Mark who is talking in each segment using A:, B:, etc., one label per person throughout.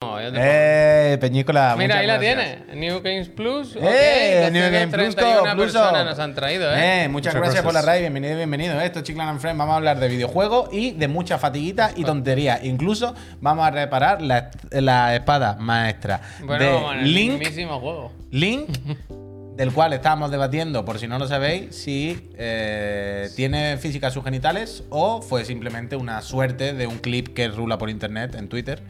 A: yo te
B: ¡Eh, Peñícola!
A: Mira,
B: muchas
A: ahí la
B: gracias.
A: tienes. New Games Plus. ok,
B: ¡Eh! New Game
A: 231
B: Plus, co, Pluso.
A: personas nos han traído, ¿eh?
B: Eh, muchas,
C: Muchas
B: gracias, por la
C: gracias.
B: raid, bienvenido, bienvenido. Esto es Chiclan and Friends, vamos a hablar de videojuegos y de muchas fatiguitas y tonterías. Incluso vamos a reparar la, la espada maestra de
A: Bueno, bueno, el
B: Link,
A: mismísimo juego.
B: Link, del cual estábamos debatiendo, por si no lo sabéis, si eh, tiene física sus genitales o fue simplemente una suerte de un clip que rula por internet en Twitter.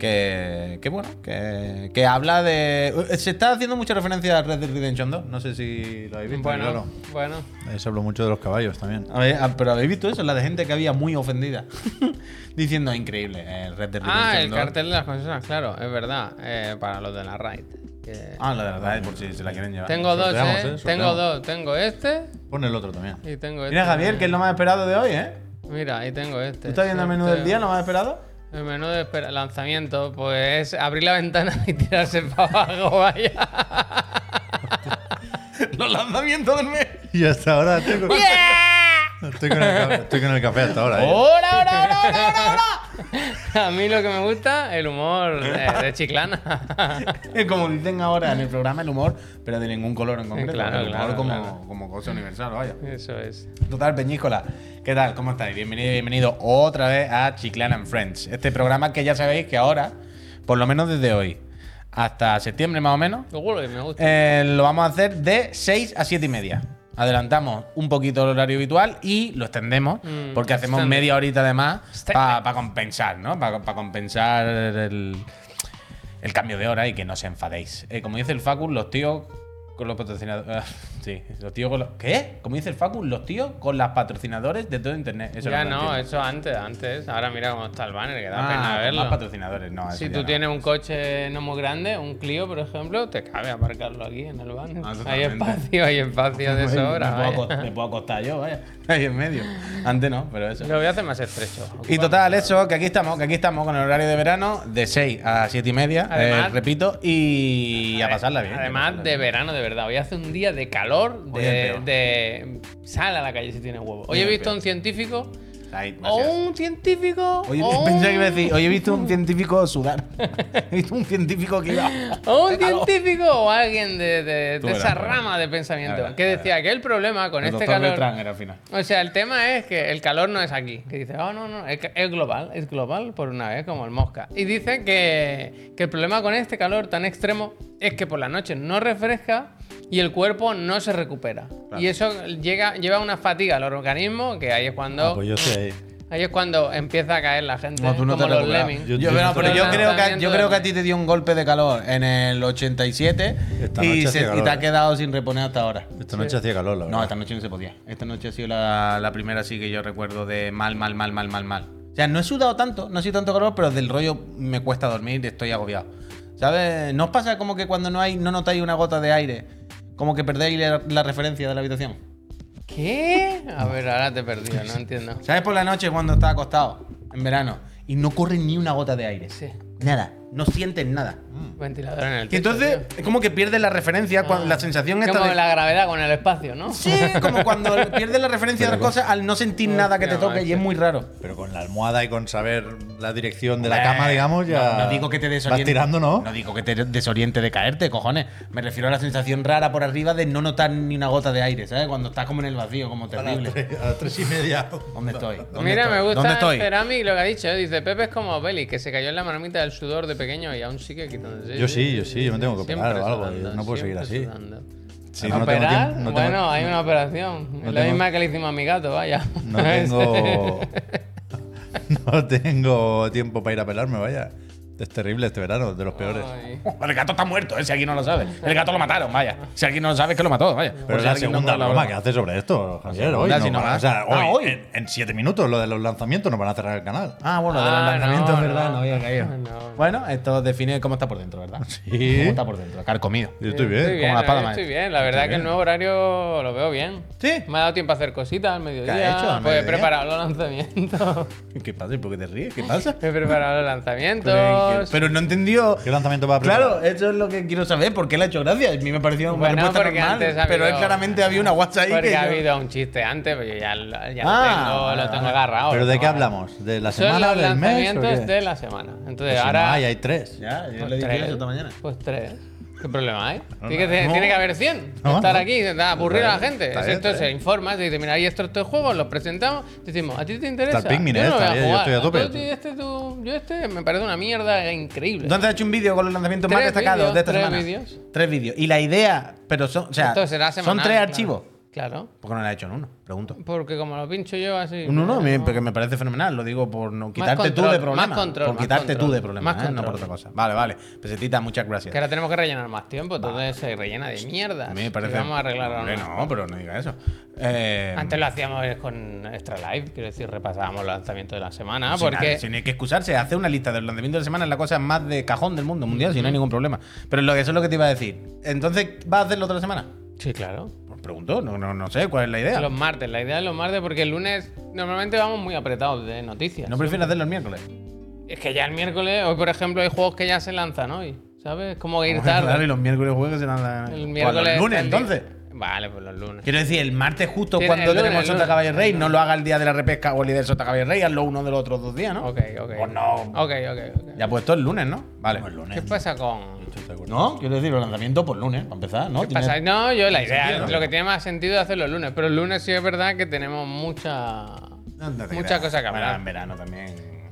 B: Que, que bueno, que, que habla de. eh, Se está haciendo mucha referencia a Red Dead Redemption 2. No sé si lo habéis visto.
A: Bueno,
C: claro.
A: bueno.
C: Eh, Se habló mucho de los caballos también.
B: A ver, ah, pero habéis visto eso, la de gente que había muy ofendida. Diciendo increíble, eh, Red Dead
A: Ah,
B: Redemption
A: el
B: 2".
A: cartel de las consolas, claro, es verdad. eh, para los de la raid. que-
B: Ah, la de verdad, por si se la quieren llevar.
A: tengo dos,
C: sorteamos,
A: eh.
C: eh,
A: Tengo
C: sorteamos.
A: dos. Tengo este
C: Pon el otro también.
A: y tengo este.
B: Mira, Javier, que es lo más esperado de hoy, ¿eh?
A: Mira, ahí tengo este.
B: ¿Tú estás viendo el menú del
A: Sorteo.
B: día, lo más esperado?
A: El menú de espera- lanzamiento, pues es abrir la ventana y tirarse para abajo, vaya.
B: Los lanzamientos del mes.
C: Y hasta ahora estoy con, estoy con el, ca- estoy con el café hasta ahora. eh.
B: ¡Hola, hola, hola, hola, hola!
A: A mí lo que me gusta, el humor eh, de chiclana.
B: Es como dicen ahora en el programa, el humor, pero de ningún color en concreto.
A: claro,
B: el humor
A: claro,
B: como,
A: claro.
B: como cosa universal, vaya.
A: Eso es.
B: Total, Peñícola, ¿qué tal? ¿Cómo estáis? Bienvenido y bienvenido otra vez a Chiclan and Friends. Este programa que ya sabéis que ahora, por lo menos desde hoy, hasta septiembre más o menos,
A: Seguro que me gusta.
B: eh, lo vamos a hacer de 6 a 7 y media. Adelantamos un poquito el horario habitual y lo extendemos
A: Mm,
B: porque hacemos
A: extended.
B: media horita de más para
A: Extended.
B: compensar, ¿no? Para compensar el, el cambio de hora y que no se enfadéis. Eh, como dice el Facus, los tíos con los patrocinadores. ah, sí, los tíos con los. ¿Qué? Como dice el Facus, los tíos con las patrocinadores de todo internet. Eso
A: ya
B: lo
A: no,
B: entiendo.
A: eso antes, antes. Ahora mira cómo está el banner, que da
B: Ah,
A: pena
B: con Más
A: verlo.
B: patrocinadores, no.
A: Si
B: eso
A: tú
B: ya no.
A: tienes un coche no muy grande, un Clio, por ejemplo, te cabe aparcarlo aquí en el banner.
B: Ah,
A: hay
B: totalmente.
A: espacio, hay espacio de
B: Ay,
A: sobra.
B: Me
A: vaya.
B: puedo, acost- me puedo acostar yo, vaya. Ahí en medio. Antes no, pero eso.
A: Lo voy a hacer más estrecho.
B: Y total, eso, que aquí estamos, que aquí estamos con el horario de verano de 6 a 7 y media,
A: Además-
B: eh, repito, y a pasarla bien. a
A: Eh, Además
B: pasarla
A: de
B: bien.
A: verano, de verdad. Hoy hace un día de calor,
B: Hoy es
A: de,
B: peor.
A: de- Sal a la calle si tienes huevo. Hoy
B: Hoy
A: he
B: es
A: visto a
B: peor.
A: un científico.
B: Ahí,
A: O
B: gracias.
A: un científico.
B: oh, Oye,
A: o
B: pensé que iba a
A: un-
B: decir, hoy he visto un científico sudar. he visto un científico que iba.
A: O un científico o alguien de, de-
B: Tú
A: de
B: verás,
A: esa
B: tú verás.
A: rama de pensamiento.
B: Ya verás,
A: que
B: ya
A: decía que el problema con
B: El
A: este
B: doctor
A: calor.
B: Beltrán era al final.
A: O sea, el tema es que el calor no es aquí. Que dice, oh, no, no, es, es global, es global por una vez, como el mosca. Y dice que, que el problema con este calor tan extremo es que por la noche no refresca y el cuerpo no se recupera. Y eso llega, lleva una fatiga al organismo, que ahí es cuando,
C: Ah, pues yo estoy ahí.
A: ahí es cuando empieza a caer la gente,
B: No, tú no
A: como
B: te
A: los
B: recuperas.
A: lemmings.
B: Yo,
C: Yo-
B: pero-
C: yo-
B: pero yo
A: Los
B: creo, que, yo
A: lanzamientos
B: creo que
A: de-
B: a ti te dio un golpe de calor en el 87
C: Esta
B: y,
C: noche
B: se-
C: hace
B: y te
C: calor,
B: has
C: eh.
B: quedado sin reponer hasta ahora.
C: Esta noche hacía calor, la verdad.
B: No, esta noche no se podía. Esta noche ha sido la, la primera así que yo recuerdo de mal, mal, mal, mal, mal, mal. O sea, no he sudado tanto, no he sido tanto calor, pero del rollo me cuesta dormir, estoy agobiado. ¿Sabes? ¿No os pasa como que cuando no hay, no notáis una gota de aire? Como que perdéis la, la referencia de la habitación.
A: ¿Qué? A ver, ahora te he perdido, no entiendo.
B: ¿Sabes por la noche cuando estás acostado en verano y no corre ni una gota de aire?
A: Sí.
B: Nada, no sientes nada.
C: Mm.
A: Ventilador en el
B: Y
A: techo,
B: entonces
A: tío.
B: es como que pierdes la referencia, cuando, Ah. la sensación esta
A: Como
B: de...
A: la gravedad con el espacio, ¿no?
B: Sí, como cuando pierdes la referencia de las cosas al no sentir nada que te
A: Hostia,
B: toque y
A: macho.
B: es muy raro.
C: Pero con la almohada y con saber la dirección de la
B: Hombre,
C: cama, digamos, ya.
B: Eh, No, no digo que te desoriente.
C: Vas tirando, ¿no?
B: No digo que te desoriente de caerte, cojones. Me refiero a la sensación rara por arriba de no notar ni una gota de aire, ¿sabes? Cuando estás como en el vacío, como
C: a, las
B: terrible.
C: tres, a las tres y media.
B: ¿Dónde estoy? ¿Dónde
A: Mira,
B: estoy?
A: me gusta
B: ¿Dónde estoy?
A: el Cerami lo que ha dicho. ¿eh? Dice, Pepe es como Beli, que se cayó en la marmita del sudor de pequeño y aún sigue quitándose.
C: Yo sí, yo sí, yo me tengo que
A: Siempre
C: operar o algo,
A: sudando,
C: yo no puedo seguir
A: siempre
C: así.
A: sudando.
C: Sí, no tengo
A: ¿Operar?
C: tiempo- no tengo-
A: bueno, hay una operación. la
C: tengo-
A: misma que le hicimos a mi gato, vaya.
C: No tengo. no tengo tiempo para ir a pelarme, vaya. Es terrible este verano, de los peores.
A: Ay.
B: El gato está muerto, ¿eh? si aquí no lo sabe. El gato lo mataron, vaya. Si alguien no lo sabe, es que lo mató, vaya.
C: Pero es la segunda broma que hace sobre esto, Javier, hoy.
B: segunda, si
C: no
B: no
C: va-
B: va.
C: o sea, hoy,
B: Ah, hoy.
C: En, en siete minutos, lo de los lanzamientos, nos van a cerrar el canal.
B: Ah, bueno, de los
A: Ah,
B: lanzamientos,
A: no,
B: ¿verdad?
A: no.
B: No había caído.
A: No.
B: Bueno, esto define cómo está por dentro, ¿verdad?
C: Sí.
B: Cómo está por dentro, carcomido.
C: Yo estoy bien.
A: Estoy bien,
B: la espada
A: eh,
B: maestra.
A: estoy bien. La verdad que el nuevo horario lo veo bien.
B: ¿Sí?
A: Me ha dado tiempo a hacer cositas al mediodía.
B: hecho al
A: Pues he
B: mediodía?
A: preparado los lanzamientos.
B: ¿Qué pasa? ¿Y por qué te ríes? ¿Qué pasa?
A: He preparado los lanzamientos.
B: Pero, ¿y
A: Dios.
B: Pero no entendió.
C: Ah, ¿Qué lanzamiento va a preparar?
B: Claro, eso es lo que quiero saber. ¿Por qué le ha hecho gracia? A mí me pareció una
A: Bueno,
B: respuesta
A: porque
B: normal.
A: antes ha
B: pero él
A: habido-
B: claramente había una WhatsApp ahí.
A: Porque
B: que
A: ha
B: yo-
A: habido un chiste antes, pero yo ya, lo- ya
B: Ah,
A: lo, tengo,
B: vale,
A: lo tengo
B: vale.
A: agarrado.
C: ¿Pero de qué
A: Vamos.
C: hablamos? ¿De la
A: Son
C: semana,
A: los
C: del mes? o
A: lanzamientos
C: qué?
A: de la semana. Entonces,
C: Pues si no
A: ahora.
C: hay, hay tres.
B: Ya, yo
A: pues,
B: le dije
A: tres,
B: eso esta mañana.
A: Pues tres. ¿Qué problema hay? Tiene que, tiene
C: no.
A: que haber 100.
C: No,
A: estar
C: no.
A: aquí, da, aburrir a la
C: bien,
A: gente.
C: está
A: Entonces
C: bien, está
A: se
C: bien.
A: informa, se dice, mira, hay estos tres juegos, los presentamos. Decimos, ¿a ti te interesa?
C: el Pikmin, eh,
A: yo no voy
C: está bien, yo
A: jugar.
C: estoy a tope.
A: Yo estoy- este, tú- yo este me parece una mierda increíble.
B: Entonces ha hecho un vídeo con los lanzamientos más
A: Tres
B: destacados
A: vídeos,
B: de esta
A: tres
B: semana.
A: vídeos.
B: Tres vídeos. Y la idea, pero son, o sea,
A: Esto será
B: son
A: semanal,
B: tres
A: claro.
B: archivos.
A: Claro.
B: ¿Por qué no la ha hecho en uno? Pregunto.
A: Porque como lo pincho yo así.
B: Un uno, a mí-
A: no.
B: porque me parece fenomenal. Lo digo por no quitarte tú
A: control,
B: de
A: más
B: problemas.
A: control,
B: por
A: más
B: quitarte tú
A: control,
B: de problemas,
A: más
B: ¿eh? no por
A: control.
B: otra cosa. Vale, vale. Pesetita, muchas gracias.
A: Que ahora tenemos que rellenar más tiempo, entonces se rellena de mierda.
B: A mí me parece.
A: Y Vamos a arreglar ahora.
B: Hombre, no, pero no diga eso. Eh,
A: Antes lo hacíamos con Extra Live, quiero decir, repasábamos los lanzamientos de la semana,
B: sin
A: Ah, porque
B: nada, sin hay que excusarse, hacer una lista de los lanzamientos de la semana es la cosa más de cajón del mundo mundial, si no hay ningún problema. Pero lo que eso es lo que te iba a decir. Entonces, ¿vas a hacerlo otra semana?
A: Sí, claro.
B: Pues pregunto, no, no, no sé cuál es la idea.
A: Los martes, la idea es los martes porque el lunes normalmente vamos muy apretados de noticias.
B: ¿No prefieres hacerlo el miércoles?
A: Es que ya el miércoles, hoy por ejemplo, hay juegos que ya se lanzan hoy, ¿sabes? Es como ir
B: Claro, y
A: tarde.
B: los miércoles juegas serán la...
A: El miércoles.
B: el Pues lunes,
A: está el día-
B: entonces.
A: Vale, pues los lunes.
B: Quiero decir, el martes justo
A: Sí, el
B: cuando
A: lunes,
B: tenemos
A: el
B: Sota
A: lunes.
B: Caballo Rey, no lo haga el día de la repesca o el día de Sota Caballo Rey, hazlo uno de los otros dos días, ¿no?
A: Ok, ok.
B: Pues no.
A: Ok, ok, ok.
B: Ya puesto el lunes, ¿no? Vale.
C: el lunes.
A: ¿Qué pasa con.?
B: No, quiero decir, los lanzamientos por lunes, para empezar, ¿no?
A: ¿Qué
B: Tiene-
A: pasa? No, yo la idea,
B: sentido,
A: lo que tiene más sentido es hacerlo el lunes, pero el lunes sí es verdad que tenemos mucha
B: No, no te
A: mucha
B: creas.
A: cosa que
B: Bueno,
A: hablar.
B: en verano también.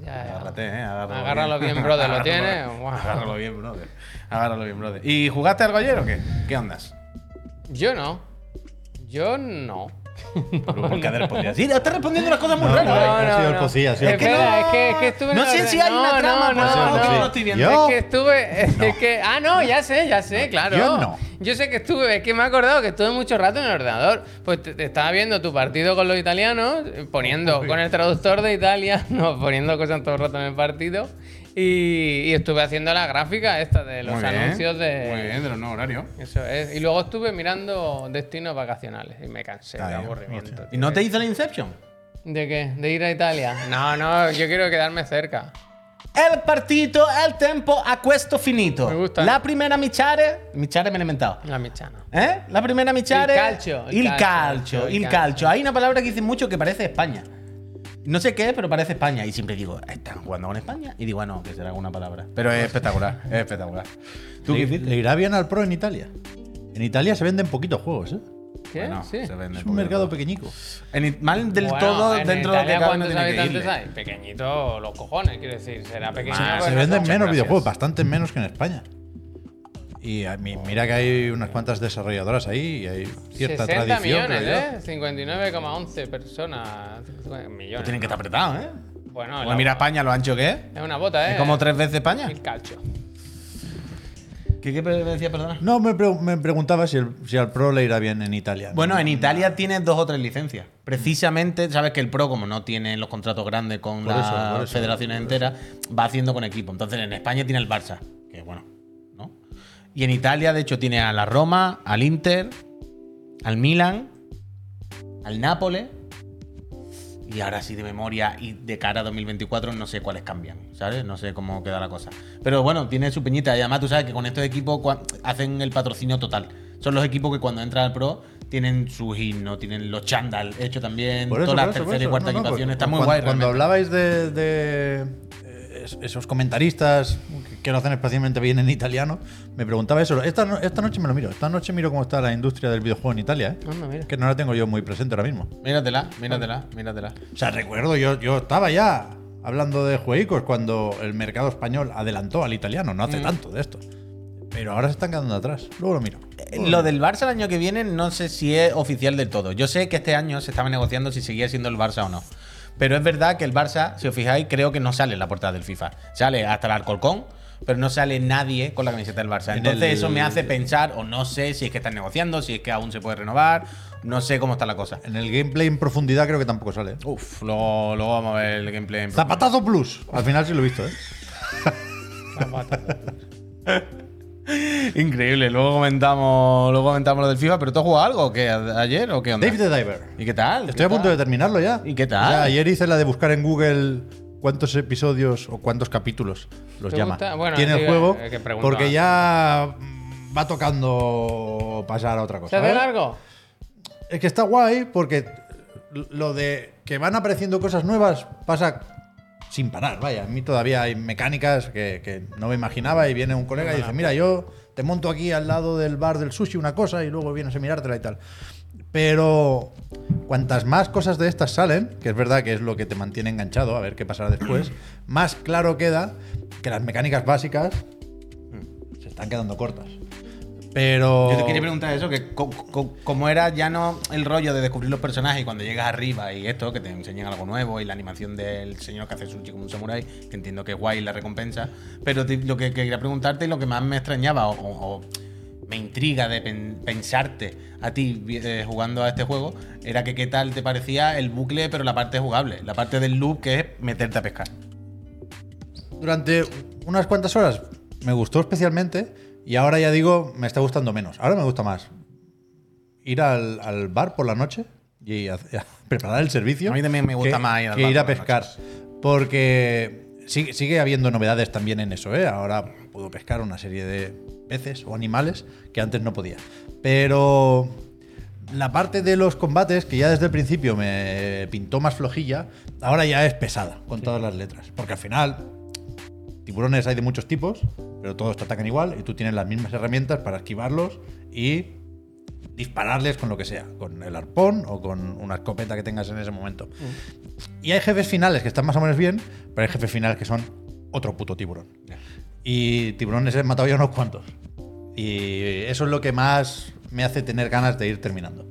A: Ya, ya.
B: Agárrate, ¿eh? Agárralo,
A: Agárralo bien, brother, ¿lo
B: Agárralo-
A: tienes? Guau.
B: Agárralo bien, brother. Agárralo bien, brother. ¿Y jugaste algo ayer o qué? ¿Qué ondas?
A: Yo no. Yo no.
B: Pero ¿Por qué te respondías? Sí, está respondiendo las cosas muy
C: No,
B: raras.
C: no, ha sido el cosilla, ha sido el
A: Espera,
B: cosilla.
A: es que, es que estuve. en
B: No
A: una-
B: sé si hay una trama,
A: No,
B: por
A: no,
C: favor, que
A: no,
C: yo no
B: estoy
C: viendo.
A: Es que estuve. Es que. Ah, no, ya sé, ya sé, claro.
C: yo no.
A: Yo sé que estuve. Es que me he acordado que estuve mucho rato en el ordenador. Pues te, te estaba viendo tu partido con los italianos, eh, poniendo con el traductor de italiano, poniendo cosas todo el rato en el partido. Y, y estuve haciendo la gráfica esta de los
B: Muy bien.
A: anuncios de.
B: Muy bien, de los no horarios.
A: Eso es. Y luego estuve mirando destinos vacacionales y me cansé de
B: bien.
A: aburrimiento.
B: ¿Y
A: tío.
B: no te hizo la Inception?
A: ¿De qué? ¿De ir a Italia? No, no, yo quiero quedarme cerca.
B: El partito, el tempo a questo finito.
A: Mi gusta.
B: La primera miciare. Miciare me l'ho inventato.
A: La michana.
B: ¿Eh? La primera miciare.
A: Il calcio, il
B: Il
A: calcio,
B: calcio.
A: il
B: Il
A: calcio.
B: calcio. Hay una palabra que dicen mucho que parece España. No sé qué es, pero parece España. Y siempre digo, ¿están jugando con España? Y digo, ah, no, que será alguna palabra. Pero es espectacular, es espectacular. ¿Tú qué
C: ¿Le,
B: hiciste?
C: le irá bien al Pro en Italia? En Italia se venden poquitos juegos, ¿eh?
A: ¿Qué?
B: Bueno,
A: sí.
B: se vende
C: Es
B: poco
C: un
B: de
C: mercado
B: todo.
C: pequeñico.
B: En it- mal del
A: Bueno,
B: todo
A: en
B: dentro de lo que
A: Italia,
B: cabe no
A: ¿Cuántos
B: tiene que
A: habitantes
B: irle.
A: hay? Pequeñito los cojones, quiero decir, será pequeño.
B: Ah,
A: pero
C: se
A: no
C: venden
A: son
C: menos
A: gracias.
C: videojuegos, bastante menos que en España. Y a mí- mira que hay unas cuantas desarrolladoras ahí y hay
A: 60
C: cierta tradición.
A: millones,
C: creo yo.
A: ¿eh? 59,11 personas. 50
B: Lo
A: Millones.
B: tienen que
A: ¿no?
B: estar apretados, ¿eh?
A: Bueno,
B: Bueno,
A: la-
B: mira España, lo ancho que es.
A: Es una bota, ¿eh?
B: Es como tres veces España.
A: El calcio.
B: ¿Qué, qué me decía, perdona?
C: No, me, pre- me preguntaba si, el- si al Pro le irá bien en Italia.
B: Bueno, en Italia tienes dos o tres licencias. Precisamente, sabes que el Pro, como no tiene los contratos grandes con
C: Por
B: las
C: eso, por eso,
B: federaciones enteras, va haciendo con equipo. Entonces, en España tiene el Barça, que bueno, ¿no? Y en Italia, de hecho, tiene a la Roma, al Inter, al Milan, al Nápoles. Y ahora sí, de memoria y de cara a 2024, no sé cuáles cambian, ¿sabes? No sé cómo queda la cosa. Pero bueno, tiene su peñita. Y además, tú sabes que con estos equipos cua- hacen el patrocinio total. Son los equipos que cuando entran al pro tienen sus himnos, tienen los chándal hechos también,
C: Por eso,
B: todas las
C: por eso, por
B: terceras y
C: eso.
B: cuartas
C: No, no,
B: equipaciones.
C: porque
B: Está muy
C: cuando-
B: guay.
C: Cuando
B: realmente.
C: hablabais de, de, eh, es- esos comentaristas que- que lo hacen especialmente bien en italiano, me preguntaba eso. Esta, no- esta noche me lo miro. Esta noche miro cómo está la industria del videojuego en Italia, ¿eh?
A: Anda, mira.
C: que no la tengo yo muy presente ahora mismo.
B: Míratela, míratela, míratela.
C: O sea, recuerdo, yo, yo estaba ya hablando de juegos cuando el mercado español adelantó al italiano, no hace
B: Mm.
C: tanto de esto. Pero ahora se están quedando atrás. Luego lo miro.
B: Eh, Lo del Barça el año que viene no sé si es oficial del todo. Yo sé que este año se estaba negociando si seguía siendo el Barça o no. Pero es verdad que el Barça, si os fijáis, creo que no sale en la portada del FIFA. Sale hasta el Alcorcón, pero no sale nadie con la camiseta del Barça.
C: En
B: Entonces
C: el-
B: eso me hace pensar, o no sé si es que están negociando, si es que aún se puede renovar, no sé cómo está la cosa.
C: En el gameplay en profundidad creo que tampoco sale. ¿eh?
B: Uf, luego, luego vamos a ver el gameplay. en-
C: Zapatazo Plus. Al final sí lo he visto, ¿eh?
B: Increíble, luego comentamos, luego comentamos lo del FIFA, pero ¿tú has jugado algo o qué? ¿A- ¿Ayer o qué onda?
C: Dave the Diver.
B: ¿Y qué tal?
C: Estoy a punto de terminarlo ya.
B: ¿Y qué tal?
C: O sea, ayer hice la de buscar en Google cuántos episodios o cuántos capítulos los
A: ¿Te
C: llama.
A: gusta? Bueno,
C: Tiene
A: sí,
C: el juego
A: eh, que pregunta.
C: porque ya mm, va tocando pasar a otra cosa.
A: ¿Se hace
C: ¿eh?
A: largo?
C: Es que está guay porque lo de que van apareciendo cosas nuevas pasa sin parar, vaya. A mí todavía hay mecánicas que, que no me imaginaba y viene un colega y dice, mira, yo te monto aquí al lado del bar del sushi una cosa y luego vienes a mirártela y tal. Pero cuantas más cosas de estas salen, que es verdad que es lo que te mantiene enganchado, a ver qué pasará después, más claro queda que las mecánicas básicas se están quedando cortas.
B: Mm.
C: Pero...
B: Yo te
C: Oh.
B: quería preguntar eso, que co- co- como era ya no el rollo de descubrir los personajes y cuando llegas arriba y esto, que te enseñan algo nuevo y la animación del señor que hace sushi como un samurái, que entiendo que es guay la recompensa, pero te- lo que quería preguntarte y lo que más me extrañaba o, o- o me intriga de pen- pensarte a ti eh, jugando a este juego, era que qué tal te parecía el bucle, pero la parte jugable, la parte del loop que es meterte a pescar.
C: durante unas cuantas horas me gustó especialmente y ahora ya digo, me está gustando menos. Ahora me gusta más ir al, al bar por la noche y ha- preparar el servicio.
B: A mí también me gusta
C: que-
B: más ir al
C: que
B: bar
C: ir a
B: por las
C: pescar. Porque sigue, sigue habiendo novedades también en eso, ¿eh? Ahora puedo pescar una serie de peces o animales que antes no podía. Pero la parte de los combates, que ya desde el principio me pintó más flojilla, ahora ya es pesada, con todas las letras. Porque al final, tiburones hay de muchos tipos, pero todos te atacan igual y tú tienes las mismas herramientas para esquivarlos y dispararles con lo que sea, con el arpón o con una escopeta que tengas en ese momento. Y hay jefes finales que están más o menos bien, pero hay jefes finales que son otro puto tiburón. Y tiburones he matado ya unos cuantos. Y eso es lo que más me hace tener ganas de ir terminando.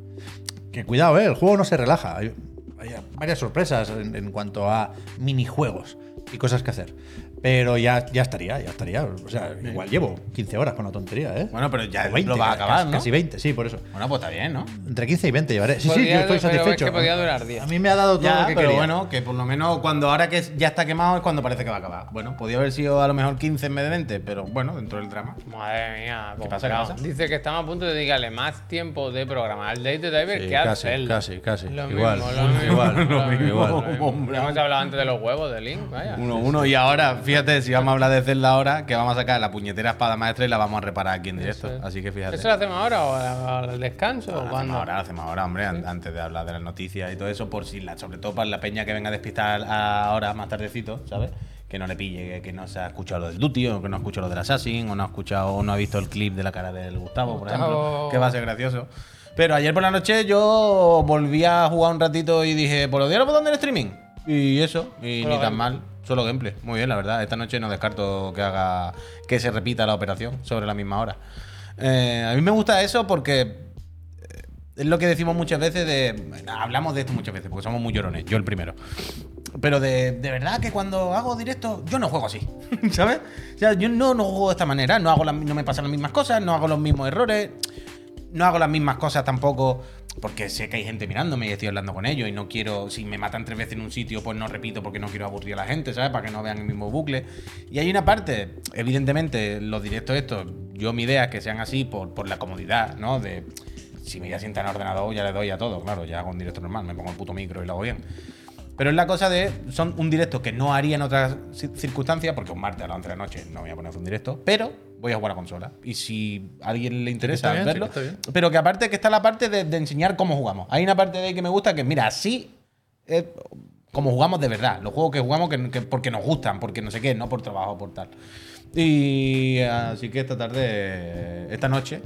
C: Que cuidado, ¿eh? el juego no se relaja. Hay, hay varias sorpresas en, en cuanto a minijuegos y cosas que hacer. Pero ya, ya estaría, ya estaría. O sea, igual llevo 15 horas con la tontería, ¿eh?
B: Bueno, pero ya
C: O 20,
B: lo vas a
C: casi-
B: acabar, ¿no?
C: Casi 20, sí, por eso.
B: Bueno, pues está bien, ¿no?
C: Entre 15 y 20 llevaré. Sí, sí,
A: Podía-
C: yo estoy
A: pero es que
C: satisfecho.
A: podía durar 10.
C: A mí me ha dado todo
B: Ya,
C: lo que
B: pero
C: quería.
B: bueno, que por lo menos cuando ahora que ya está quemado es cuando parece que va a acabar. Bueno, podía haber sido a lo mejor 15 en vez de 20, pero bueno, dentro del drama.
A: Madre mía, ¿Qué
B: pasa, qué pasa?
A: Dice que estamos a punto de dedicarle más tiempo de programa al Date Diver
C: Sí,
A: que al
C: casi,
A: Zelda.
C: casi, casi.
A: Lo
C: Igual,
A: mismo, lo mismo,
C: igual,
A: lo mismo,
C: igual.
A: lo mismo.
B: Hombre.
A: Hemos hablado antes de los huevos de Link, vaya.
B: Uno, uno, y ahora, fíjate, si vamos a hablar de Zelda ahora, que vamos a sacar la puñetera espada maestra y la vamos a reparar aquí en directo.
A: Eso es.
B: Así que fíjate.
A: ¿Eso lo hacemos ahora o a- al descanso?
B: Lo
A: o
B: hacemos
A: cuándo?
B: ahora, lo hacemos ahora, hombre, an- antes de hablar de las noticias y todo eso, por si la, sobre todo para la peña que venga a despistar ahora más tardecito, ¿sabes? Que no le pille, que, que no se ha escuchado lo del Duty, o que no ha escuchado lo del Assassin, o no ha escuchado, o no ha visto el clip de la cara del Gustavo, por ejemplo,
A: Gustavo.
B: que va a ser gracioso. Pero ayer por la noche yo volví a jugar un ratito y dije, por los días botón del streaming. Y eso, y
A: Solo
B: ni tan
A: gameplay.
B: mal. Solo gameplay. Muy bien, la verdad. Esta noche no descarto que haga que se repita la operación sobre la misma hora. Eh, a mí me gusta eso porque eh, es lo que decimos muchas veces de. Hablamos de esto muchas veces, porque somos muy llorones, yo el primero. Pero de, de verdad que cuando hago directo, yo no juego así, ¿sabes? O sea, yo no, no juego de esta manera, no, hago la- no me pasan las mismas cosas, no hago los mismos errores, no hago las mismas cosas tampoco, porque sé que hay gente mirándome y estoy hablando con ellos y no quiero, si me matan tres veces en un sitio, pues no repito porque no quiero aburrir a la gente, ¿sabes? Para que no vean el mismo bucle. Y hay una parte, evidentemente, los directos estos, yo mi idea es que sean así por, por la comodidad, ¿no? De, si me voy a sentar en el ordenador, ya le doy a todo, claro, ya hago un directo normal, me pongo el puto micro y lo hago bien. Pero es la cosa de. Son un directo que no haría en otras ci- circunstancias, porque un martes a las 11 de la noche no voy a poner un directo, pero voy a jugar a consola. Y si a alguien le interesa
C: Sí que está bien,
B: verlo.
C: sí que está
B: Pero que aparte que está la parte de, de enseñar cómo jugamos. Hay una parte de ahí que me gusta que, mira, así es como jugamos de verdad. Los juegos que jugamos que, que- porque nos gustan, porque no sé qué, no por trabajo, por tal. Y así que esta tarde, esta noche.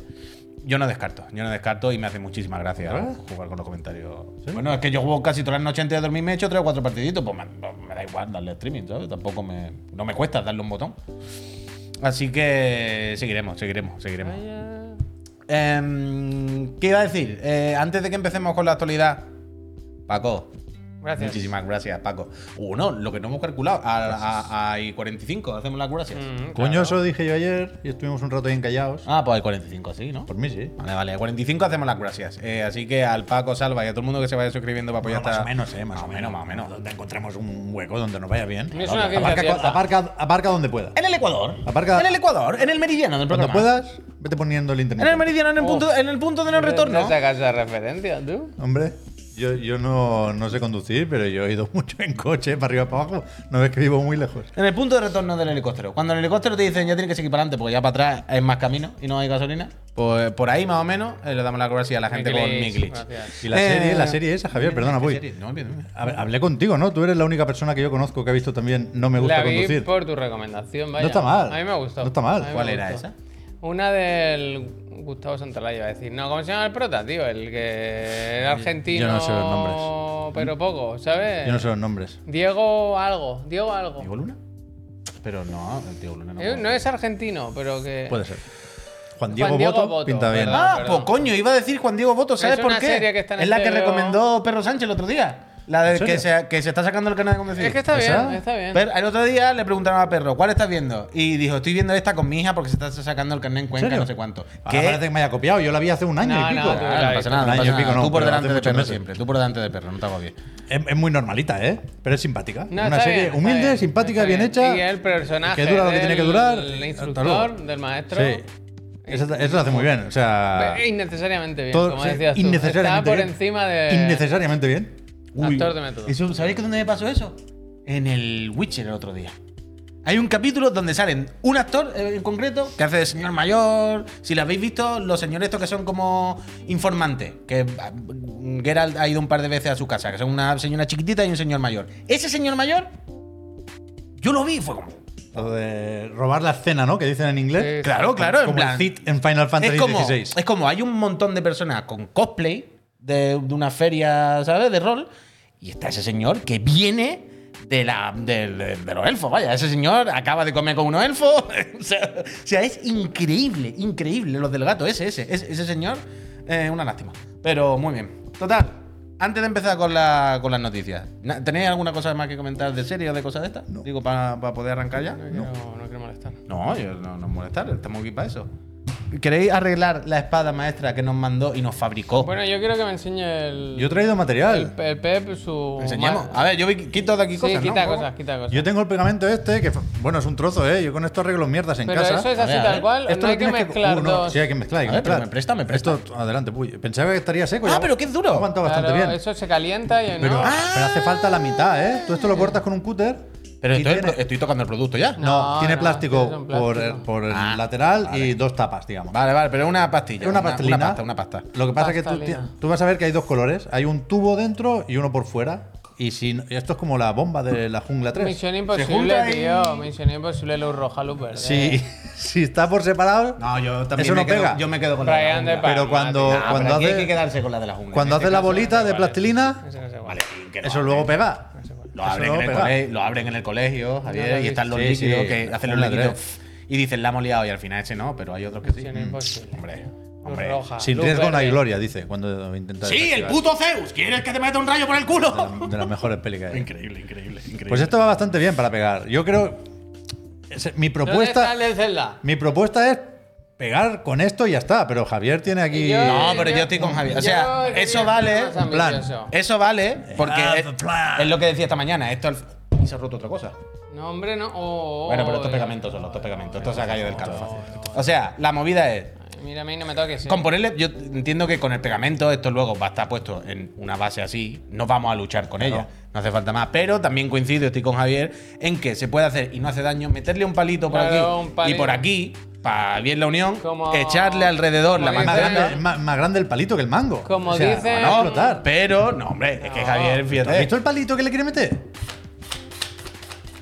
B: Yo no descarto, yo no descarto y me hace muchísimas gracias
C: ¿Verdad?
B: jugar con los comentarios. Bueno, es que yo juego casi todas las noches antes de dormir, me he hecho tres o cuatro partiditos, pues me, me da igual darle streaming, ¿sabes? Tampoco me. No me cuesta darle un botón. Así que seguiremos, seguiremos, seguiremos.
A: Vaya.
B: Em, ¿Qué iba a decir? Eh, antes de que empecemos con la actualidad, Paco.
A: Gracias.
B: Muchísimas gracias, Paco. Uno, lo que no hemos calculado, a- a- a- hay 45, hacemos las gracias.
A: Mm,
C: Coño,
A: claro.
C: eso dije yo ayer y estuvimos un rato ahí encallados.
B: Ah, pues hay 45, sí, ¿no?
C: Por mí sí.
B: Vale, vale, a 45 hacemos las gracias. Eh, así que al Paco Salva y a todo el mundo que se vaya suscribiendo para apoyar
C: Bueno, más
B: esta-
C: o menos, ¿eh? Más,
B: o Ah, menos, más o menos.
C: Donde encontremos un hueco donde nos vaya bien.
A: Es una ciencia
C: aparca,
A: cierta.
C: aparca- aparca donde pueda.
B: En el Ecuador.
C: Aparca-
B: En el Ecuador, en el meridiano del
C: Cuando
B: programa.
C: puedas, vete poniendo el
B: En el
C: internet.
B: meridiano, en el punto, en el punto de no
A: ¿De-
B: retorno.
A: ¿De esa casa de referencia, tú?
C: Hombre, Yo, yo no, no sé conducir, pero yo he ido mucho en coche, para arriba, para abajo. No ves que vivo muy lejos.
B: En el punto de retorno del helicóptero. Cuando el helicóptero te dicen ya tienes que seguir para adelante porque ya para atrás es más camino y no hay gasolina. Pues por ahí más o menos eh, le damos la gracia a la gente con
A: glitch,
B: mi glitch.
A: gracias.
C: Y la
B: Eh,
C: serie, la serie esa, Javier, perdona,
B: ¿Qué
C: voy.
B: serie? No, bien, bien.
C: Hab- Hablé contigo, ¿no? Tú eres la única persona que yo conozco que ha visto también No me gusta
A: La vi
C: conducir.
A: por tu recomendación, vaya.
C: No está mal.
A: A mí me gustó.
C: No está mal.
A: A mí me
B: ¿Cuál era
A: gustó.
B: esa?
A: Una del Gustavo Santalaya, iba a decir. No, ¿cómo se llama el prota, tío? El que era argentino.
C: sé los nombres.
A: Pero poco, ¿sabes?
C: Yo no sé los nombres.
A: Diego algo, Diego algo.
B: ¿Diego Luna? Pero no, el Diego Luna no.
A: Eh, No es argentino, pero que.
C: Puede ser. Juan Diego,
A: Diego
C: Boto,
A: Boto,
C: pinta bien.
A: ¿verdad?
B: Ah,
A: Perdón.
B: pues coño, iba a decir Juan Diego Boto, ¿sabes
A: Es
B: por
A: una
B: qué?
A: serie que está en
B: es la que
A: HBO.
B: recomendó Perro Sánchez el otro día. La de
C: serio?
B: que se, que se está sacando el canal de conducir.
A: Es que está
C: ¿Esa?
A: bien, está bien.
B: Pero el otro día le preguntaron a Perro, ¿cuál estás viendo? Y dijo, estoy viendo esta con mi hija porque se está sacando el carnet en Cuenca,
C: serio?
B: no sé cuánto.
C: Ahora
B: ¿Qué?
C: parece que me haya copiado. Yo la vi hace un año
A: No,
C: y
A: no,
C: pico.
A: tú
B: Ah, no pasa nada,
C: Un
B: no pasa
C: año y pico,
B: nada.
C: no,
B: Tú por
C: pero
B: delante
C: hace
B: de
C: muchos
B: Perro
C: meses.
B: siempre, tú por delante de Perro, no te agobies.
C: Es, es muy normalita, ¿eh? Pero es simpática.
A: No,
C: Una
A: está
C: serie
A: bien, está
C: humilde,
A: bien,
C: simpática,
A: está
C: bien, hecha.
A: Y el personaje.
C: Que dura lo que tiene que
A: del
C: durar. Hasta
A: instructor,
C: luego.
A: del maestro. pues,
C: Sí. Eso, eso lo hace muy bien. O sea.
A: Eh, Innecesariamente bien,
C: todo-
A: como
C: sí,
A: decías tú.
C: innecesariamente
A: está por
C: bien.
A: encima de.
C: Innecesariamente bien. Uy.
A: Actor de método.
B: Eso, ¿Sabéis que dónde me pasó eso? En el Witcher el otro día. Hay un capítulo donde salen un actor eh, en concreto que hace de señor mayor. Si lo habéis visto, los señores estos que son como informantes. Que ah, Geralt ha ido un par de veces a su casa, que son una señora chiquitita y un señor mayor. Ese señor mayor, yo lo vi y fue como.
C: Lo de robar la escena, ¿no? Que dicen en inglés.
A: Sí.
B: Claro, claro, en
C: Como
B: plan.
C: el Cid en Final Fantasy
B: es, como,
C: XVI.
B: es como hay un montón de personas con cosplay de, de una feria, ¿sabes? De rol. Y está ese señor que viene de, la, de, de- de los elfos. Vaya, ese señor acaba de comer con unos elfos. o, sea, o sea, es increíble, increíble. Los del gato, ese, ese. Ese, ese señor, eh, una lástima. Pero muy bien. Total. Antes de empezar con, la- con las noticias, na- ¿tenéis alguna cosa más que comentar de serie o de cosas de estas? Digo, para poder arrancar ya.
A: No, quiero- no quiero molestar.
B: No, yo no nos molestar, estamos aquí para eso. ¿Queréis arreglar la espada maestra que nos mandó y nos fabricó?
A: Bueno, yo quiero que me enseñe el.
C: Yo he traído material.
A: el, el Pep su.
B: Enseñemos.
A: ma-
B: A ver, yo vi- quito de aquí
A: Sí,
B: cosas. ¿no?
A: quita
B: Un poco.
A: cosas, quita cosas.
C: Ah, Yo tengo el pegamento este, que bueno, es un trozo, ¿eh? Yo con esto arreglo mierdas en
A: Pero
C: casa.
A: eso es
B: A
A: así
B: ver, a ver.
A: tal cual,
C: Esto
A: no
C: lo
A: hay que
C: tienes
A: mezclar
C: Uh, no,
A: dos.
C: Sí, hay que mezclar, hay que
B: A ver, pero
C: mezclar.
B: me presta, me presta.
C: Esto, adelante, uy, pensaba que estaría seco.
B: Ah,
C: ya-
B: pero qué duro.
C: Ha aguantado
A: Claro,
C: bastante bien.
A: Eso se calienta y no.
C: Pero, pero hace falta la mitad, ¿eh? Tú esto lo cortas con un cúter.
B: Pero
C: y
B: estoy,
C: tiene-
B: estoy tocando el producto ya.
C: No,
A: No,
C: tiene
A: no,
C: plástico,
A: es un
C: por el,
A: plástico.
C: por el
B: Ah,
C: lateral y dos tapas, digamos.
B: Vale, vale, pero una pastilla.
C: Es una pastelina.
B: Una pasta, una pasta.
C: Lo que pasa es que tú,
A: Pastelina.
C: ti- tú vas a ver que hay dos colores. Hay un tubo dentro y uno por fuera. Y si no- esto es como la bomba de la jungla 3.
A: Misión
B: junta
A: imposible,
B: y-
A: tío. Misión imposible, luz roja, luz verde.
C: Si, si está por separado,
B: yo
C: también me quedo- yo
B: me quedo
A: con la de la Brian de jungla.
C: pero
A: Palma,
C: cuando,
A: tío.
C: cuando
B: aquí
C: hace,
B: hay que quedarse con la de la jungla.
C: cuando
B: En
C: hace
B: este
C: la
B: caso-
C: bolita de
A: vale.
C: plastilina,
A: Ese no sé cuál.
B: Vale, que lo
C: eso
B: abren.
C: luego pega.
B: Lo
C: Eso
B: abren,
C: luego
B: en el
C: pega.
B: cole- lo abren en el colegio, Javier, y están los
C: Sí,
B: líquidos
C: sí,
B: que
C: la
B: hacen los
C: jungla
B: líquidos.
C: tres.
B: Y dicen, la hemos liado, y al final ese no, pero hay otros que sí.
A: Misión
B: Mm.
A: imposible.
B: Hombre,
A: Luz
B: hombre.
A: roja,
C: Sin
A: luz
C: riesgo no hay
B: eh.
A: verde.
C: gloria, dice, cuando intenta.
B: Sí, el
C: desactivar.
B: puto Zeus. ¿Quieres que te meta un rayo por el culo?
C: De las mejores pelis que hay.
B: Increíble, increíble, increíble.
C: Pues esto va bastante bien para pegar. Yo creo. es-
A: ¿Dónde
C: Mi
A: está
C: propuesta,
A: el de Zelda?
C: mi propuesta es pegar con esto y ya está. Pero Javier tiene aquí.
A: Yo-
B: No, pero yo estoy con Javier. O sea,
A: yo quería
B: eso
A: ser
B: vale.
A: más
C: plan,
A: ambicioso.
B: Eso vale, porque
C: Ah,
B: es,
C: plan.
B: es lo que decía esta mañana. Esto al- y se ha roto otra cosa.
A: No, hombre, no. Oh, oh,
B: Bueno, pero
A: oh,
B: estos
A: oh.
B: pegamentos son los estos pegamentos. Esto se ha caído del calor. O sea, la movida es
A: Ay, Mírame y no me toques. eh.
B: Con ponerle, yo entiendo que con el pegamento, esto luego va a estar puesto en una base así, no vamos a luchar con ella, no hace falta más. Pero también coincido, estoy con Javier, en que se puede hacer y no hace daño meterle un palito por
A: Claro,
B: aquí
A: un palito.
B: y por aquí, para bien la unión,
A: Como-
B: echarle alrededor la
A: como
C: Más
A: dice-
B: manzana.
C: grande, más, más grande el palito que el mango.
A: Como dice-
C: van a
B: No,
C: explotar.
B: pero no, hombre, es que
A: No.
B: Javier,
C: ¿Tú ¿Has
B: fíjate.
C: visto el palito que le quiere meter?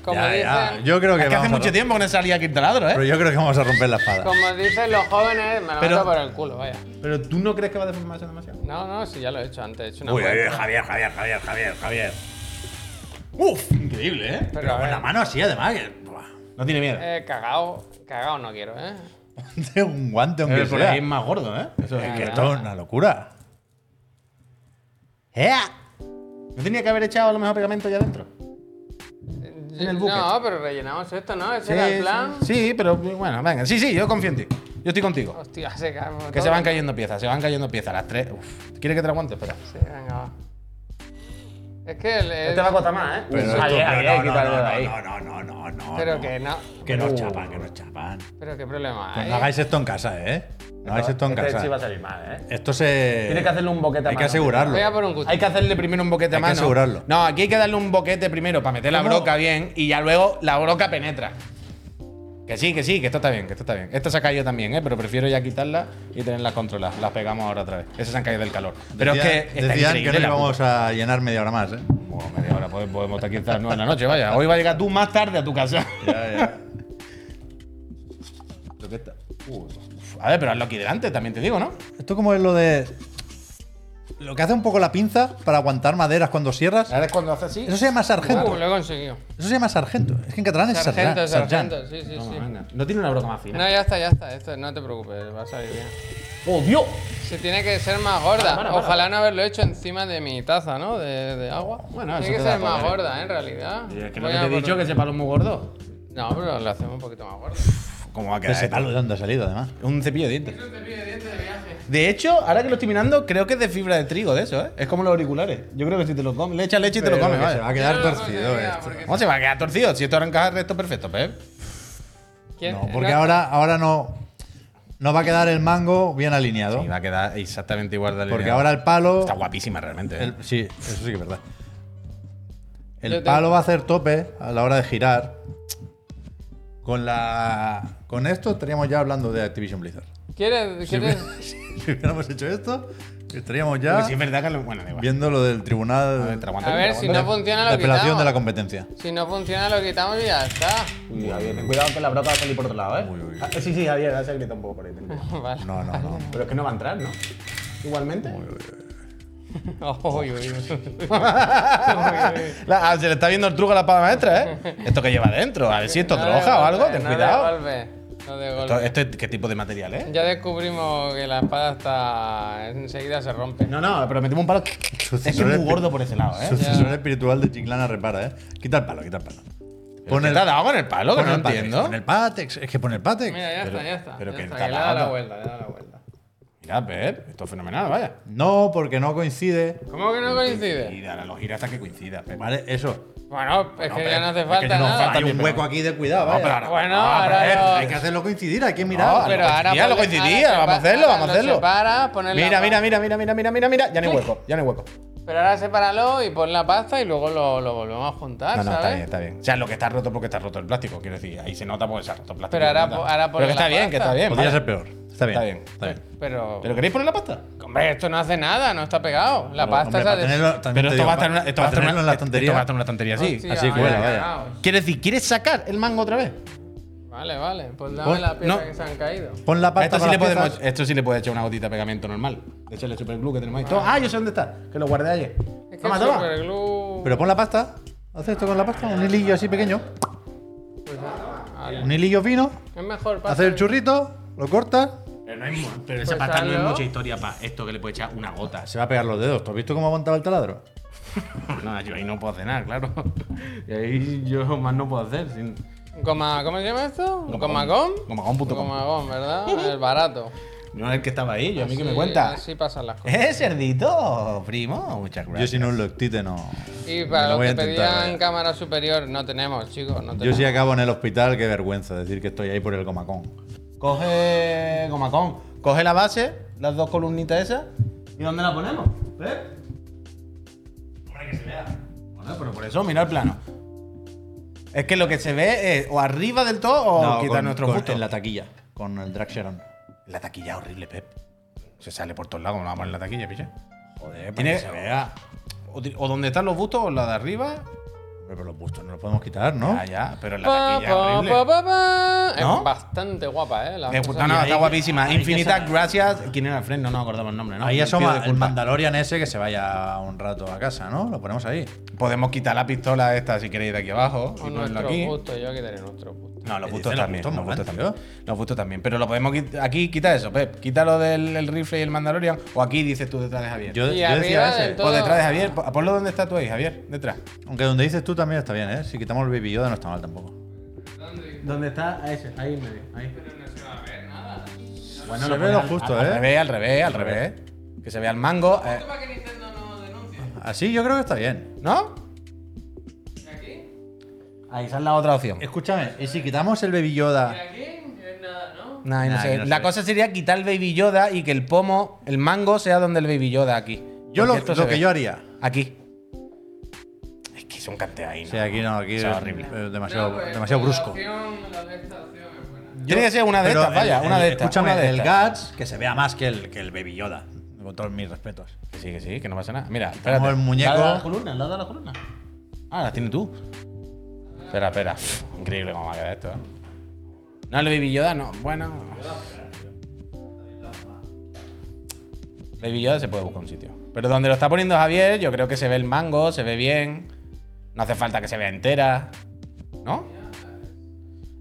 A: Como
C: Ya, ya.
A: dicen.
C: Yo creo que,
B: Es que hace
C: vamos a
B: mucho
C: rom-
B: tiempo que no salía aquí el taladro,
C: Pero
B: ¿eh?
C: yo creo que vamos a romper la espada.
A: Como dicen los jóvenes, me lo
B: Pero-
A: meto por el culo, vaya.
B: Pero tú no crees que va a deformarse demasiado.
A: No, no, si ya lo he hecho antes. He hecho una
C: Uy,
A: vuelta.
C: uy, Javier, Javier, Javier, Javier, Javier.
B: Uf, increíble, ¿eh?
A: Pero a
C: Con
A: ver,
C: la mano así, además. que- buah.
B: No tiene miedo.
A: eh, cagao, cagao no quiero, ¿eh?
C: Ponte un guante, aunque
B: Pero Eh, por ahí
C: sea.
B: es más gordo, ¿eh? Eso es
C: Es
B: que-
C: que esto es una locura.
B: ¡Eh! No tenía que haber echado a lo mejor pegamento ya adentro. En el bucket.
A: No, pero rellenamos esto, ¿no? Ese era el plan.
B: sí, sí, pero bueno, venga. Sí, sí, yo confío en ti. Yo estoy contigo.
A: Hostia, se cae.
B: Que se van cayendo piezas, se van cayendo piezas. Las tres. Uf. ¿Quieres que te lo aguante? Espera.
A: Sí, venga, va. Es que el, el-
D: Te
B: Este
D: va a costar más, ¿eh?
C: Pero esto-
D: Ahí, ahí,
C: no,
D: ahí,
C: no, no,
D: quitarlo de
C: no,
D: ahí.
C: no, no, no, no, no,
A: Pero
C: no.
A: que no.
C: Que
D: Uh.
C: nos chapan, que nos chapan.
A: Pero qué problema
C: Pues
A: hay.
C: no hagáis esto en casa, ¿eh? No hagáis esto en
D: Este sí va a
C: casa.
D: salir mal, ¿eh?
C: Esto se.
D: Tiene que hacerle un boquete a
C: Hay que
D: mano.
C: asegurarlo.
A: Voy a por un gusto.
B: Hay que hacerle primero un boquete a
C: Hay que
B: mano.
C: asegurarlo.
B: No, aquí hay que darle un boquete primero para meter la
C: ¿Cómo?
B: broca bien y ya luego la broca penetra. Que sí, que sí, que esto está bien, que esto está bien. Esta se ha caído también, ¿eh? pero prefiero ya quitarla y tenerlas controladas. Las pegamos ahora otra vez. Esas se han caído del calor. Pero
C: Decían-
B: es que. está
C: decían que
B: increíble
C: no
B: la
C: íbamos a llenar media hora más, ¿eh?
B: puta- Bueno, media hora pod- podemos estar aquí hasta las nueve de la noche, vaya. Hoy va a llegar tú más tarde a tu casa.
C: Ya, ya.
B: A ver, pero hazlo aquí delante, también te digo, ¿no?
C: Esto como es lo de. Lo que hace un poco la pinza para aguantar maderas cuando cierras.
B: Ahora es cuando hace así.
C: Eso se llama
A: Uh,
C: sargento.
A: lo he conseguido.
C: Eso se llama sargento. Es que en catalán es
A: Sargento,
C: sargento.
A: sargento. Sí, sí, sí.
B: venga. No tiene una broca más fina.
A: No, ya está, ya está. Esto, no te preocupes, va a salir bien.
D: ¡Oh, Dios!
A: Se tiene que ser más gorda.
D: Bueno, bueno,
A: Ojalá no haberlo hecho encima de mi taza, ¿no? De, de agua.
B: Bueno, eso
A: tiene que
B: te da
A: ser más
B: poder.
A: gorda, ¿eh? en realidad.
B: Y es que lo
A: Voy
B: que
A: a
B: te he
A: por-
B: dicho que ese palo es muy gordo.
A: No, pero lo hacemos un poquito más gordo.
B: ¿Cómo va a
C: Pero ese palo de dónde ha salido, además.
B: Un cepillo de dientes. De hecho, ahora que lo estoy mirando, creo que es de fibra de trigo de eso, ¿eh? Es como los auriculares. Yo creo que si te lo comes, le echas leche y te lo
C: Pero
B: comes,
C: que
B: vaya.
C: Se va a quedar
A: Yo no lo
C: torcido
A: conseguiría,
C: esto.
A: porque-
B: ¿Cómo se va a quedar torcido? Si esto ahora encaja el resto, perfecto, pues. Pep.
A: ¿Quién-
C: No, porque
A: no-
C: ahora, ahora no, no va a quedar el mango bien alineado.
B: Y va a quedar exactamente igual de
C: porque
B: alineado.
C: ahora el palo.
B: Está guapísima realmente. ¿eh?
C: el- sí, eso sí que es verdad.
A: Yo
C: El
A: te-
C: palo va a hacer tope a la hora de girar. Con la. Con esto estaríamos ya hablando de Activision Blizzard.
A: ¿Quieres,
C: Si,
A: quieres-
C: hubi- si hubiéramos hecho esto, estaríamos
B: Porque
C: ya
B: si es verdad que lo. Bueno, da igual.
C: viendo lo del tribunal.
B: Te aguanto,
A: A
B: te
A: ver,
B: aguanto.
A: si no funciona
C: de
A: lo
C: apelación
A: quitamos.
C: de la competencia.
A: Si no funciona lo quitamos y ya está.
D: Uy, Javier, ten cuidado que la broca va a salir por otro lado, ¿eh?
C: Uy, uy, uy.
D: Ah, sí, sí, Javier, se grita un poco por ahí. ten cuidado.
A: Vale.
C: No, no, no.
D: Pero es que no va a entrar, ¿no? Igualmente.
A: Uy, uy, uy.
B: La- ah, se le está viendo el truco a la pala maestra, ¿eh? Esto que lleva adentro. A ver si esto
A: No de
B: troja o algo,
A: golpe,
B: ten
A: no de
B: cuidado.
A: golpe, no de
B: Esto-
A: golpe.
B: este- ¿Qué tipo de material es?
A: Ya descubrimos que la espada está. enseguida se rompe.
B: No, no, pero metemos un palo. Es que es muy gordo por ese lado, ¿eh?
C: Sucesor espiritual de Chiclana repara, ¿eh? Quita el palo, quita el palo.
B: ¿Qué te ha dado con el palo? Que
C: pon
B: no
C: el pátex,
B: entiendo.
C: Pon el pátex, es que pon el pátex.
A: Mira, ya
C: Pero-
A: está, ya está.
B: pero
A: ya
B: que
A: está,
B: está
A: le da la
B: lavado.
A: vuelta, le da la vuelta.
B: Mira, Pep, esto es fenomenal, vaya.
C: No, porque no coincide.
A: ¿Cómo que no coincide?
B: Y ahora lo gira hasta que coincida, Pep.
C: Vale, eso.
A: Bueno, es que
B: pero
A: ya no hace
B: es que
A: falta
B: ya no
A: nada.
B: falta
C: Hay un
B: pero-
C: hueco aquí de cuidado,
B: No,
C: Ah, vaya.
B: pero ahora-
A: Bueno,
B: No,
A: ahora
B: Pep,
A: lo-
C: Hay que hacerlo coincidir, hay que
B: No,
C: mirar.
A: Pero ahora.
B: coincidía, lo
A: ponle-
B: coincidía,
A: ahora
B: vamos a
A: sepa-
B: hacerlo,
A: ahora
B: vamos a
A: lo
B: hacerlo.
A: separa, pon en la
B: Mira,
A: pa-
B: mira, mira, mira, mira, mira, mira, mira, ya no hay hueco, ya no hay hueco.
A: Pero ahora sepáralo y pon la pasta y luego lo, lo volvemos a juntar,
B: No, no,
A: ¿sabes?
B: está bien, está bien. O sea, lo que está roto porque está roto el plástico, quiero decir, ahí se nota porque se ha roto el plástico.
A: Pero ahora
B: se nota.
A: po- ahora
B: Pero que
A: ponle
B: está
A: la
B: bien, que está
A: pasta.
B: bien.
C: Podría
B: vale.
C: ser peor. Está bien.
B: Está bien.
C: Está bien.
A: Pero,
B: ¿Pero queréis poner la pasta?
A: Hombre, esto no hace nada, no está pegado. La pasta
C: Hombre,
A: se ha
C: para
A: des-
C: tenerlo- también
B: Pero
C: te
B: esto
C: digo,
B: va a estar en una-
C: para-
B: esto va a estar
C: para
B: en
C: tenerlo en
B: una esto va
C: la
B: a
C: tontería. Oh, ah,
B: estar en una tontería así.
A: Hostia,
C: así que
A: vaya
C: bueno, vaya.
A: cagao.
B: Quiere decir, ¿quieres sacar el mango otra vez?
A: Vale, vale. Pues dame
C: Pon-
A: las piezas
B: no.
A: que se han caído.
C: Pon la
B: A
C: pasta
B: Esto sí,
C: para
B: le
C: las
B: podemos,
C: piezas.
B: esto sí le puede echar una gotita de pegamento normal. De hecho, el superglue que tenemos ahí. Toma- Ah, yo sé dónde está. Que lo guardé ayer.
A: Es que
B: Toma,
A: el
B: toma.
A: superglue.
C: Pero pon la pasta. Haz esto con la pasta, un hilillo así pequeño.
A: pues, vale.
C: Un hilillo fino.
A: Es mejor pasta.
C: Haces el churrito, lo cortas.
B: Pero, no hay mu- pero
A: Pues
B: esa pasta no es
A: hazlo.
B: mucha historia para esto que le puede echar una gota.
C: Se va a pegar los dedos. ¿Tú has visto cómo aguantaba el taladro?
B: No, yo ahí no puedo hacer nada, claro. Y ahí yo más no puedo hacer. sin-
A: Goma- ¿Cómo se llama esto? Comacom.
B: Gomagón. Gomagón.com.
A: Gomagón, ¿verdad? El barato.
B: Yo era el que estaba ahí, yo a mí que me
A: Sí,
B: cuenta.
A: Así pasan las cosas.
B: ¡Eh, cerdito! Primo, muchas
C: Yo
B: gracias.
C: sin un loctite no.
A: Y
C: no
A: para los
C: voy a
A: que
C: intentar,
A: pedían
C: vaya.
A: cámara superior, no tenemos, chicos. No tenemos.
C: Yo si acabo en el hospital, qué vergüenza decir que estoy ahí por el comacón.
B: Coge Gomacón, coge la base, las dos columnitas esas. ¿Y dónde la ponemos? ¿Ves? Hombre, que se vea. Bueno, pero por eso, mira el plano. Es que lo que se ve es o arriba del todo o
C: No,
B: quitar
C: con-
B: Oh, nuestro
C: con-
B: gusto.
C: En la taquilla, con el drag Sharon.
B: La taquilla horrible, Pep. Se sale por todos lados, ¿cómo la vamos a poner en la taquilla, picha?
C: Joder,
B: Tiene-
C: que se vea.
B: O, ti- o donde están los bustos, o la de arriba.
C: Hombre, Pero los bustos no los podemos quitar, ¿no?
B: Ah, ya, pero en la
A: Pa,
B: taquilla
A: pa,
B: horrible.
A: pa, pa, pa. Es
B: ¿No?
A: bastante guapa, ¿eh? La
B: Me
A: cosa-
B: gusta, no, está guapísima.
C: hay que
B: Infinitas
C: saber.
B: gracias. ¿Quién era el friend? No, no acordamos el nombre, ¿no?
C: ahí
B: Pido
C: asoma el
B: disculpas.
C: Mandalorian ese que se vaya un rato a casa, ¿no? Lo ponemos ahí.
B: Podemos quitar la pistola esta si queréis de aquí
A: Con
B: abajo. Y ponerlo
A: nuestro
B: aquí.
A: gusto, yo quitaré nuestro gusto.
B: No, los
C: ¿Qué
B: gustos
C: dices? Los
B: también.
C: gustos
B: Los gustos
C: molan,
B: también. Los gustos también. Pero lo podemos quit- aquí, quita eso, Pep. Quítalo del el rifle y el Mandalorian. O aquí dices tú detrás de Javier.
C: Yo,
A: Y
C: yo
A: arriba
C: decía
A: del
C: ese.
A: todo.
B: o detrás de Javier. Po- Ponlo donde está tú ahí, Javier. Detrás.
C: Aunque donde dices tú también está bien, ¿eh? Si quitamos el Baby Yoda no está mal tampoco.
D: ¿Dónde está? Ese, ahí en medio. Ahí.
C: Bueno, se ve lo justo,
B: Al
C: ¿eh?
B: revés, al revés, al revés. Que se vea el mango. eh,
A: que Nintendo no denuncie.
C: Así yo creo que está bien.
B: ¿No? Ahí, esa es la otra opción.
C: Escúchame, y si quitamos el Baby Yoda.
B: No, ahí no
C: Nah,
B: sé.
C: yo no
B: la
C: sé.
B: cosa sería quitar el Baby Yoda y que el pomo, el mango, sea donde el Baby Yoda aquí.
C: Yo lo,
B: Porque esto
C: lo
B: se
C: que
B: ve.
C: yo haría.
B: Aquí. Es que es un canteo ahí, ¿no?
C: Sí, aquí no, aquí es,
B: Eso es horrible.
C: eh, demasiado,
A: pues,
C: demasiado brusco.
B: Tiene que ser una de
C: Pero
B: estas, vaya,
C: el-
B: una
C: el-
B: de estas.
C: Escúchame,
B: una de
C: el
B: estas.
C: Guts, que se vea más que el, que el Baby Yoda. Con todos mis respetos.
B: Que sí, que sí, que no pasa nada. Mira,
C: Como el
B: espérate.
D: Al lado de la
C: muñeco.
D: columna, al lado de la columna.
B: Ah, la tienes tú. Espera, espera. Uf, Increíble cómo va a quedar esto, ¿eh? No, el Baby Yoda no. Bueno. Baby Yoda se puede buscar un sitio. Pero donde lo está poniendo Javier, yo creo que se ve el mango, se ve bien. No hace falta que se vea entera. ¿No?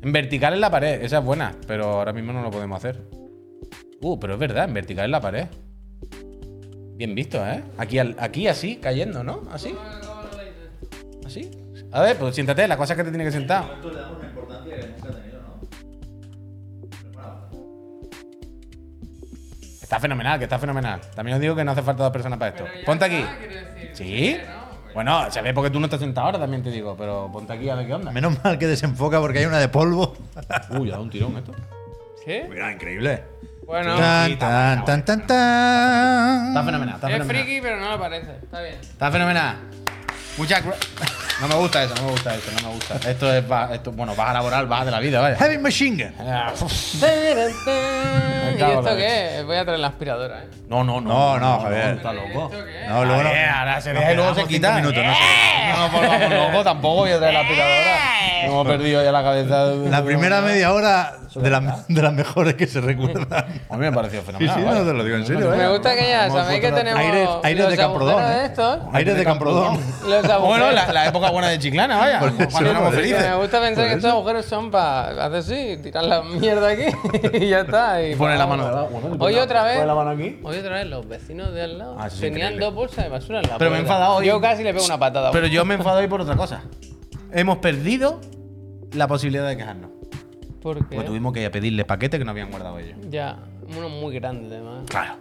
B: En vertical en la pared, esa es buena, pero ahora mismo no lo podemos hacer. Uh, pero es verdad, en vertical en la pared. Bien visto, ¿eh? Aquí, al- aquí así, cayendo, ¿no? Así. ¿Así? A ver, pues siéntate, la cosa es que te tiene que sentar.
E: Esto le damos una importancia que nunca ha tenido, ¿no?
B: Está fenomenal, que está fenomenal. También os digo que no hace falta dos personas para esto. Ponte aquí. ¿Sí? Bueno, se ve porque tú no estás sentado ahora, también te digo, pero ponte aquí a ver qué onda.
C: Menos mal que desenfoca porque hay una de polvo.
B: Uy, ha dado un tirón esto.
A: ¿Sí?
C: Mira, increíble.
A: Bueno,
C: Tan,
B: está bueno,
C: tan,
B: está
C: tan, tan, tan.
B: Está fenomenal, está
A: es
B: fenomenal.
A: friki, pero no lo parece. Está bien.
B: Está fenomenal. Muchas gra- No me gusta eso, no me gusta eso, no me gusta. Esto es, ba- esto, bueno, baja laboral, baja de la vida, vaya.
C: Heavy Machine Gun.
B: Ah, uf.
A: ¿Y
B: cago en la
A: esto qué? es? Voy a traer la aspiradora. ¿eh?
B: No, no, no.
C: No, no, Javier.
D: Está loco.
A: ¿Esto qué es?
C: No, luego no.
B: Javier, ahora se
C: nos
B: deja y luego se
C: quedamos
B: quita.
C: cinco minutos, no
A: Eh.
B: No nos volvamos locos tampoco, voy a traer la aspiradora. No hemos perdido ya la cabeza.
C: La primera media hora de, las- de las mejores que se recuerdan.
B: A mí me pareció
C: Sí,
B: fenomenal.
C: sí,
B: vaya.
C: no te lo digo en serio.
A: Me
C: ¿eh?
A: gusta que ya sabéis que tenemos
C: Aires, aires
A: los
C: de Camprodón.
A: agujeros
C: ¿eh?
A: de estos.
C: Aires de Camprodón.
A: Los agujeros.
B: Bueno, la, la época buena de Chiclana, vaya.
C: Por eso,
B: Cuando éramos
C: por eso.
B: felices.
A: Me gusta pensar
C: Por
A: que
C: eso.
A: estos agujeros son para hacer así, tirar la mierda aquí y ya está. Y
B: Pone la
A: vamos.
B: mano debajo,
D: Bueno, y pon
A: Hoy
D: la-
A: otra
D: pon
A: vez.
D: la mano aquí.
A: Hoy otra vez los vecinos de al lado
B: Ah, eso es
A: tenían
B: increíble.
A: dos bolsas de basura en la
B: Pero me he
A: puerta.
B: enfadado hoy.
A: Yo casi le pego una patada.
B: Pero yo me enfado hoy por otra cosa. Hemos perdido la posibilidad de quejarnos.
A: porque
B: Porque tuvimos que ir a pedirles paquetes que no habían guardado ellos.
A: ya uno muy grande además.
B: Claro.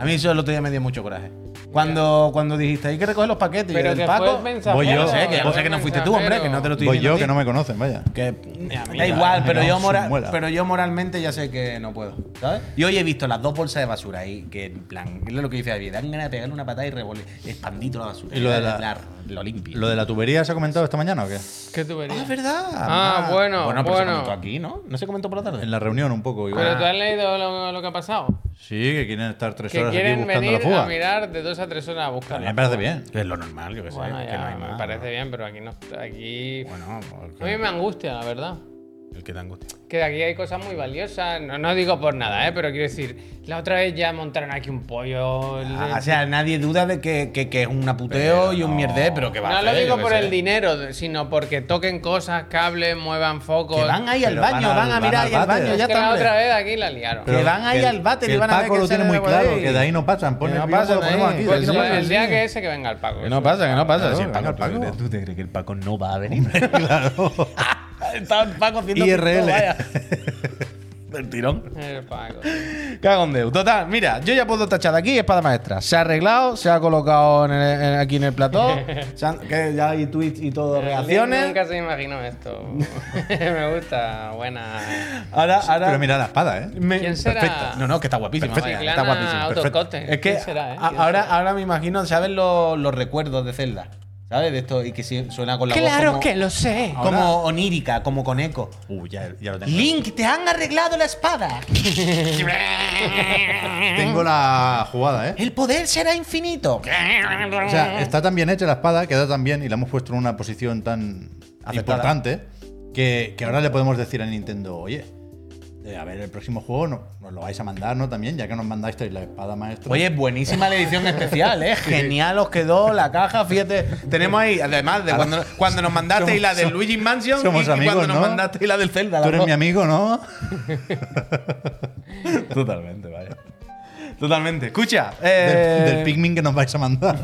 B: A mí eso el otro día me dio mucho coraje. Cuando, cuando dijiste, hay que recoger los paquetes y
A: Pero
B: el
A: que
B: Paco.
A: fue mensajero.
C: voy yo,
B: No sé, que ya
A: fue
B: no sé que no fuiste tú,
A: mensajero.
B: hombre, que no te lo estoy
C: Voy yo, que
B: diciendo
C: no
B: a
C: me conocen, vaya.
B: ti. Que, da
C: mira,
B: igual,
C: me
B: pero
C: cago
B: yo,
C: en su
B: moral,
C: muela.
B: pero yo moralmente ya sé que no puedo, ¿sabes? Y hoy he visto las dos bolsas de basura ahí, que en plan, es lo que dice David, dan ganas de pegarle una patada y revolver, expandito la basura.
C: Y lo de la-
B: Claro, lo limpio.
C: ¿Lo de la tubería se ha comentado esta mañana o qué?
A: ¿Qué tubería?
B: Ah, es verdad.
A: Ah, bueno,
B: Bueno, pero se
A: bueno.
B: comentó aquí, ¿no? No se comentó por la tarde.
C: En la reunión un poco igual.
B: Ah.
A: Pero tú has leído lo, lo que ha pasado.
C: Sí, que quieren estar tres
A: Que
C: horas aquí
A: quieren
C: buscando
A: venir
C: la fuga.
A: a mirar de dos a tres horas a buscar.
C: A mí
A: la
C: me parece
A: fuga.
C: bien.
B: Que es lo normal, yo que sé,
A: Bueno,
B: que
A: ya,
B: no hay
A: me
B: más.
A: parece bien, pero aquí no. Aquí.
B: Bueno, porque-
A: A mí me angustia, la verdad.
B: el que te angustia.
A: Que aquí hay cosas muy valiosas. No, no digo por nada, ¿eh? pero quiero decir, la otra vez ya montaron aquí un pollo. el-
B: Ah, o sea, nadie duda de que, que, que es un aputeo y un mierdé, pero que va a
A: no lo
B: hacer,
A: digo
B: yo qué
A: por
B: sé.
A: el dinero, sino porque toquen cosas, cables, muevan focos.
B: Que van ahí al
C: Pero van
B: baño,
C: al-
B: van a
C: van
B: mirar
C: al
B: ahí al
C: váter.
B: baño,
A: Es
B: ya
A: que la
B: está. hombre.
A: otra vez aquí la liaron.
B: Pero- van ahí
C: que-
B: al váter
C: que
B: y
C: el
B: van a ver
C: Paco
B: que
C: lo tiene
B: sale
C: muy
B: de por ahí.
C: claro, que de ahí no pasan. Pone
B: Que no
C: el vídeo,
B: pasan
C: lo ponemos
B: ahí,
C: aquí.
B: que
C: aquí
A: Pues
C: no
A: sí,
C: pasan,
A: el día
C: sí.
A: que ese que venga el Paco.
B: Que no pasa, que no pasa.
C: Claro,
B: Si el
C: venga,
B: Paco-
C: el Paco.
B: ¿tú te crees que el Paco no va a venir?
C: Claro.
B: Está el Paco haciendo
C: IRL.
B: Del tirón.
A: El Paco.
B: Cago en Déu. Total, mira, yo ya puedo tachar de aquí espada maestra. Se ha arreglado, se ha colocado en el- en- aquí en el plató. se han- que ya hay tweets y todo, reacciones.
A: Nunca se imaginó esto. Me gusta, buena.
B: Ahora, ahora.
C: Pero mira la espada, ¿eh?
B: me-
A: ¿Quién será?
B: Perfecta. No, no, que está guapísima.
A: Perfecta.
B: vaya, está guapísima.
A: Chiclana
B: perfecta.
A: autocorte.
B: Es que
A: ¿Quién será, eh?
B: a-
A: ¿Quién
B: ahora,
A: será?
B: ahora me imagino, ¿sabes los, los recuerdos de Zelda? ¿Sabes? De esto y que sí, suena con la voz como,
A: lo sé.
B: como onírica, como con eco.
C: Uh, ya, ya lo tengo.
B: Link, te han arreglado la espada.
C: Tengo la jugada, ¿eh?
B: El poder será infinito.
C: O sea, está tan bien hecha la espada, queda tan bien y la hemos puesto en una posición tan
B: Aceptada.
C: importante que, que ahora le podemos decir a Nintendo, oye, eh, a ver, el próximo juego no, nos lo vais a mandar, ¿no? También, ya que nos mandáis la espada maestra.
B: Oye, buenísima la edición especial, ¿eh? Genial os quedó la caja, fíjate. Tenemos ahí, además, de cuando, cuando nos mandasteis
C: Somos-
B: la del
C: somos-
B: Luigi Mansion
C: somos
B: y, y
C: amigos,
B: cuando nos
C: ¿no?
B: mandasteis la del Zelda.
C: tú
B: las
C: eres
B: dos.
C: mi amigo, ¿no?
B: Totalmente, vaya. Totalmente. Escucha.
C: Del,
B: eh,
C: del Pikmin que nos vais a mandar.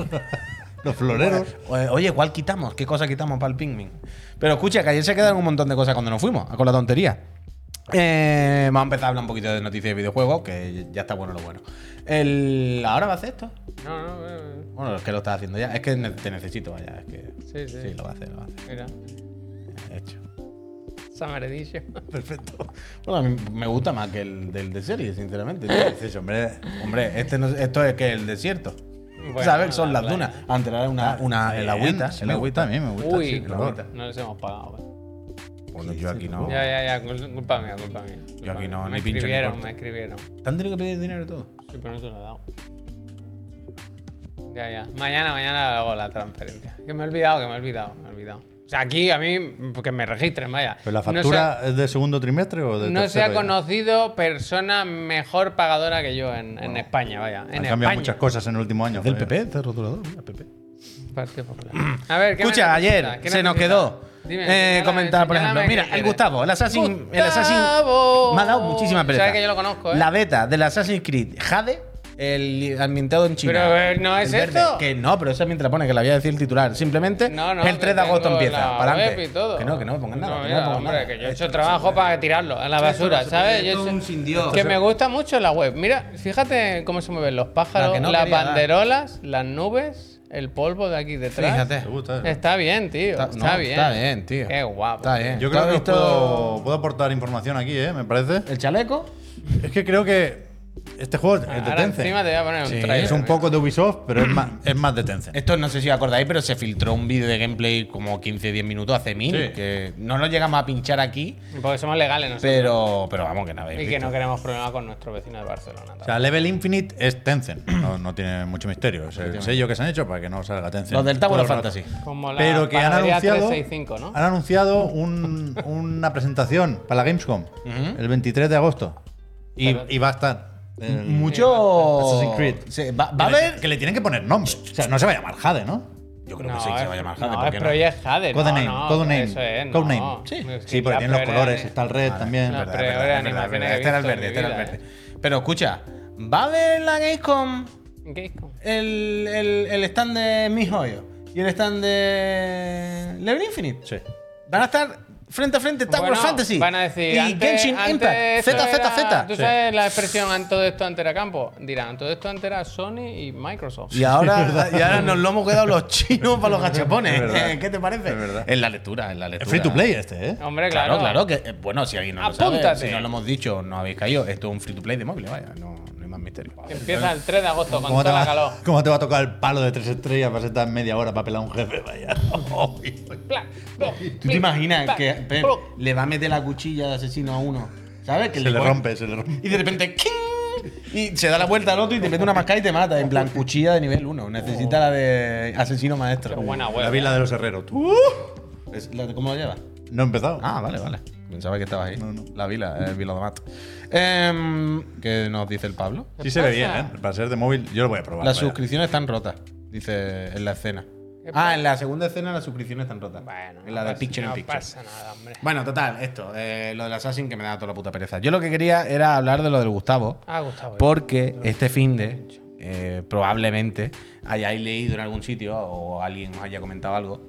C: Los floreros.
B: Eh, Oye, ¿cuál quitamos? ¿Qué cosa quitamos para el Pikmin? Pero escucha, que ayer se quedaron un montón de cosas cuando nos fuimos, con la tontería. Eh, vamos a empezar a hablar un poquito de noticias de videojuegos, que ya está bueno lo bueno. El, ¿Ahora va a hacer esto?
A: No, no, eh,
B: Bueno, es que lo estás haciendo ya. Es que ne- te necesito, vaya. Es que,
A: Sí, sí.
B: lo va a hacer, lo va a hacer.
A: mira.
B: Hecho.
A: Summer Edition.
B: Perfecto. Bueno, a mí me gusta más que el del de serie, sinceramente.
C: Dices, hombre,
B: Hombre, este no- esto es que el desierto.
A: Bueno,
B: ¿Sabes? Son
A: la
B: las dunas. Antes era una, una, el
C: bien,
B: agüita.
C: Eh, sí
B: El
C: me
B: agüita.
C: gusta, a mí me gusta.
A: Uy,
C: sí, claro.
A: no les hemos pagado. eh.
B: Bueno, yo aquí no.
A: Ya, ya, ya, cul- culpa mía, culpa mía. culpa
B: aquí
A: mía.
B: no,
A: me
B: ni pincho ni
A: escribieron,
B: corto.
A: me escribieron.
B: ¿Te han tenido que pedir dinero y todo?
A: Sí, pero no te lo he dado. Ya, ya. Mañana, mañana hago la transferencia. Que me he olvidado, que me he olvidado, me he olvidado. O sea, aquí a mí, porque me registren, vaya.
C: ¿Pero la
A: No se-
C: factura es de segundo trimestre o de
A: No se
C: tercero
A: ha
C: ya?
A: conocido persona mejor pagadora que yo en, en España, vaya. En
C: Han
A: España.
C: cambiado muchas cosas en el último año.
B: Del
C: joder.
B: PP, este rotulador, mira, PP.
A: Partido Popular. A ver, ¿qué
B: Escucha,
A: me necesitas?
B: ayer
A: ¿Qué
B: se nos
A: necesitas?
B: quedó
A: Dime,
B: eh,
A: señálame,
B: comentar, por
A: señálame
B: ejemplo.
A: qué
B: Mira, el
A: quieres.
B: Gustavo, el Assassin. El Assassin.
A: Gustavo.
B: Me ha dado muchísima pereza.
A: Sabes que yo lo conozco, ¿eh?
B: La beta del Assassin's Creed Jade, el ambientado en China.
A: Pero, eh, ¿no
B: El
A: es
B: verde,
A: esto?
B: Que no, pero esa mientras la pone, que la voy a decir el titular. Simplemente
A: No, no,
B: ¿eh? el
A: que
B: 3 de agosto
A: tengo
B: empieza.
A: la
B: Para
A: web
B: adelante.
A: y todo.
B: Que no, que no me pongan nada. que no
A: mira,
B: me pongan
A: hombre,
B: nada.
A: que yo he hecho trabajo para tirarlo a la basura, ¿sabes? Yo he hecho-
D: sin Dios.
A: que me gusta mucho la web. Mira, fíjate cómo se mueven los pájaros,
B: La que no
A: las
B: quería dar.
A: banderolas, las nubes, el polvo de aquí detrás.
B: Fíjate.
C: Me gusta, eh.
A: Está bien, tío. Está,
B: Está- no,
A: bien.
B: está bien, tío.
A: Qué guapo.
B: Está bien.
C: Yo
B: ¿Tú
C: creo
B: has
C: que os
B: visto
C: puedo, puedo aportar información aquí, ¿eh? Me parece.
B: ¿El chaleco?
C: Es que creo que este juego es de
A: Ahora encima ¿eh? te
C: Tencent.
A: voy a poner un
B: Sí,
A: trailer.
C: Es un poco de Ubisoft, pero es más, es más de Tencent.
B: Esto no sé si os acordáis, pero se filtró un vídeo de gameplay como 15-10 minutos hace mil.
C: Sí.
B: Que no lo llegamos a pinchar aquí,
A: Porque somos legales nosotros.
B: pero, pero vamos, que nada.
A: y que no queremos problemas con nuestro vecino de Barcelona.
C: O sea, Level Infinite es Tencent. No, no tiene mucho misterio. Es el sello que se han hecho para que no salga Tencent.
B: Los del Tower of
C: Todo el rato.
B: Fantasy.
A: Como la
C: Pero que han
A: panadería
C: anunciado, Ah,
A: 365, ¿no?
C: han anunciado un- una presentación para la Gamescom el 23 de agosto. Y, y va a estar. el-
B: Mucho.
C: Assassin's Creed.
B: Sí, va,
C: que
B: va a
C: le-
B: haber.
C: Que le tienen que poner nombre. O sea, no se va a llamar Jade, ¿no?
B: Yo
A: no,
B: pues sí
A: es,
B: va a llamar
A: no,
B: Jade, ¿por
A: es
B: qué no?
A: Project Jade.
C: Codename.
A: no, no,
C: codename.
A: Eso es, no.
C: codename.
A: Es
C: Sí,
A: Pues que
C: sí porque
A: la
C: tienen los
A: peor
C: colores.
A: era-
C: Está el red también.
A: No,
B: Verdad,
A: pero
B: verdad,
A: era
B: verdad,
A: animaciones
B: verdad.
A: que he
B: Este era el
A: visto en
B: verde,
A: mi
B: este era el
A: vida,
B: verde. Pero escucha, va a haber la Gamescom
A: Gamescom.
B: el, el, el stand de Mis Hoyos y el stand de Level Infinite.
C: Sí.
B: Van a estar frente a frente Tower
A: Bueno,
B: Fantasy
A: Van a decir,
B: y
A: antes-
B: Genshin
A: antes
B: Impact.
A: esto
B: Z, Z,
A: era-
B: Z.
A: ¿Tú sabes la expresión "An- todo esto antes era campo? Dirán, todo esto antes era Sony y Microsoft.
B: Y ahora, y ahora nos lo hemos quedado los chinos para los gachapones.
C: verdad.
B: ¿Qué te parece?
C: Es verdad.
B: En la lectura, en la
C: Es
B: lectura.
C: free to play este, ¿eh?
A: Hombre,
B: Claro,
A: claro.
B: claro, que eh, bueno, si alguien no lo sabe,
A: Apúntate.
B: si no lo hemos dicho, no habéis caído. Esto es un free to play de móvil, vaya, no, no hay más misterio.
A: Empieza el 3 de agosto con
C: ¿Cómo te,
A: toda la calor.
C: va, cómo te va a tocar el palo de tres estrellas para sentar media hora para pelar a un jefe? Vaya. Uy, uy.
A: Pla, plo,
B: ¿Tú
A: pli,
B: te imaginas
A: pla,
B: que Pep
A: plo.
B: le va a meter la cuchilla de asesino a uno? ¿Sabes? Que
C: se le
B: pone-
C: rompe, se le rompe.
B: Y de repente, ¡king! Y se da la vuelta al otro y te mete una mascada y te mata. En plan, cuchilla de nivel 1. Necesita la de asesino maestro.
A: Qué buena
C: La
A: web.
C: vila de los herreros. tú.
B: Es la de- ¿Cómo lo llevas?
C: No he empezado.
B: Uh. Ah, vale, vale. Pensaba que estabas ahí.
C: No, no.
B: La vila, el vila de mato. Em, ¿Qué nos dice el Pablo?
C: Sí se ve bien,
A: pasa?
C: ¿eh? Para ser de móvil, yo lo voy a probar.
B: Las
C: vaya.
B: suscripciones están rotas, dice en la escena.
A: pasa?
B: Ah, en la segunda escena las suscripciones están rotas.
A: Bueno,
B: en la
A: no
B: de
A: pasa-
B: Picture in
A: no
B: Picture.
A: pasa nada, hombre.
B: Bueno, total, esto, eh, lo del Assassin que me da toda la puta pereza. Yo lo que quería era hablar de lo del Gustavo,
A: Ah, Gustavo.
B: porque este fin de eh, probablemente hayáis leído en algún sitio o alguien os haya comentado algo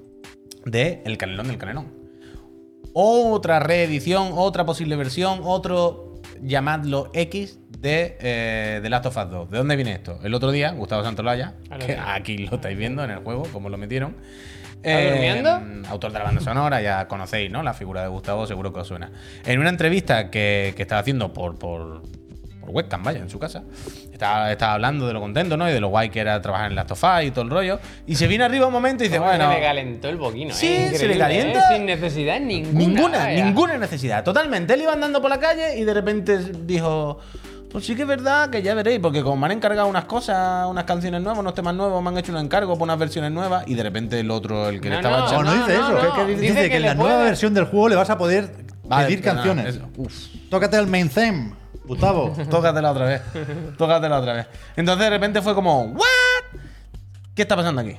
B: de El Canelón del Canelón. Otra reedición, otra posible versión, otro llamadlo X de eh, The Last of Us 2. ¿De dónde viene esto? El otro día, Gustavo Santolaya,
A: Ah, lo
B: que
A: vi.
B: aquí lo estáis viendo en el juego, como lo metieron. eh,
A: durmiendo?
B: Autor de la banda sonora, ya conocéis, ¿no? La figura de Gustavo, seguro que os suena. En una entrevista que, que estaba haciendo por, por, por webcam, vaya, en su casa, estaba, estaba hablando de lo contento, ¿no? Y de lo guay que era trabajar en Last of Us y todo el rollo. Y se viene arriba un momento y dice,
A: Cómo
B: bueno.
A: Se le calentó el boquino.
B: Sí,
A: eh,
B: se le
A: increíble,
B: calienta.
A: eh, Sin necesidad ninguna.
B: Ninguna,
A: vaya.
B: ninguna necesidad. Totalmente. Él iba andando por la calle y de repente dijo. Pues sí que es verdad que ya veréis, porque como me han encargado unas cosas, unas canciones nuevas, unos temas nuevos, me han hecho un encargo por unas versiones nuevas, y de repente el otro, el que le
A: No,
B: estaba
A: no,
B: echando-
C: No, no, Ah, dice
A: no,
C: eso.
A: no.
C: Que- que dice,
A: Dice
C: que,
A: que
C: en
A: le
C: la nueva
A: puede-
C: versión del juego le vas a poder
B: Vale,
C: pedir
B: perdona,
C: canciones.
B: eso. Uf,
C: Tócate el main theme, Gustavo.
B: tócatela otra vez. tócatela otra vez. Entonces de repente fue como, ¿what? ¿Qué está pasando aquí?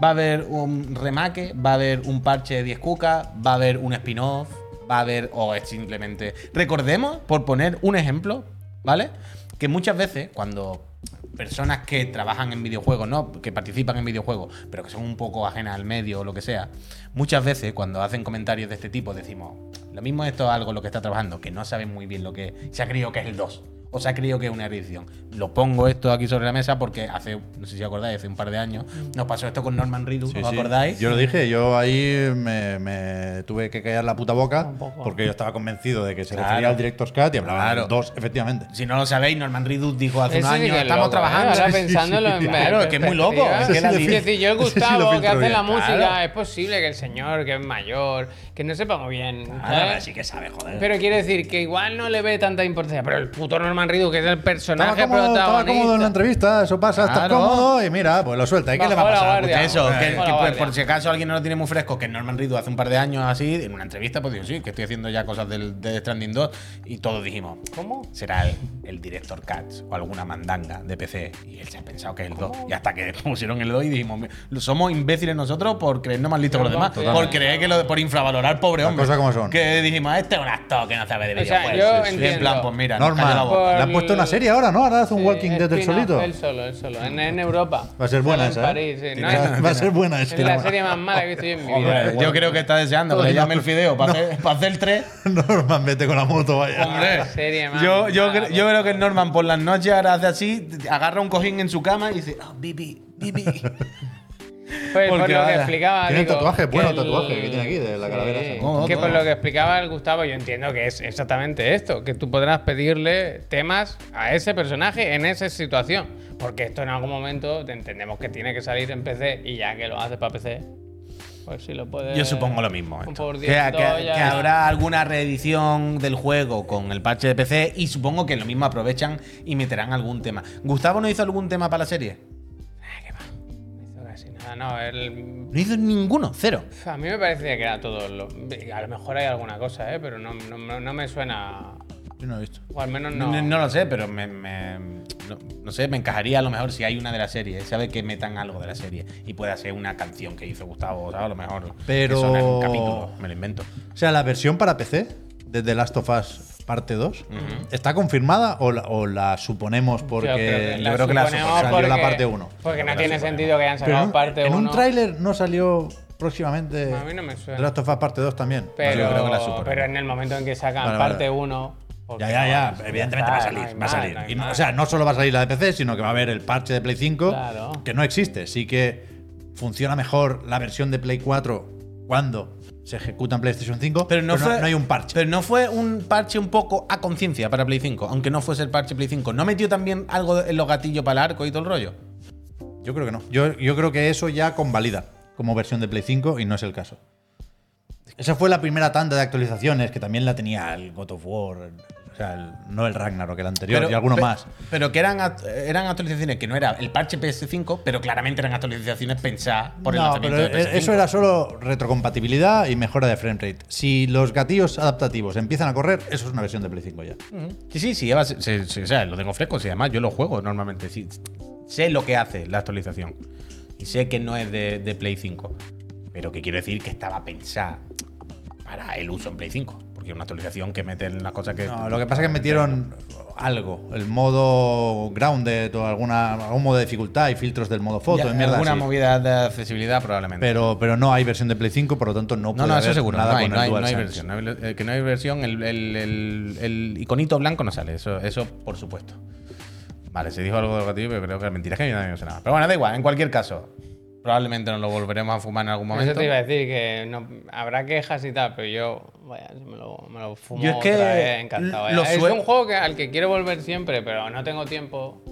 B: Va a haber un remake, va a haber un parche de 10 cucas, va a haber un spin-off, va a haber. O es simplemente. Recordemos, por poner un ejemplo, ¿vale? Que muchas veces cuando personas que trabajan en videojuegos, ¿no? Que participan en videojuegos, pero que son un poco ajenas al medio o lo que sea, muchas veces cuando hacen comentarios de este tipo decimos, Lo mismo esto es algo con lo que está trabajando, que no sabe muy bien lo que se ha creído que es el 2. O se ha creído que es una edición. Lo pongo esto aquí sobre la mesa porque hace, no sé si acordáis, hace un par de años
A: Mm.
B: nos pasó esto con Norman Reedus,
C: Sí,
B: ¿os
C: sí.
B: acordáis?
C: Yo lo dije, yo ahí me, me tuve que callar la puta boca
A: Un poco.
C: porque yo estaba convencido de que se
B: Claro.
C: refería al Director's Cut y hablaba
B: Claro.
C: de dos, efectivamente.
B: Si no lo sabéis, Norman Reedus dijo hace
A: Ese
B: unos
A: sí que
B: años,
A: es
B: estamos
A: loco, ¿eh?
B: trabajando.
A: Ahora
B: Sí, sí,
A: pensándolo en
B: sí, Claro, es que es muy loco.
A: perspectiva.
B: Es que la
A: Es
B: vida-
A: decir, yo el
C: Ese sí lo
A: Gustavo que
C: filtro
A: hace
C: bien.
A: la música,
B: Claro.
A: es posible que el señor, que es mayor, que no sepa muy bien.
C: Ahora
A: ¿sabes?
C: sí que sabe, joder.
A: Pero quiere decir que igual no le ve tanta importancia. Pero el puto Norman Reedus, que es el
C: estaba,
A: personaje
C: cómodo, estaba cómodo en la
A: protagonista.
C: entrevista, eso pasa, estás
B: Claro.
C: cómodo y mira, pues lo suelta. ¿Y qué le va a
A: Bajó la
C: pasar?
A: guardia.
B: Pues eso,
A: Hola,
B: que, que,
A: guardia.
B: pues, por si acaso alguien no lo tiene muy fresco, que Norman Reedus hace un par de años así, en una entrevista, pues dijo, sí, que estoy haciendo ya cosas del, de Stranding 2, y todos dijimos,
A: ¿Cómo?
B: será el, el director Cats o alguna mandanga de PC. Y él se ha pensado que es el 2. Y hasta que pusieron el 2 y dijimos, "Mira, somos imbéciles nosotros por creernos más listos que los demás. Por creer que lo, por infravalorar, pobre
C: Las
B: hombre.
C: cosas como son.
B: Que dijimos, este es un actor que no sabe de
A: O sea,
B: videojuegos.
A: yo
B: Y en
A: entiendo.
B: plan, pues mira, nos calla la
C: Normal.
B: boca.
A: Por-
C: Le han puesto una serie ahora, ¿no? Ahora hace un Walking Dead del
A: Eh, el
C: solito.
A: Él solo, él solo. En, en Europa.
C: Va a ser buena
A: Solo
C: esa.
A: En
C: ¿eh?
A: París, sí. No,
C: O sea,
A: es-
C: va a ser buena esta.
A: es la serie más mala que he visto yo en mi vida.
B: Hombre, yo creo que está deseando que le llame el fideo para hacer, para hacer el 3.
C: Norman, vete con la moto, vaya.
B: Hombre,
A: serie pues. más
B: yo, yo,
A: mala,
B: cre- yo creo que Norman por las noches ahora hace así, agarra un cojín en su cama y dice, "Ah, Bibi, Bibi.
A: Pues por
B: Porque
A: lo que
B: vaya.
A: explicaba.
C: Tiene
A: digo,
C: tatuaje,
A: que
C: bueno
A: el-
C: tatuaje que tiene aquí de la calavera esa.
B: No,
A: que
B: no.
A: por lo que explicaba el Gustavo, yo entiendo que es exactamente esto: que tú podrás pedirle temas a ese personaje en esa situación. Porque esto en algún momento te entendemos que tiene que salir en PC y ya que lo haces para PC, pues si lo puedes.
B: Yo supongo lo mismo.
A: Un
B: esto.
A: por
B: Que,
A: diez,
B: que-
A: dos, ya.
B: que habrá alguna reedición del juego con el parche de PC y supongo que lo mismo aprovechan y meterán algún tema. ¿Gustavo no hizo algún tema para la serie?
A: Ah, qué va. No hizo casi nada. No, el
B: No hizo ninguno, cero.
A: A mí me parecía que era todo. Lo... A lo mejor hay alguna cosa, ¿eh? pero no, no- no- no me suena.
C: Yo no he visto.
A: O al menos
B: No,
A: no.
B: no lo sé, pero me, me- no, no sé, me encajaría a lo mejor si hay una de la serie, ¿eh? sabe que metan algo de la serie y pueda ser una canción que hizo Gustavo, ¿sabes? a lo mejor
C: Pero-
B: que suena en un capítulo, me lo invento.
C: O sea, la versión para PC de The Last of Us parte 2, ¿está confirmada o la, o la suponemos porque
B: yo creo que la
A: suponemos
B: supo-
C: salió la
A: porque-
C: parte uno.
A: Porque no
B: La
A: tiene
B: suponemos.
A: sentido que hayan sacado
C: Pero
A: parte 1.
C: en un tráiler no salió próximamente
A: A mí no me suena.
C: The Last of Us parte 2 también.
A: Pero,
B: yo creo que la suponemos.
A: pero en el momento en que sacan
C: Vale, vale.
A: parte 1.
C: Ya, ya, ya. Evidentemente va a salir. va a salir. Y no- o sea, no solo va a salir la de PC, sino que va a haber el parche de Play 5,
A: Claro.
C: que no existe. Sí que funciona mejor la versión de Play 4 cuando se ejecuta en PlayStation 5,
B: Pero no, fue,
C: no hay un parche.
B: Pero no fue un parche un poco a conciencia para Play 5, aunque no fuese el parche Play 5. ¿No metió también algo en los gatillos para el arco y todo el rollo?
C: Yo creo que no. Yo, yo creo que eso ya convalida como versión de Play 5 y no es el caso. Esa fue la primera tanda de actualizaciones que también la tenía el God of War, o sea, el- no el Ragnarok, el anterior y alguno
B: pe-
C: más.
B: Pero que eran, act- eran actualizaciones que no era el parche PS5, pero claramente eran actualizaciones pensadas por el
C: No,
B: lanzamiento
C: pero e-,
B: de PS5.
C: eso era solo retrocompatibilidad y mejora de frame rate. Si los gatillos adaptativos empiezan a correr, eso es una versión de Play 5 ya.
B: Sí, sí, sí, Eva, se- se- se- o sea, lo tengo fresco, sí, además yo lo juego normalmente. sí. sé lo que hace la actualización. Y sé que no es de, de Play 5. Pero que quiero decir que estaba pensada para el uso en Play 5. Porque es una actualización que mete en las cosas que.
C: No, lo que pasa es que metieron algo, el modo grounded o alguna, algún modo de dificultad y filtros del modo foto
B: Ya,
C: y mierda
B: alguna
C: así.
B: movida de accesibilidad probablemente.
C: Pero, pero no hay versión de Play 5, por lo tanto no
B: no,
C: puede
B: no, eso
C: haber
B: seguro.
C: nada
B: no, hay,
C: con
B: no
C: el
B: hay- no hay
C: DualSense.
B: versión. no hay ver- eh, que no hay versión, el, el- el- el iconito blanco no sale. Eso, eso por supuesto. Vale, se dijo algo de gatillo, pero creo que es mentira, es que a mí también me sonaba. Pero bueno, da igual, en cualquier caso. Probablemente nos lo volveremos a fumar en algún momento.
A: Eso te iba a decir que no, habrá quejas y tal, pero yo, vaya, me lo, me lo fumo
B: Yo es que
A: otra vez, encantado. vaya.
B: lo
A: es
B: sue-
A: un juego que- al que quiero volver siempre, pero no tengo tiempo.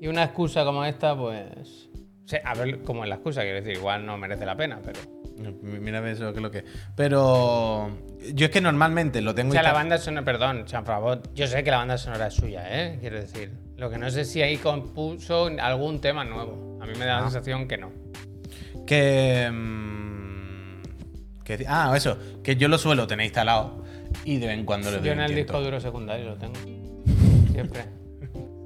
A: Y una excusa como esta, pues. o sea, a ver, como es la excusa, quiero decir, igual no merece la pena, pero.
B: Mira eso, que es lo que. Pero. Yo es que normalmente lo tengo.
A: O sea, la
B: instalado-
A: banda sonora, perdón, Chanfrabot, yo sé que la banda sonora es suya, ¿eh? Quiero decir. Lo que no sé si ahí compuso algún tema nuevo. A mí me
B: Ah.
A: da la sensación que no.
B: Que, mm, que- Ah, eso. Que yo lo suelo tener instalado. Y de vez en cuando le doy.
A: Yo en
B: un
A: el
B: tiento.
A: disco duro secundario lo tengo. Siempre.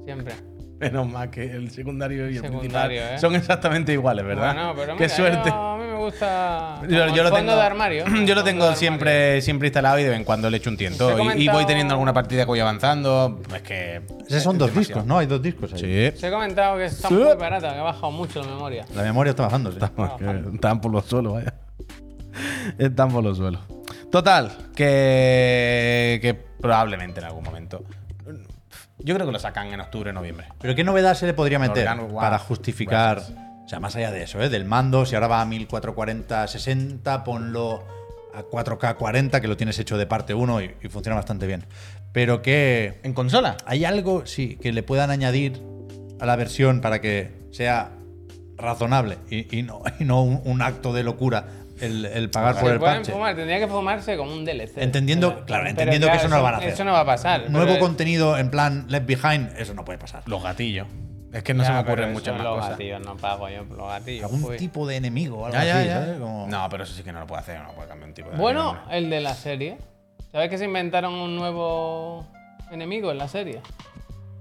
A: Siempre.
B: Menos mal que el secundario y el
A: Secundario,
B: principal
A: ¿eh?
B: son exactamente iguales, ¿verdad?
A: Bueno, pero
B: Qué
A: mira,
B: suerte.
A: yo- a mí me gusta. como
B: Yo,
A: el
B: yo lo
A: fondo
B: tengo,
A: de armario.
B: yo lo
A: el fondo
B: tengo
A: de
B: siempre, siempre instalado y de vez en cuando le echo un tiento.
A: Os he
B: Y- Y,
A: comentado-
B: voy teniendo alguna partida que voy avanzando. Es que.
C: Esos son dos discos, ¿no? Hay dos discos ahí.
B: Sí.
A: armario. Os he comentado que está muy barata, que ha bajado mucho la memoria.
C: ¿eh? La memoria está bajando, sí.
B: Están por los suelos, vaya. Están por los suelos. Total, que, que probablemente en algún momento. Yo creo que lo sacan en octubre, noviembre.
C: Pero ¿qué novedad se le podría meter
B: Organo, guau,
C: para justificar? O sea, más allá de eso, ¿eh? del mando, si ahora va a 1440-60, ponlo a 4K40, que lo tienes hecho de parte 1 y, y funciona bastante bien. Pero que
B: ¿En consola?
C: hay algo, sí, que le puedan añadir a la versión para que sea razonable y, y no, y no un, un acto de locura el, el pagar por
A: Se
C: el
A: pueden
C: parche.
A: fumar, tendría que fumarse como un DLC.
C: Entendiendo-
A: Pero-
C: claro,
A: pero
C: entendiendo que eso no lo van a hacer.
A: Eso no va a pasar.
C: Nuevo
A: pero-
C: contenido en plan Left Behind, eso no puede pasar.
B: Los gatillos. Es que no
A: Ya,
B: se me
A: pero
B: ocurren
A: eso
B: muchas más
A: los
B: cosas.
A: gatillos, no pago yo por los gatillos.
C: Algún
A: uy.
C: tipo de enemigo o algo
B: Ya, ya,
C: así,
B: ya.
C: ¿sabes? Como-
B: No, pero eso sí que no lo puede hacer, no lo puede cambiar un tipo de
A: ¿eh? Bueno,
B: nombre.
A: el de la serie. ¿Sabes que se inventaron un nuevo enemigo en la serie? eh,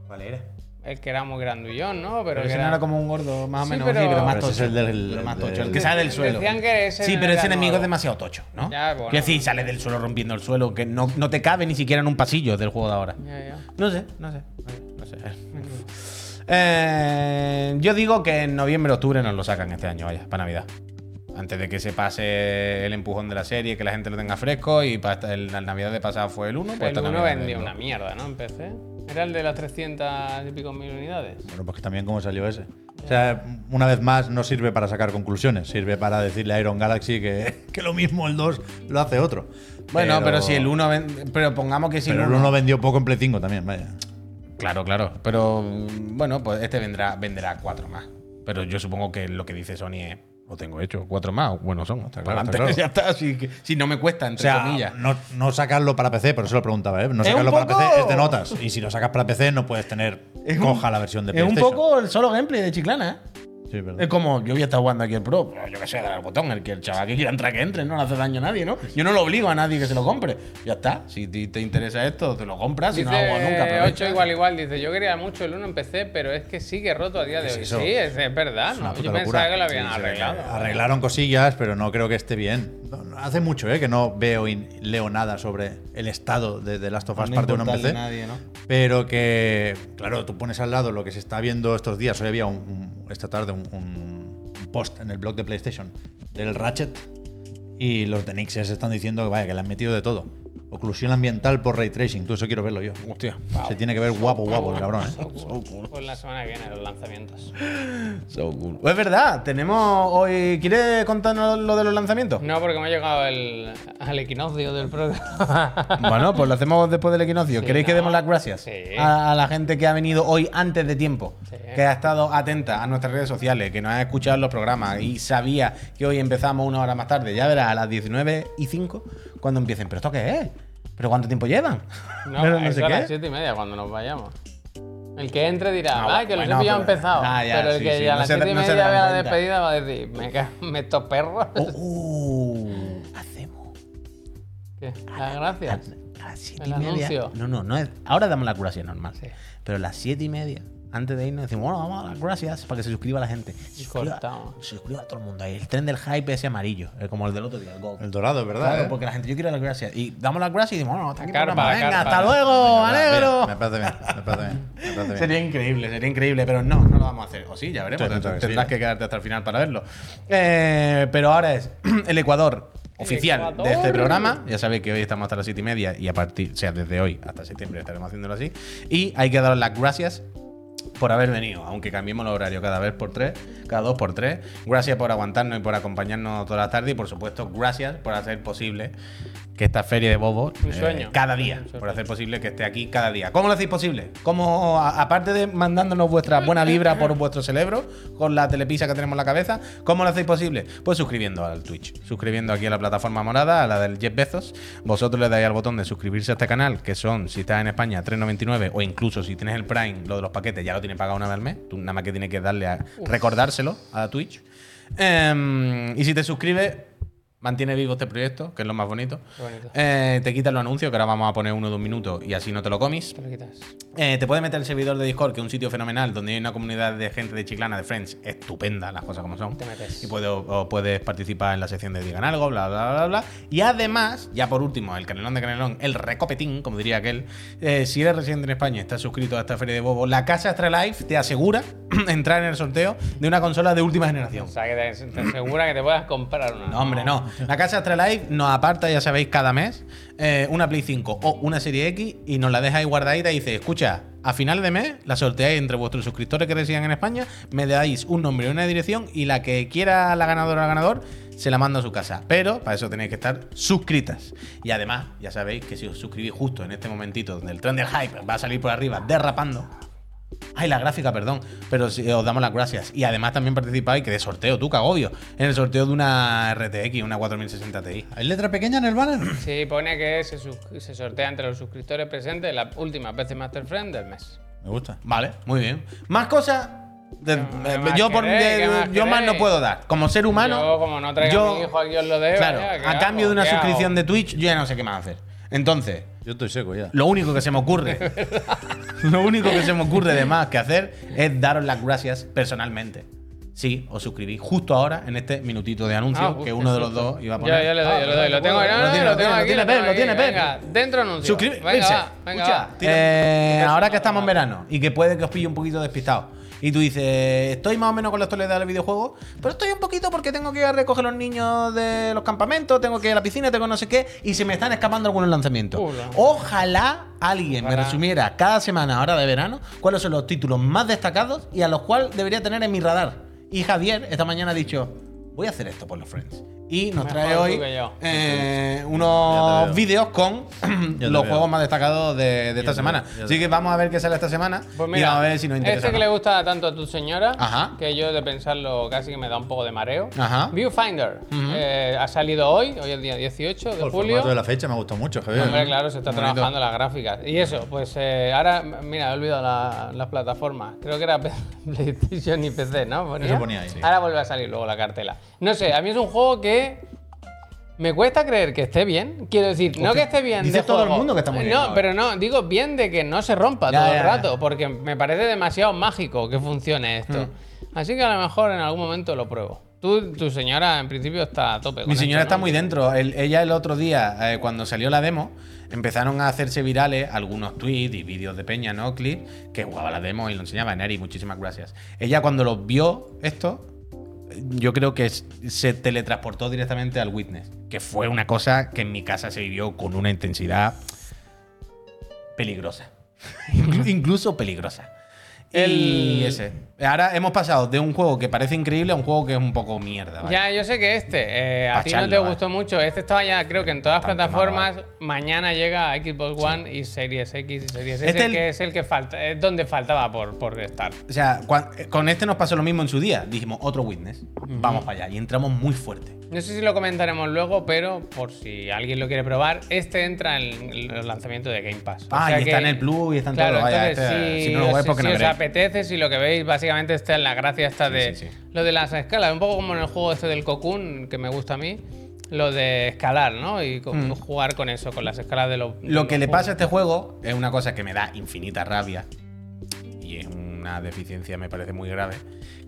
B: ¿Cuál era?
A: El que era muy grandullón, ¿no? Pero,
B: Pero
A: que
B: ese
A: era-
B: no era como un gordo, más o
A: Sí,
B: menos.
A: pero-
B: sí, pero más
C: Pero ese
B: tocho.
C: es el del-
B: Pero más
C: del-
B: tocho, el que sale del suelo.
A: Decían que ese
B: sí,
A: no
B: pero
A: era
B: ese enemigo es
A: nuevo.
B: demasiado tocho, ¿no?
A: Ya, bueno.
B: Quiero decir, sale del suelo rompiendo el suelo, que no, no te cabe ni siquiera en un pasillo del juego de ahora.
A: Ya, ya.
B: No sé, no sé. No sé. Eh, yo digo que en noviembre, octubre nos lo sacan este año, vaya, para Navidad. Antes de que se pase el empujón de la serie, que la gente lo tenga fresco y para esta- el- la Navidad de pasada fue el 1. pues
A: El
B: esta
A: uno
B: Navidad
A: vendió
B: del
A: una
B: dos.
A: mierda, ¿no? En PC. Era el de las 300 y pico mil unidades.
C: Bueno, pues que también cómo salió ese. O sea, una vez más, no sirve para sacar conclusiones, sirve para decirle a Iron Galaxy que, que lo mismo el 2 lo hace otro.
B: Bueno, pero, si el 1. Pero pongamos que si
C: Pero el 1 vendió poco en Play 5 también, vaya.
B: Claro, claro. Pero mm, bueno, pues este vendrá, venderá cuatro más. Pero yo supongo que lo que dice Sony es. Lo tengo hecho, cuatro más, bueno son. Está
C: claro, está
B: Ya está, si, que- si no me cuesta,
C: O
B: entre
C: sea,
B: comillas.
C: no, no sacarlo para PC, por eso lo preguntaba, ¿eh? No
B: Es un
C: sacarlo para
B: poco-
C: PC es de notas. Y si lo sacas para PC, no puedes tener coja la versión de
B: Es un
C: PlayStation.
B: poco el solo gameplay de Chiclana, ¿eh?
C: Sí, verdad.
B: Es como, yo voy a estar jugando aquí el pro, pero yo que sé, dar al botón, el que el chaval que quiera entrar que entre, no le hace daño a nadie, ¿no? Yo no lo obligo a nadie que se lo compre. Ya está, si ti- te interesa esto, te lo compras, si
A: Dice
B: no lo hago nunca. aprovecha.
A: 8 igual igual, dice, yo quería mucho el 1 en PC, pero es que sigue roto a día de
C: ¿Qué es
A: hoy.
C: eso?
A: sí, es, es verdad,
C: una
A: ¿no?
C: puta
A: Yo
C: locura.
A: pensaba que lo habían
C: Sí, sí,
A: arreglado.
C: Arreglaron cosillas, pero no creo que esté bien. No, no, Hace mucho ¿eh? que no veo y leo nada sobre el estado de The Last of Us
B: No
C: parte 1 en
B: importarle
C: PC.
B: a nadie, ¿no?
C: Pero que, claro, tú pones al lado lo que se está viendo estos días. Hoy había un, un- esta tarde un, un- un post en el blog de PlayStation del Ratchet y los de Nixes están diciendo que vaya, que le han metido de todo. Oclusión ambiental por ray tracing, tú eso quiero verlo yo.
B: Hostia.
C: Se tiene que ver guapo, guapo, el cabrón. ¿eh?
A: Pues la semana que viene los lanzamientos.
B: So cool. Pues Es verdad, tenemos hoy. ¿Quieres contarnos lo de los lanzamientos?
A: No, porque me ha llegado el, al equinoccio del programa.
B: Bueno, pues lo hacemos después del equinoccio.
A: Sí,
B: ¿Queréis que
A: no.
B: demos las gracias
A: Sí.
B: a, a la gente que ha venido hoy antes de tiempo?
A: Sí.
B: Que ha estado atenta a nuestras redes sociales, que nos ha escuchado en los programas y sabía que hoy empezamos una hora más tarde. Ya verás a las 19 y 5 cuando empiecen. ¿Pero esto qué es? ¿Pero cuánto tiempo llevan?
A: No,
B: Pero
A: eso a las siete y media cuando nos vayamos. El que entre dirá,
B: Ah,
A: ay, que los
B: bueno,
A: hemos ya
B: pero-
A: empezado.
B: Ah, ya,
A: pero el
B: sí,
A: que
B: sí,
A: ya a
B: no
A: las
B: se-
A: 7 y
B: no se
A: media vea la
B: darán cuenta.
A: despedida va a decir, me cago en estos perros.
B: Uh, hacemos
A: ¿Qué? Las "Ah, gracias.
B: a las 7
A: El
B: y media.
A: anuncio.
B: No, no, no es. Ahora damos las gracias normal.
A: Sí.
B: Pero a las 7 y media, antes de irnos, decimos, bueno, vamos a dar las gracias para que se suscriba la gente. Se suscriba,
A: cortamos.
B: se suscriba a todo el mundo. ahí. El tren del hype ese amarillo, eh, como el del otro día, el gold.
C: El dorado, es verdad.
B: Claro,
C: ¿eh?
B: porque la gente, yo quiero las gracias. Y damos las gracias y decimos, bueno, hasta aquí el
A: Carpa,
B: programa. Venga,
A: carpa.
B: hasta luego,
C: Venga, va,
B: alegro.
C: bien, Me parece bien, me parece bien. me parece bien.
B: Sería increíble, sería increíble, pero no, no lo vamos a hacer. O sí, ya veremos.
C: Sí,
B: Tendrás
C: sí,
B: tendrás
C: sí.
B: que quedarte hasta el final para verlo. Eh, pero ahora es el Ecuador oficial
A: Ecuador.
B: de este programa. Ya sabéis que hoy estamos hasta las 7 y media y a partir, o sea, desde hoy hasta septiembre estaremos haciéndolo así. Y hay que dar las gracias por haber venido, aunque cambiemos el horario cada vez por tres, cada dos por tres. Gracias por aguantarnos y por acompañarnos toda la tarde y por supuesto gracias por hacer posible que esta feria de Bobo eh,
A: Un sueño.
B: cada día,
A: Un sueño.
B: por hacer posible que esté aquí cada día. ¿Cómo lo hacéis posible? ¿Cómo, a- aparte de mandándonos vuestra buena vibra por vuestro cerebro, con la telepisa que tenemos en la cabeza, ¿cómo lo hacéis posible? Pues suscribiendo al Twitch, suscribiendo aquí a la plataforma morada, a la del Jeff Bezos. Vosotros le dais al botón de suscribirse a este canal, que son, si estás en España, 3.99 o incluso si tienes el Prime, lo de los paquetes, ya lo tienes pagado una vez al mes. Tú nada más que tienes que darle a recordárselo a Twitch. Em, y si te suscribes, mantiene vivo este proyecto, que es lo más bonito.
A: Qué bonito.
B: Eh, te quitan los anuncios, que ahora vamos a poner uno de un minuto y así no te lo comis.
A: Te lo quitas.
B: Eh, te puedes meter el servidor de Discord, que es un sitio fenomenal donde hay una comunidad de gente de Chiclana, de Friends, estupenda, las cosas como son.
A: Te metes.
B: Y puedes, o puedes participar en la sección de Digan Algo, bla, bla, bla, bla. Y además, ya por último, el canelón de canelón, el recopetín, como diría aquel. eh, si eres residente en España y estás suscrito a esta feria de Bobo, la Casa Astralife te asegura entrar en el sorteo de una consola de última generación.
A: O sea, que te, te asegura que te puedas comprar una.
B: No, hombre, no. La casa Astralife nos aparta, ya sabéis, cada mes eh, una Play 5 o una Serie X y nos la dejáis guardadita y dice, escucha, a final de mes la sorteáis entre vuestros suscriptores que residan en España, me dais un nombre y una dirección y la que quiera la ganadora o el ganador se la manda a su casa. Pero para eso tenéis que estar suscritas. Y además, ya sabéis que si os suscribís justo en este momentito donde el tren del hype va a salir por arriba derrapando, Ay, la gráfica, perdón. Pero sí, os damos las gracias. Y además también participáis, que de sorteo, tú, cagobio, en el sorteo de una RTX, una 4060 Ti.
C: ¿Hay letra pequeña en el banner?
A: Sí, pone que se, sus- se sortea entre los suscriptores presentes la última PC Master Friend del mes.
C: Me gusta.
B: Vale, muy bien. Más cosas. de-
A: ¿Qué
B: eh,
A: más
B: yo por-
A: queréis?
B: de-
A: ¿Qué más
B: yo más no
A: queréis?
B: puedo dar. Como ser humano.
A: yo, como no traiga
B: yo-
A: a mi hijo aquí os lo debo.
B: Claro,
A: ya, ¿qué
B: a
A: hago?
B: cambio de una
A: ¿Qué hago?
B: suscripción de Twitch, yo ya no sé qué más hacer. Entonces,
C: Yo estoy seco ya.
B: Lo único que se me ocurre, lo único que se me ocurre de más que hacer es daros las gracias personalmente. Sí, os suscribís justo ahora en este minutito de anuncio
A: Ah,
B: que
A: justo,
B: uno de los
A: justo.
B: dos iba a
A: Yo,
B: poner. Ah,
A: yo le doy, yo le doy. Lo tengo, no, no,
B: Lo tiene,
A: lo tengo
B: lo
A: aquí.
B: tiene, lo tiene,
A: tengo
B: lo tiene,
A: aquí.
B: Pep.
A: Venga, dentro anuncio.
B: Suscribirse.
A: Venga, va, venga,
B: Escucha,
A: va.
B: eh,
A: Eso,
B: ahora que estamos
A: va.
B: en verano y que puede que os pille un poquito despistado. Y tú dices, estoy más o menos con la actualidad del videojuego, pero estoy un poquito porque tengo que ir a recoger los niños de los campamentos, tengo que ir a la piscina, tengo no sé qué, y se me están escapando algunos lanzamientos.
A: Hola.
B: Ojalá alguien me
A: Ojalá.
B: resumiera cada semana, ahora de verano, cuáles son los títulos más destacados y a los cuales debería tener en mi radar. Y Javier esta mañana ha dicho, voy a hacer esto por los Friends. Y nos
A: Mejor
B: trae
A: tú
B: hoy
A: que yo.
B: eh,
C: Ya te
B: unos
C: veo.
B: vídeos con
C: te
B: los
C: veo.
B: juegos más destacados de, de esta
C: te-
B: semana.
C: ya te-
B: Así que vamos a ver qué sale esta semana
A: Pues
B: y
A: mira,
B: vamos a ver si nos interesa.
A: este que
B: o
A: le
B: no.
A: gusta tanto a tu señora,
B: Ajá.
A: que yo de pensarlo casi que me da un poco de mareo.
B: Ajá.
A: Viewfinder. Eh, ha salido hoy, hoy es el día 18 de
C: El
A: julio.
C: formato de la fecha me ha gustado mucho, Javier.
A: Hombre, claro, se está
B: ¿eh? Bonito.
A: trabajando las gráficas. Y eso, pues eh, ahora, mira, he olvidado la- las plataformas. Creo que era PlayStation y PC, ¿no?
C: Eso ponía ahí. Sí.
A: Ahora vuelve a salir luego la cartela. No sé, a mí es un juego que me cuesta creer que esté bien. Quiero decir, no que esté bien.
B: dice
A: de
B: todo el
A: juego.
B: mundo que está muy bien
A: No,
B: ahora.
A: pero no, digo bien de que no se rompa
B: Ya,
A: todo
B: ya,
A: el
B: ya.
A: rato, porque me parece demasiado mágico que funcione esto.
B: Hmm.
A: Así que a lo mejor en algún momento lo pruebo. Tú, tu señora, en principio está a tope.
B: Mi
A: con este
B: señora
A: esto,
B: está
A: ¿no?
B: muy dentro. El- ella el otro día, eh, cuando salió la demo, empezaron a hacerse virales algunos tweets y vídeos de Peña, ¿no? Clip, que jugaba la demo y lo enseñaba en Eri. Muchísimas gracias. Ella cuando lo vio esto, yo creo que es- se teletransportó directamente al Witness, que fue una cosa que en mi casa se vivió con una intensidad peligrosa. Inclu- Incluso peligrosa. Y
A: El-
B: ese. Ahora hemos pasado de un juego que parece increíble a un juego que es un poco mierda. ¿vale?
A: Ya, yo sé que este, eh, a ti no
B: Pacharlo,
A: te
B: vale.
A: gustó mucho. Este estaba ya, creo que en todas las
B: Bastante
A: plataformas.
B: ¿eh?
A: Mañana llega a Xbox One y Series X y Series S,
B: Este el-
A: que es el que falta, es donde faltaba por, por estar.
B: O sea, cuan- eh, con este nos pasó lo mismo en su día. Dijimos, otro Witness. Vamos para allá. Y entramos muy fuerte.
A: No sé si lo comentaremos luego, pero por si alguien lo quiere probar, este entra en el lanzamiento de Game Pass.
B: Ah, y está en el Plus y está en
A: claro,
B: todo, vaya,
A: entonces,
B: este,
A: si,
B: si no lo veis,
A: os-
B: porque
A: si
B: no
A: os
B: veréis.
A: apetece, si lo que veis, básicamente está en la gracia esta de
B: sí, sí.
A: lo de las escalas, un poco como en el juego este del Cocoon, que me gusta a mí, lo de escalar, ¿no? Y co- jugar con eso, con las escalas de los.
B: Mm. Lo que le
A: pasa
B: pasa a este juego es una cosa que me da infinita rabia. Y es una deficiencia, me parece muy grave.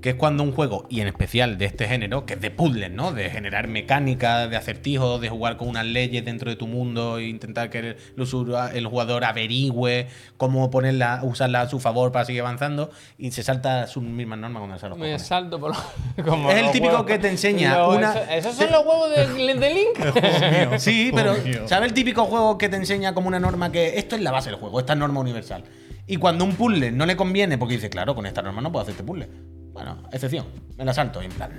B: Que es cuando un juego, y en especial de este género, que es de puzzles, ¿no? De generar mecánica, de acertijos, de jugar con unas leyes dentro de tu mundo e intentar que el, el usura- el jugador averigüe cómo ponerla, usarla a su favor para seguir avanzando. Y se salta sus mismas normas cuando salen los
A: Me
B: cojones.
A: salto por los- como
B: Es el
A: los
B: típico
A: huevos.
B: que te enseña una-
A: eso- esos son los huevos de, de Link.
B: Sí,
C: Oh,
B: pero
C: mío.
B: ¿sabes el típico juego que te enseña como una norma que esto es la base del juego, esta es norma universal? Y cuando un puzzle no le conviene, porque dice, claro, con esta norma no puedo hacerte puzzle. Bueno, excepción, me la salto. Y en plan,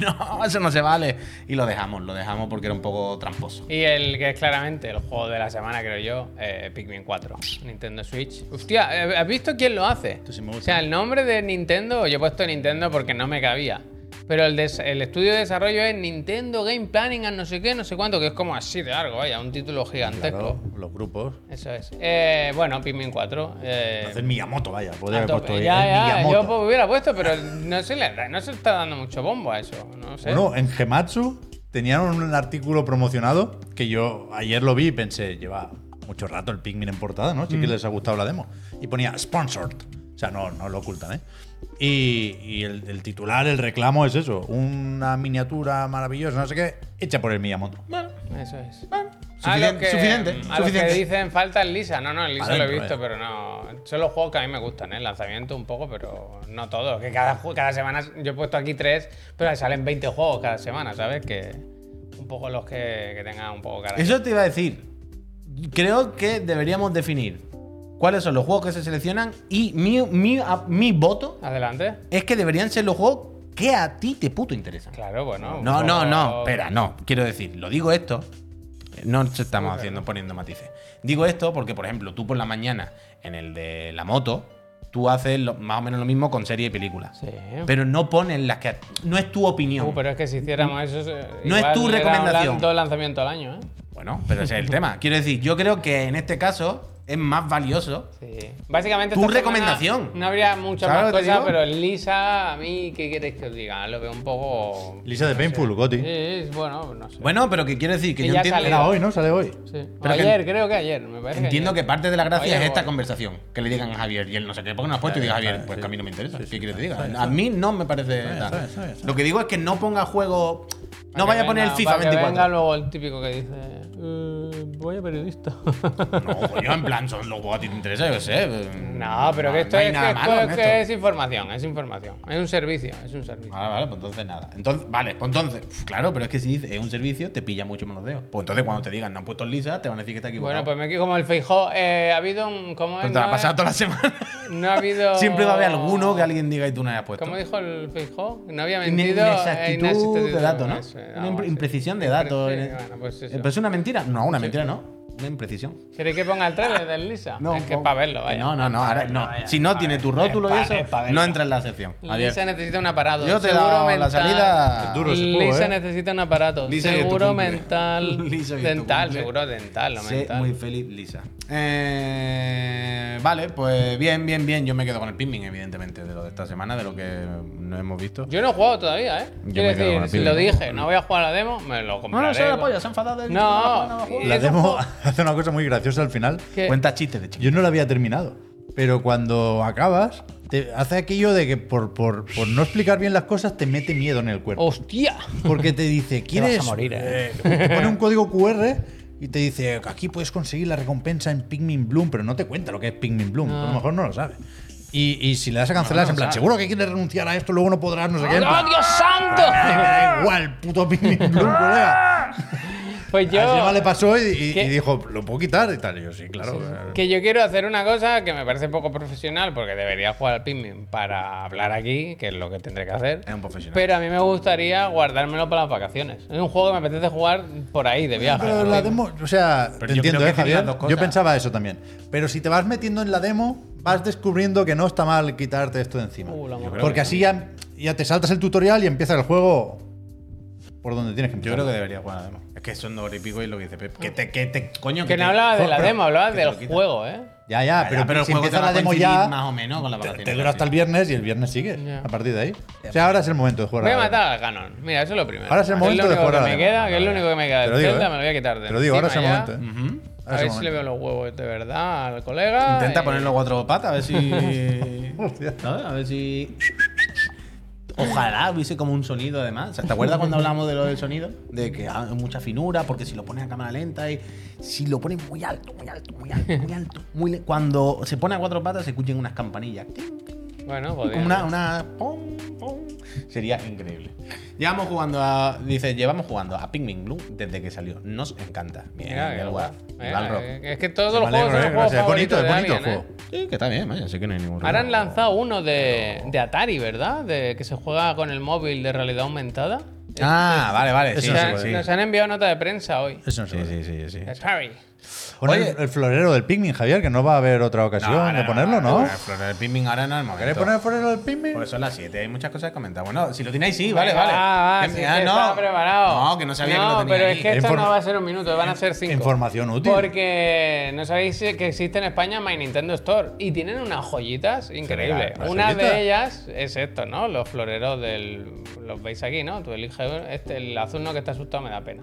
B: no, no, eso no se vale. Y lo dejamos, lo dejamos porque era un poco tramposo.
A: y el que es claramente el juego de la semana, creo yo, eh, Pikmin 4, Nintendo Switch. Hostia, eh, ¿has visto quién lo hace?
C: Esto sí me gusta.
A: O sea, el nombre de Nintendo, yo he puesto Nintendo porque no me cabía. Pero el, des- el estudio de desarrollo es Nintendo Game Planning, and no sé qué, no sé cuánto, que es como así de largo, vaya, un título gigantesco.
C: Claro, los grupos.
A: Eso es. Eh, bueno, Pikmin 4. eh,
C: Hacer Miyamoto, vaya.
A: A
C: Podría haber
A: tope.
C: puesto el
A: ya, ya, yo
C: Miyamoto.
A: pues, hubiera puesto, pero no se, le, da- no se está dando mucho bombo a eso. No sé.
C: Bueno, en Gematsu tenían un artículo promocionado que yo ayer lo vi y pensé, lleva mucho rato el Pikmin en portada, ¿no? Sí
A: Mm.
C: que les ha gustado la demo. Y ponía sponsored. O sea, no, no lo ocultan, ¿eh? Y, y el, el titular, el reclamo es eso: una miniatura maravillosa, no sé qué, hecha por el Miyamoto.
A: Eso es. A los
B: Suficien-
A: que-
B: suficiente,
A: A los que
B: suficiente. pues.
A: dicen falta el Lisa. No, no, el Lisa
C: Adentro,
A: lo he visto,
C: eh.
A: pero no. Son los juegos que a mí me gustan, ¿eh? El lanzamiento un poco, pero no todo. Que cada, ju- cada semana yo he puesto aquí tres, pero salen 20 juegos cada semana, ¿sabes? Que un poco los que, que tengan un poco cara.
B: Eso te iba a decir. Creo que deberíamos definir cuáles son los juegos que se seleccionan y mi, mi, a- mi voto
A: Adelante.
B: es que deberían ser los juegos que a ti te puto interesan.
A: Claro, bueno. un
B: No, no,
A: poco-
B: no, espera, no. Quiero decir, lo digo esto. No nos estamos haciendo poniendo matices. Digo esto porque, por ejemplo, tú por la mañana, en el de la moto, tú haces lo- más o menos lo mismo con serie y películas.
A: Sí.
B: Pero no pones las que. No es tu opinión.
A: Uh, pero es que si hiciéramos eso. eh,
B: No es
A: igual
B: tu
A: le dan
B: recomendación.
A: Dos lanzamientos al año, ¿eh?
B: Bueno, pero ese es el tema. Quiero decir, yo creo que en este caso es más valioso
A: Sí. Básicamente.
B: Tu
A: esta semana
B: recomendación.
A: No habría muchas
B: ¿Sabes
A: más
B: lo que te
A: cosas,
B: digo?
A: pero el Lisa, a mí, ¿qué queréis que os diga? Lo veo un poco.
C: Lisa de Painful, Goti.
A: Sí, es bueno, no sé.
B: Bueno, pero que quiero decir que
A: Que
B: yo
A: ya
B: entiendo,
A: sale.
C: Era hoy, ¿no? Sale hoy.
A: Sí. O
B: Pero que-
A: ayer, creo que ayer, me parece.
B: entiendo que
A: ayer.
B: parte de la gracia
A: Oye,
B: es esta
A: bueno.
B: conversación. Que le digan a Javier y él no sé qué. ¿Por qué no has puesto? Y diga
C: Está bien,
B: Javier,
C: está
B: pues
C: bien,
B: que a
C: sí.
B: mí no me interesa.
C: Sí, sí,
B: ¿Qué quieres que
C: está
B: diga?
C: bien,
B: A mí no me parece.
C: bien,
B: tal.
C: está bien, está bien, está
B: Lo que digo es que no ponga juego.
A: Para
B: No
A: que
B: vaya a poner el
A: venga-
B: FIFA
A: para que Venga
B: 24.
A: luego el típico que dice. "Eh, voy a periodista.
B: No, coño, en plan, son los juegos que te interesan, yo qué sé. pues,
A: no, pero que esto,
B: no hay
A: es, que
B: nada
A: esto
B: malo
A: es
B: en
A: que
B: esto.
A: es información, es información. Es un servicio, es un servicio.
B: Vale, vale, pues entonces nada. Entonces, vale, pues entonces, uf, claro, pero es que si dices, es un servicio, te pilla mucho menos dedos. Pues entonces cuando te digan, no han puesto Lisa, te van a decir que está
A: Bueno,
B: equivocado.
A: pues me quedo como el Feijó. Eh, ha habido un. ¿Cómo es?
B: pero Pues te
A: No
B: la ha
A: es-
B: pasado toda la semana.
A: No ha habido.
B: Siempre va a haber alguno que alguien diga y tú no hayas puesto.
A: ¿Cómo dijo el Feijó? No había
B: Ine-
A: mentido. eh,
B: Inexactitud
A: inexactitud,
B: de datos, ¿no?
A: eso,
B: Una
A: algo
B: impre-
A: así.
B: imprecisión de datos.
A: Sí,
B: ine-
A: bueno, pues eso.
B: Eh, pero es una mentira. No, una mentira no. Una imprecisión.
A: ¿Queréis que ponga el trailer del Lisa? es que es para verlo, vaya.
B: No, no, no. ahora- no. si no tiene tu rótulo y eso, no entra en la sección. Javier.
A: Lisa necesita un aparato.
B: Yo te he
A: Seguro
B: dado la
A: mental.
B: salida.
C: Duro ese juego,
A: Lisa
C: ¿eh?
A: necesita un aparato.
B: Lisa y tu
A: seguro
B: cumple.
A: mental.
B: Lisa y tu
A: dental,
B: cumple.
A: seguro dental, no
B: Sé
A: mental.
B: muy feliz, Lisa. Eh, vale, pues bien, bien, bien. Yo me quedo con el pinbing, evidentemente, de lo de esta semana, de lo que no hemos visto.
A: Yo no he jugado todavía, ¿eh?
B: Yo
A: Quiero
B: me quedo
A: decir,
B: con el
A: si
B: pibe.
A: lo dije, no voy a jugar a la demo, me lo compraré.
B: se ha enfadado. de-
A: No, y
C: La
A: eso
C: demo
A: fue-
C: hace una cosa muy graciosa al final.
A: que-
B: Cuenta chistes de chico.
C: Yo no la había terminado. Pero cuando acabas, te hace aquello de que por, por, por no explicar bien las cosas te mete miedo en el
A: Oh.
C: cuerpo.
A: ¡Hostia!
C: Porque te dice, ¿quieres?
A: a morir, ¿eh?
C: eh, te pone un código QR y te dice, aquí puedes conseguir la recompensa en Pikmin Bloom, pero no te cuenta lo que es Pikmin Bloom. A lo mejor no lo sabes. Y, y si le das a cancelar, es en plan, seguro que quieres renunciar a esto, luego no podrás, no sé qué. en
A: ¡Oh,
C: plan,
A: Dios santo!
C: "Me da igual, puto Pikmin Bloom, colega.
A: Pues
C: A Gemma le
A: yo.
C: pasó y, y-
A: ¿Qué?
C: y dijo, ¿lo puedo quitar? Y tal. Y yo, sí, claro. eh,
A: Que yo quiero hacer una cosa que me parece poco profesional, porque debería jugar al Pikmin para hablar aquí, que es lo que tendré que hacer.
B: Es un profesional.
A: Pero a mí me gustaría guardármelo para las vacaciones. Es un juego que me apetece jugar por ahí, de viaje.
C: Pero
A: ¿no?
C: la demo, o sea,
B: Pero
C: te
B: yo
C: entiendo,
B: creo que tiene
C: ¿eh, Javier?
B: las dos cosas.
C: Yo pensaba eso también. Pero si te vas metiendo en la demo, vas descubriendo que no está mal quitarte esto de encima.
A: Uh, la madre.
C: Porque así ya, ya te saltas el tutorial y empieza el juego por donde tienes que
B: Yo
C: empezar.
B: creo que debería jugar a la demo. Es que son dos horas y pico y lo que dice Pep. Que te, que te, coño,
A: Que
B: te-
A: no hablaba de la
B: pero-
A: demo, hablaba
B: que te lo
A: del
B: quita.
A: juego, ¿eh?
C: Ya, ya,
B: Ya,
C: pero,
B: pero
C: si
B: el juego te
C: empieza
B: va
C: la
B: a
C: demo
B: coincidir
C: ya,
B: más o menos con la
C: te,
B: vacación.
C: te dura hasta el viernes y el viernes sigue.
A: Ya.
C: A partir de ahí. O sea, ahora es el momento de jugar.
A: Voy a
C: la demo.
A: matar al Ganon. Mira, eso es lo primero.
C: Ahora es el momento
A: lo
C: de
A: único
C: jugar
A: que
C: a la
A: me
C: demo.
A: queda, que es lo único que me queda.
C: Te
A: El
C: lo digo,
A: Zelda
C: ¿eh?
A: me lo voy a quitar. de
C: Te lo digo, ahora es el
A: encima ya.
C: momento. ¿eh?
B: Ujú.
A: A
C: Ahora es
A: ver
C: el
A: si le veo
C: momento.
A: los huevos de verdad al colega.
B: Intenta
A: y-
B: ponerlo cuatro patas, a ver si.
C: Hostia.
B: ¿sabes? A ver si. Ojalá hubiese como un sonido además. O sea, ¿Te acuerdas cuando hablamos de lo del sonido? De que hay mucha finura, porque si lo pones a cámara lenta y si lo pones muy alto, muy alto, muy alto, muy alto. muy le- Cuando se pone a cuatro patas se escuchan unas campanillas. Ting, ting,
A: Bueno, pues,
B: Como
A: podría.
B: una, una- pum, pum. Sería increíble. Llevamos jugando a. Dice, llevamos jugando a Pikmin Blue desde que salió. Nos encanta. Bien,
A: Mira,
B: del
A: que
B: guap.
A: guay.
B: Iván
A: Eh,
B: Rock.
A: eh, Es que todos los
C: Me
A: juegos
C: alegro,
A: son
C: eh,
A: los juegos
C: gracias. Es bonito,
A: favoritos
C: es
A: de
C: bonito el
A: alguien,
C: juego.
A: ¿eh?
B: Sí, que está bien, vaya, sé que no hay ningún
A: Ahora han
B: problema.
A: lanzado uno de, de Atari, ¿verdad? De, que se juega con el móvil de realidad aumentada.
B: Ah, vale, vale. Sí,
C: Eso no
A: Se
C: se
A: han-
C: puede.
B: sí,
A: Nos han enviado nota de prensa hoy.
C: Eso no se
B: sí,
C: puede.
B: sí, sí, sí.
A: Atari.
C: Poner
B: Oye.
C: el florero del Pikmin, Javier, que no va a haber otra ocasión de ponerlo, ¿no?
B: El Pikmin ahora no es el momento.
C: ¿Queréis poner el florero del Pikmin?
B: Por eso a las 7 hay muchas cosas que comentar. Bueno, si lo tenéis, sí, vale,
A: Venga,
B: vale.
A: va, va,
B: Que-
A: sí,
B: ah,
A: que estaba preparado.
B: No, que no sabía que lo tenía
A: pero
B: ahí.
A: es que esto
C: Inform-
A: no va a ser un minuto, van a ser cinco.
C: Información útil.
A: Porque no sabéis que existe en España My Nintendo Store y tienen unas joyitas increíbles.
C: las
A: Una
C: joyitas.
A: de ellas es esto, ¿no? Los floreros del... Los veis aquí, ¿no? Tú eliges este, el azul no que está asustado me da pena.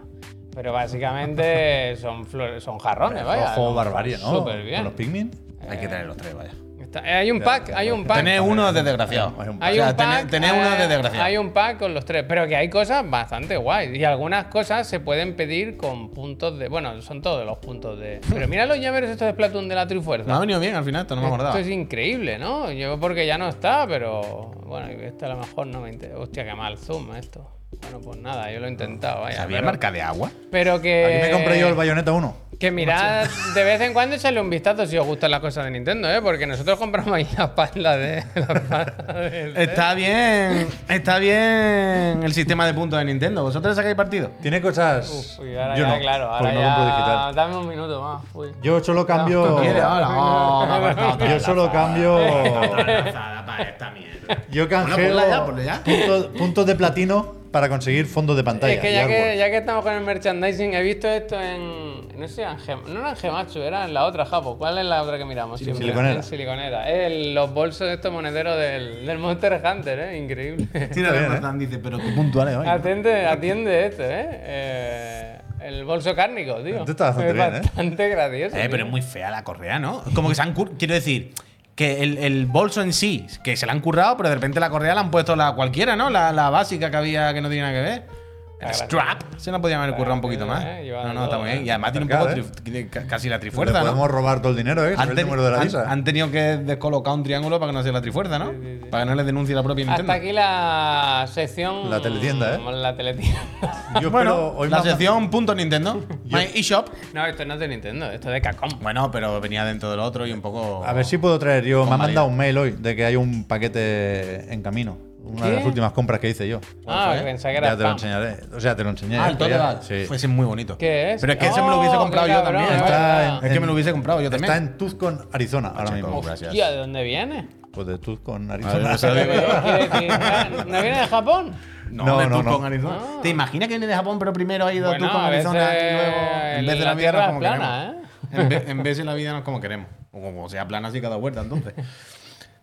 A: Pero básicamente son, flores, son jarrones, vaya.
C: Ojo, barbarie, ¿no?
A: Súper bien.
C: Con los Pikmin.
B: Hay que traer los tres, vaya.
A: Está- eh, Hay un pack, hay un pack.
B: Tenés uno de desgraciado.
C: Hay un
A: Hay
B: O sea,
A: un
B: tenés-
A: pack,
B: tenés uno de
A: eh,
B: desgraciado.
A: Hay un pack con los tres, pero que hay cosas bastante guays. Y algunas cosas se pueden pedir con puntos de. Bueno, son todos los puntos de. Pero mira los llaveros estos de Splatoon de la
B: Me ha
A: Trifuerza.
B: venido bien al final, esto no me acordaba.
A: Esto es increíble, ¿no? Yo porque ya no está, pero. Bueno, esta a lo mejor no me interesa. Hostia, qué mal zoom esto. Bueno, pues nada, yo lo he intentado, vaya.
B: ¿Sabía
A: pero-
B: marca de agua?
A: Pero que.
C: Aquí me compré yo el Bayonetta 1.
A: Que mirad de vez en cuando echarle un vistazo si os gustan las cosas de Nintendo, ¿eh? Porque nosotros compramos ahí la pala de. La pala del-
B: Está bien, está bien el sistema de puntos de Nintendo. ¿Vosotros sacáis partido?
C: Tiene cosas.
A: Uy, ahora
C: yo
A: ya,
C: no,
A: claro,
C: porque
A: ahora
C: no
A: ya.
C: compro digital.
A: Dame un minuto más. uy.
C: Yo solo cambio.
B: ¿Quieres ahora? Oh, me ha marcado otra
C: yo
B: vez la
C: solo
B: zada.
C: cambio.
B: Zada para esta mierda.
C: Yo
B: Ponla, ponla ya,
C: canjeo
B: ponla ya.
C: puntos, puntos de platino para conseguir fondos de pantalla.
A: es que
C: y
A: ya, que
C: artwork.
A: ya que estamos con el merchandising, he visto esto en. No sé, en Gem- no era en Gematsu, era en la otra Japo. ¿Cuál es la otra que miramos? siempre?
C: Siliconera.
A: En Siliconera. El- los bolsos de estos monederos del, del Monster Hunter, ¿eh? Increíble.
B: Tira de Martán, dice, pero qué puntuales hoy.
A: Atiende, atiende esto, ¿eh? Eh, El bolso cárnico, tío.
C: Esto está bastante
A: es
C: bien, ¿eh?
A: bastante gracioso.
B: Eh, pero
A: tío.
B: es muy fea la correa, ¿no? Como que se han cur- Quiero decir, que el, el bolso en sí, que se la han currado, pero de repente la correa la han puesto la cualquiera, ¿no? La, la básica que había que no tiene nada que ver. El
A: Está
B: strap. Se la podían haber currado un poquito
A: gracioso,
B: más.
A: eh, lleva
B: No,
A: de
B: no, está
A: todo,
B: muy bien.
A: eh.
B: Y además tiene un poco
C: Marcado,
B: tri- ca- casi la
C: ¿eh? Le
B: trifuerza, ¿no?
C: podemos robar todo el dinero, ¿eh?
B: Han,
C: Sobre el
B: ten-
C: número de la
B: han-
C: visa.
B: han tenido que descolocar un triángulo para que no sea la trifuerza, ¿no? Para que no les denuncie la propia Nintendo.
A: Hasta aquí la sección.
C: La teletienda, ¿eh?
A: La teletienda.
C: Yo
B: Bueno,
C: espero hoy
B: la
C: más-
B: sección punto Nintendo. My eShop.
A: No, esto no es de Nintendo, esto es de Capcom.
B: Bueno, pero venía dentro del otro y un poco.
C: A ver si puedo traer yo. Me ha
B: María.
C: mandado un mail hoy de que hay un paquete en camino. Una de
A: ¿Qué?
C: las últimas compras que hice yo.
A: Ah,
B: fue?
A: pensaba que era
C: Ya te lo
A: spam.
C: enseñaré. O sea, te lo enseñé.
B: Ah, el
C: pero
B: tote
C: ya-
B: bag.
C: sí.
B: Fuese muy bonito.
A: ¿Qué es?
B: Pero es que ese me lo hubiese
A: Oh,
B: comprado
A: qué
B: yo
A: cabrón,
B: también.
A: es
C: Está
A: verdad.
B: Es que me lo hubiese comprado yo también.
C: Está en Tucson, Arizona, ahora
B: Chico,
C: mismo.
B: gracias.
A: Hostia, ¿de dónde viene?
C: Pues de Tucson,
B: Madre
C: Arizona.
B: mía, se lo digo yo.
A: Quiero decir, ¿No no viene de Japón?
B: No,
C: No,
B: de
C: no,
B: Tucson,
C: no.
B: Arizona. ¿Te imaginas que viene de Japón, pero primero ha ido
A: Bueno,
B: a Tucson,
A: a veces
B: Arizona y luego en vez de la,
A: la
B: vida no
A: tierra
B: es
A: es
B: como
A: plana, ¿eh?
B: queremos? En, ve- en vez de la vida no es como queremos. O como sea plana así cada vuelta, entonces.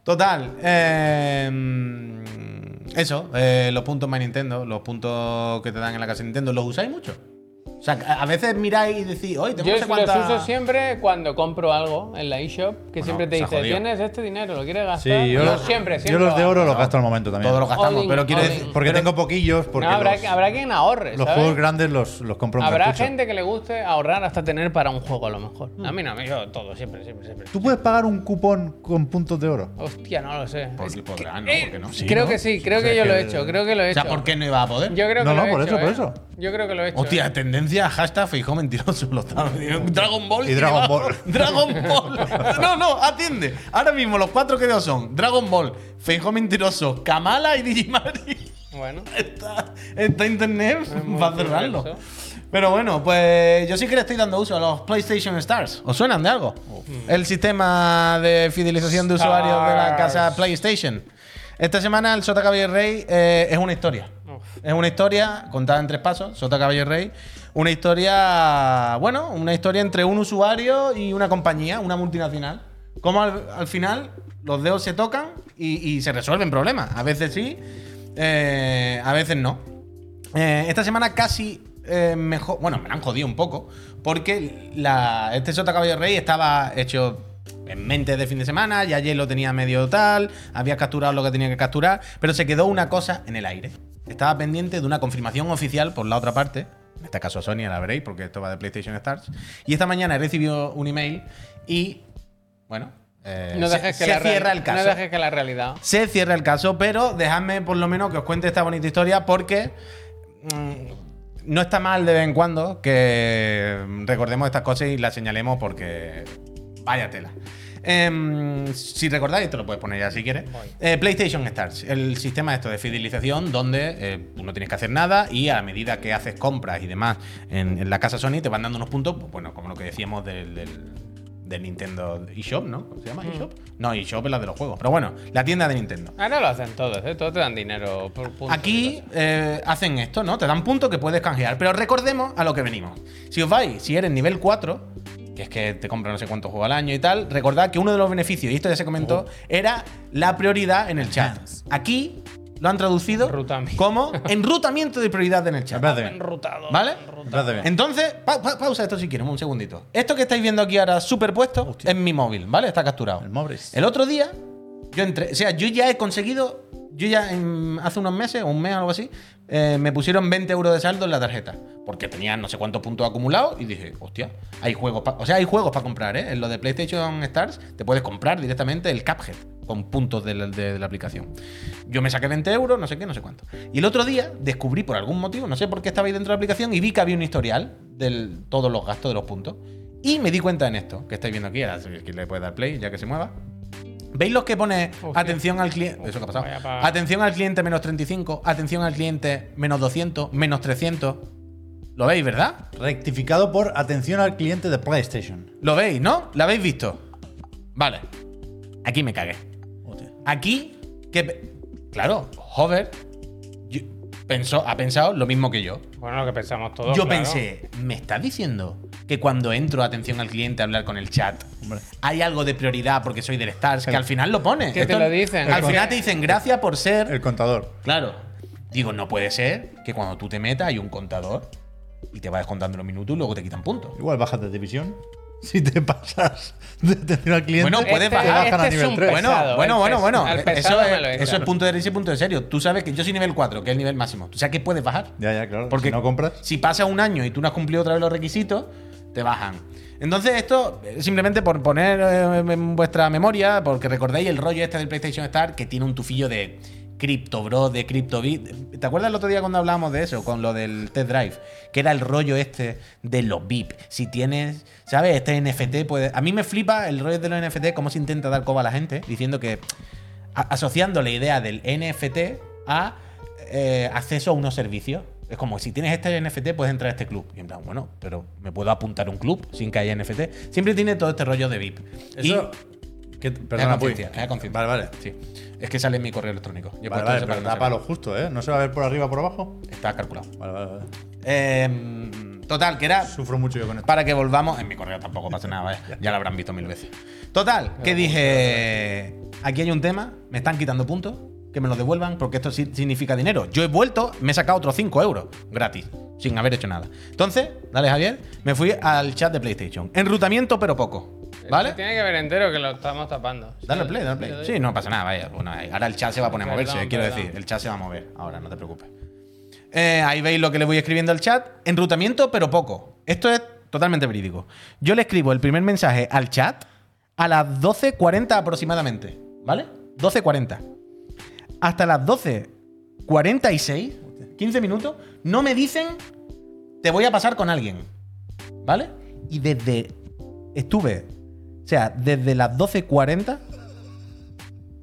B: Total. eh, eso, eh, los puntos más Nintendo, los puntos que te dan en la casa de Nintendo, ¿los usáis mucho? O sea, a a veces miráis y decís, oye, tengo
A: Yo
B: no
A: los
B: sé cuántas-
A: uso siempre cuando compro algo en la eShop, que siempre te
B: se ha
A: dice,
B: jodido.
A: tienes este dinero, ¿lo quieres
C: Sí,
A: gastar?
C: yo, los-
A: siempre, siempre.
C: yo los de
A: lo
C: oro
A: hago.
C: los gasto al momento también.
B: Todos los gastamos,
A: Odin,
B: pero quiero
A: Odin.
B: decir.
C: Porque
B: pero-
C: tengo poquillos, porque
A: No, habrá,
C: los,
A: habrá quien ahorre,
C: los
A: ¿sabes?
C: juegos grandes los, los compro en
A: Habrá
C: cartucho.
A: gente que le guste ahorrar hasta tener para un juego a lo mejor. A mí no, a mí yo todo, siempre, siempre, siempre.
C: Hmm. ¿Tú puedes pagar un cupón con puntos de oro?
A: Hostia, no lo sé.
B: Por-
A: Es que-
B: podrán, pues, ¿no? ¿Por qué no?
C: Pues Sí,
A: creo
C: ¿no?
A: que sí, creo
C: O sea,
A: que yo lo he
C: que-
A: hecho, creo que lo he
B: O
A: hecho.
B: sea, ¿por qué no iba a poder?
A: Yo creo
C: No,
A: que
C: no,
A: lo he
C: por
A: hecho,
C: eso, por
A: ¿eh?
C: eso.
A: Yo creo que lo he hecho.
B: Hostia,
A: ¿eh?
B: tendencia hashtag fijo mentiroso. Lo estaba diciendo. Dragon Ball
C: Y Dragon Ball.
B: Dragon Ball. No, no, atiende. Ahora mismo los cuatro que veo son Dragon Ball, fijo mentiroso, Kamala y Digimari.
A: Bueno.
B: Está, está internet
A: muy
B: para cerrarlo.
A: diverso.
B: Pero bueno, pues yo sí que le estoy dando uso a los PlayStation Stars. ¿Os suenan de algo? El sistema de fidelización de usuarios de la casa PlayStation. Esta semana el Sota Caballo y Rey eh, es una historia. Es una historia contada en tres pasos, Sota Caballo y Rey. Una historia, bueno, una historia entre un usuario y una compañía, una multinacional. Cómo al, al final los dedos se tocan y, y se resuelven problemas. A veces sí, eh, a veces no. Eh, esta semana casi eh, mejor. Bueno, me la han jodido un poco. Porque la, este Sota Caballo Rey estaba hecho en mente de fin de semana. Y ayer lo tenía medio tal. Había capturado lo que tenía que capturar. Pero se quedó una cosa en el aire. Estaba pendiente de una confirmación oficial por la otra parte. En este caso a Sony, la veréis, porque esto va de PlayStation Stars. Y esta mañana he recibido un email y. Bueno. eh,
A: No
B: se-
A: dejes que
B: se
A: la real-
B: cierra el caso
A: No dejes que la realidad.
B: se cierra el caso, pero dejadme por lo menos que os cuente esta bonita historia porque mm, no está mal de vez en cuando que mm, recordemos estas cosas y las señalemos porque vaya tela. Em, si recordáis, te lo puedes poner ya si quieres. Eh, PlayStation Stars, el sistema esto de fidelización donde eh, tú no tienes que hacer nada y a medida que haces compras y demás en, en la casa Sony te van dando unos puntos, pues, bueno, como lo que decíamos del- del, de Nintendo eShop, ¿no? ¿Cómo se llama eShop? No, eShop es la de los juegos. Pero bueno, la tienda de Nintendo.
A: Ahora lo hacen todos, ¿eh? Todos te dan dinero por puntos y
B: Aquí
A: cosas.
B: eh, hacen esto, ¿no? Te dan puntos que puedes canjear. Pero recordemos a lo que venimos. Si os vais, si eres nivel 4, que es que te compra no sé cuántos juegos al año y tal, recordad que uno de los beneficios, y esto ya se comentó, era la prioridad en el chat. Aquí lo han traducido
A: Enrutamiento.
B: como enrutamiento de prioridad en el
C: Me
B: chat.
C: parece bien.
A: Enrutado.
B: ¿Vale?
C: Me parece bien.
B: Entonces, pa- pa- pausa esto si quieren, un segundito. Esto que estáis viendo aquí ahora superpuesto es mi móvil, ¿vale? Está capturado.
C: El móvil.
B: El otro día, yo entré. O sea, yo ya he conseguido. Yo ya en- hace unos meses, un mes o algo así, eh, me pusieron 20 euros de saldo en la tarjeta. Porque tenía no sé cuántos puntos acumulados y dije, hostia, hay juegos. pa- o sea, hay juegos para comprar, ¿eh? En lo de PlayStation Stars te puedes comprar directamente el Cuphead con puntos de la, de- de la aplicación. Yo me saqué 20 euros, no sé qué, no sé cuánto. Y el otro día descubrí por algún motivo, no sé por qué estaba ahí dentro de la aplicación y vi que había un historial de todos los gastos de los puntos. Y me di cuenta en esto, que estáis viendo aquí, ahora si le puedes dar play ya que se mueva. ¿Veis los que pone
A: Hostia.
B: atención al cliente?
A: Uf,
B: Eso que ha pasado.
A: vaya pa-
B: Atención al cliente menos 35, atención al cliente menos 200, menos 300. ¿Lo veis, verdad?
C: Rectificado por atención al cliente de PlayStation.
B: ¿Lo veis, no? ¿La habéis visto? Vale. Aquí me cagué.
C: Hostia.
B: Aquí, que. pe- Claro, Hover yo- pensó, ha pensado lo mismo que yo.
A: Bueno, lo que pensamos todos.
B: yo
A: Oh, claro.
B: pensé, ¿me está diciendo que cuando entro a atención al cliente a hablar con el chat,
C: Hombre.
B: hay algo de prioridad porque soy del Stars? Que al final lo pone.
A: Que te lo dicen.
B: Al
A: El
B: final
A: con-
B: te dicen gracias por ser.
C: El contador.
B: Claro. Digo, no puede ser que cuando tú te metas hay un contador y te vas descontando los minutos y luego te quitan puntos.
C: Igual bajas de división. Si te pasas de atención al cliente.
B: Bueno, puedes
A: Este-
B: bajar.
A: ah,
C: Te bajan a
A: este es
C: nivel
A: un
C: tres.
B: Bueno,
A: pesado,
B: bueno,
A: el
B: bueno,
A: pes-
B: bueno.
A: al
B: Eso
A: pesado me lo
B: es,
A: echa.
B: eso es punto de risa y punto de serio. Tú sabes que yo soy nivel 4, que es el nivel máximo. Tú sabes que puedes bajar.
C: Ya, ya, claro.
B: Porque
C: si no compras.
B: Si pasa un año y tú no has cumplido otra vez los requisitos, te bajan. Entonces, esto eh, simplemente por poner eh, en vuestra memoria, porque recordéis el rollo este del PlayStation Star que tiene un tufillo de Crypto Bro, de CryptoBit. ¿Te acuerdas el otro día cuando hablábamos de eso, con lo del test drive? Que era el rollo este de los VIP. Si tienes, ¿sabes? Este NFT puede. A mí me flipa el rollo de los NFT, cómo se intenta dar coba a la gente, diciendo que a- asociando la idea del NFT a eh, acceso a unos servicios. Es como, si tienes este NFT, puedes entrar a este club. Y en plan, bueno, pero me puedo apuntar a un club sin que haya NFT. Siempre tiene todo este rollo de VIP. Y-
C: Eso. que-
B: Era
C: perdona, Puy.
B: conciencia, era conciencia.
C: Vale, vale.
B: Sí. Es que sale en mi correo electrónico. Yo he
C: Vale,
B: puesto
C: vale,
B: eso
C: pero
B: para que no
C: da
B: se
C: palo justo, ¿eh? No se va a ver por arriba o por abajo.
B: vea. Está calculado.
C: Vale, vale, vale.
B: Em, total, que era
C: Sufro mucho yo con esto.
B: para que volvamos. En mi correo tampoco pasa nada, vaya. ya lo habrán visto mil veces. Total, que dije, aquí hay un tema, me están quitando puntos, que me los devuelvan porque esto sí significa dinero. Yo he vuelto, me he sacado otros 5 euros gratis, sin haber hecho nada. Entonces, dale Javier, me fui al chat de PlayStation. Enrutamiento, pero poco. ¿Vale?
A: Se Tiene que ver entero que lo estamos tapando. Ah,
B: Dale play, dale play. Sí, no pasa nada, vaya. Bueno, ahora el chat se va a poner a
A: Perdón,
B: moverse, quiero
A: perdón.
B: decir. El chat se va a mover ahora, no te preocupes. Eh, ahí veis lo que le voy escribiendo al chat. Enrutamiento, pero poco. Esto es totalmente verídico. Yo le escribo el primer mensaje al chat a las 12.40 aproximadamente. ¿Vale? 12.40. Hasta las 12.46, 15 minutos, no me dicen te voy a pasar con alguien. ¿Vale? Y desde. Estuve. O sea, desde las 12.40.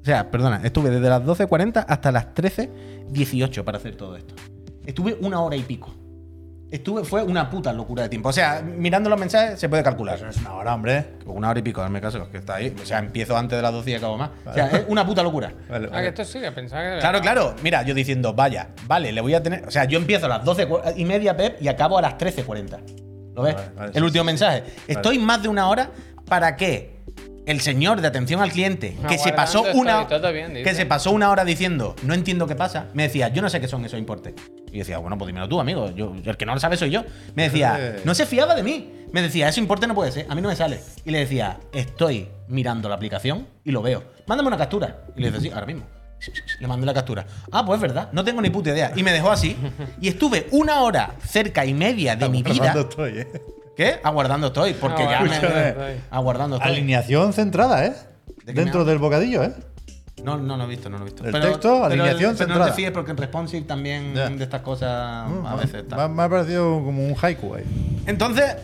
B: O sea, perdona, estuve desde las 12.40 hasta las 13.18 para hacer todo esto. Estuve una hora y pico. Estuve, fue una puta locura de tiempo. O sea, mirando los mensajes se puede calcular.
C: Eso es una hora, hombre.
B: Una hora y pico, hazme caso, que está ahí. O sea, empiezo antes de las 12 y acabo más. O sea, es una puta locura.
A: Ah,
C: Vale, vale.
A: que esto sigue, pensaba que.
B: Claro, claro. Mira, yo diciendo, vaya, vale, le voy a tener. O sea, yo empiezo a las 12 cu- y media, Pep, y acabo a las 13.40. ¿Lo ves?
C: Vale, vale,
B: el
C: sí,
B: último mensaje. Estoy más de una hora para que el señor de atención al cliente, que se
A: Aguardando
B: pasó
A: estoy,
B: una.
A: todo bien, dice.
B: que se pasó una hora diciendo, no entiendo qué pasa, me decía, yo no sé qué son esos importes. Y yo decía, bueno, pues dímelo tú, amigo. Yo, yo el que no lo sabe soy yo. Me decía,
C: Eh.
B: no se fiaba de mí. Me decía, ese importe no puede ser, a mí no me sale. Y le decía, estoy mirando la aplicación y lo veo. Mándame una captura. Y le decía, sí, ahora mismo. Le mandé la captura. Ah, pues es verdad, no tengo ni puta idea. Y me dejó así. Y estuve una hora cerca y media de mi vida.
C: Guardando Ah, estoy, ¿eh?
B: ¿Qué? Aguardando estoy, porque ya
A: Aguardando
B: me.
A: estoy.
B: Aguardando estoy.
C: Alineación centrada, ¿eh?
B: ¿De qué me
C: Dentro
B: hablas?
C: del bocadillo, ¿eh?
B: No, no lo he visto, no lo he visto.
C: El texto, alineación
B: pero no
C: centrada.
B: te fíes porque en responsive también
C: Ya.
B: de estas cosas a
C: Mm,
B: veces está.
C: me, me ha parecido como un haiku ahí.
B: Entonces,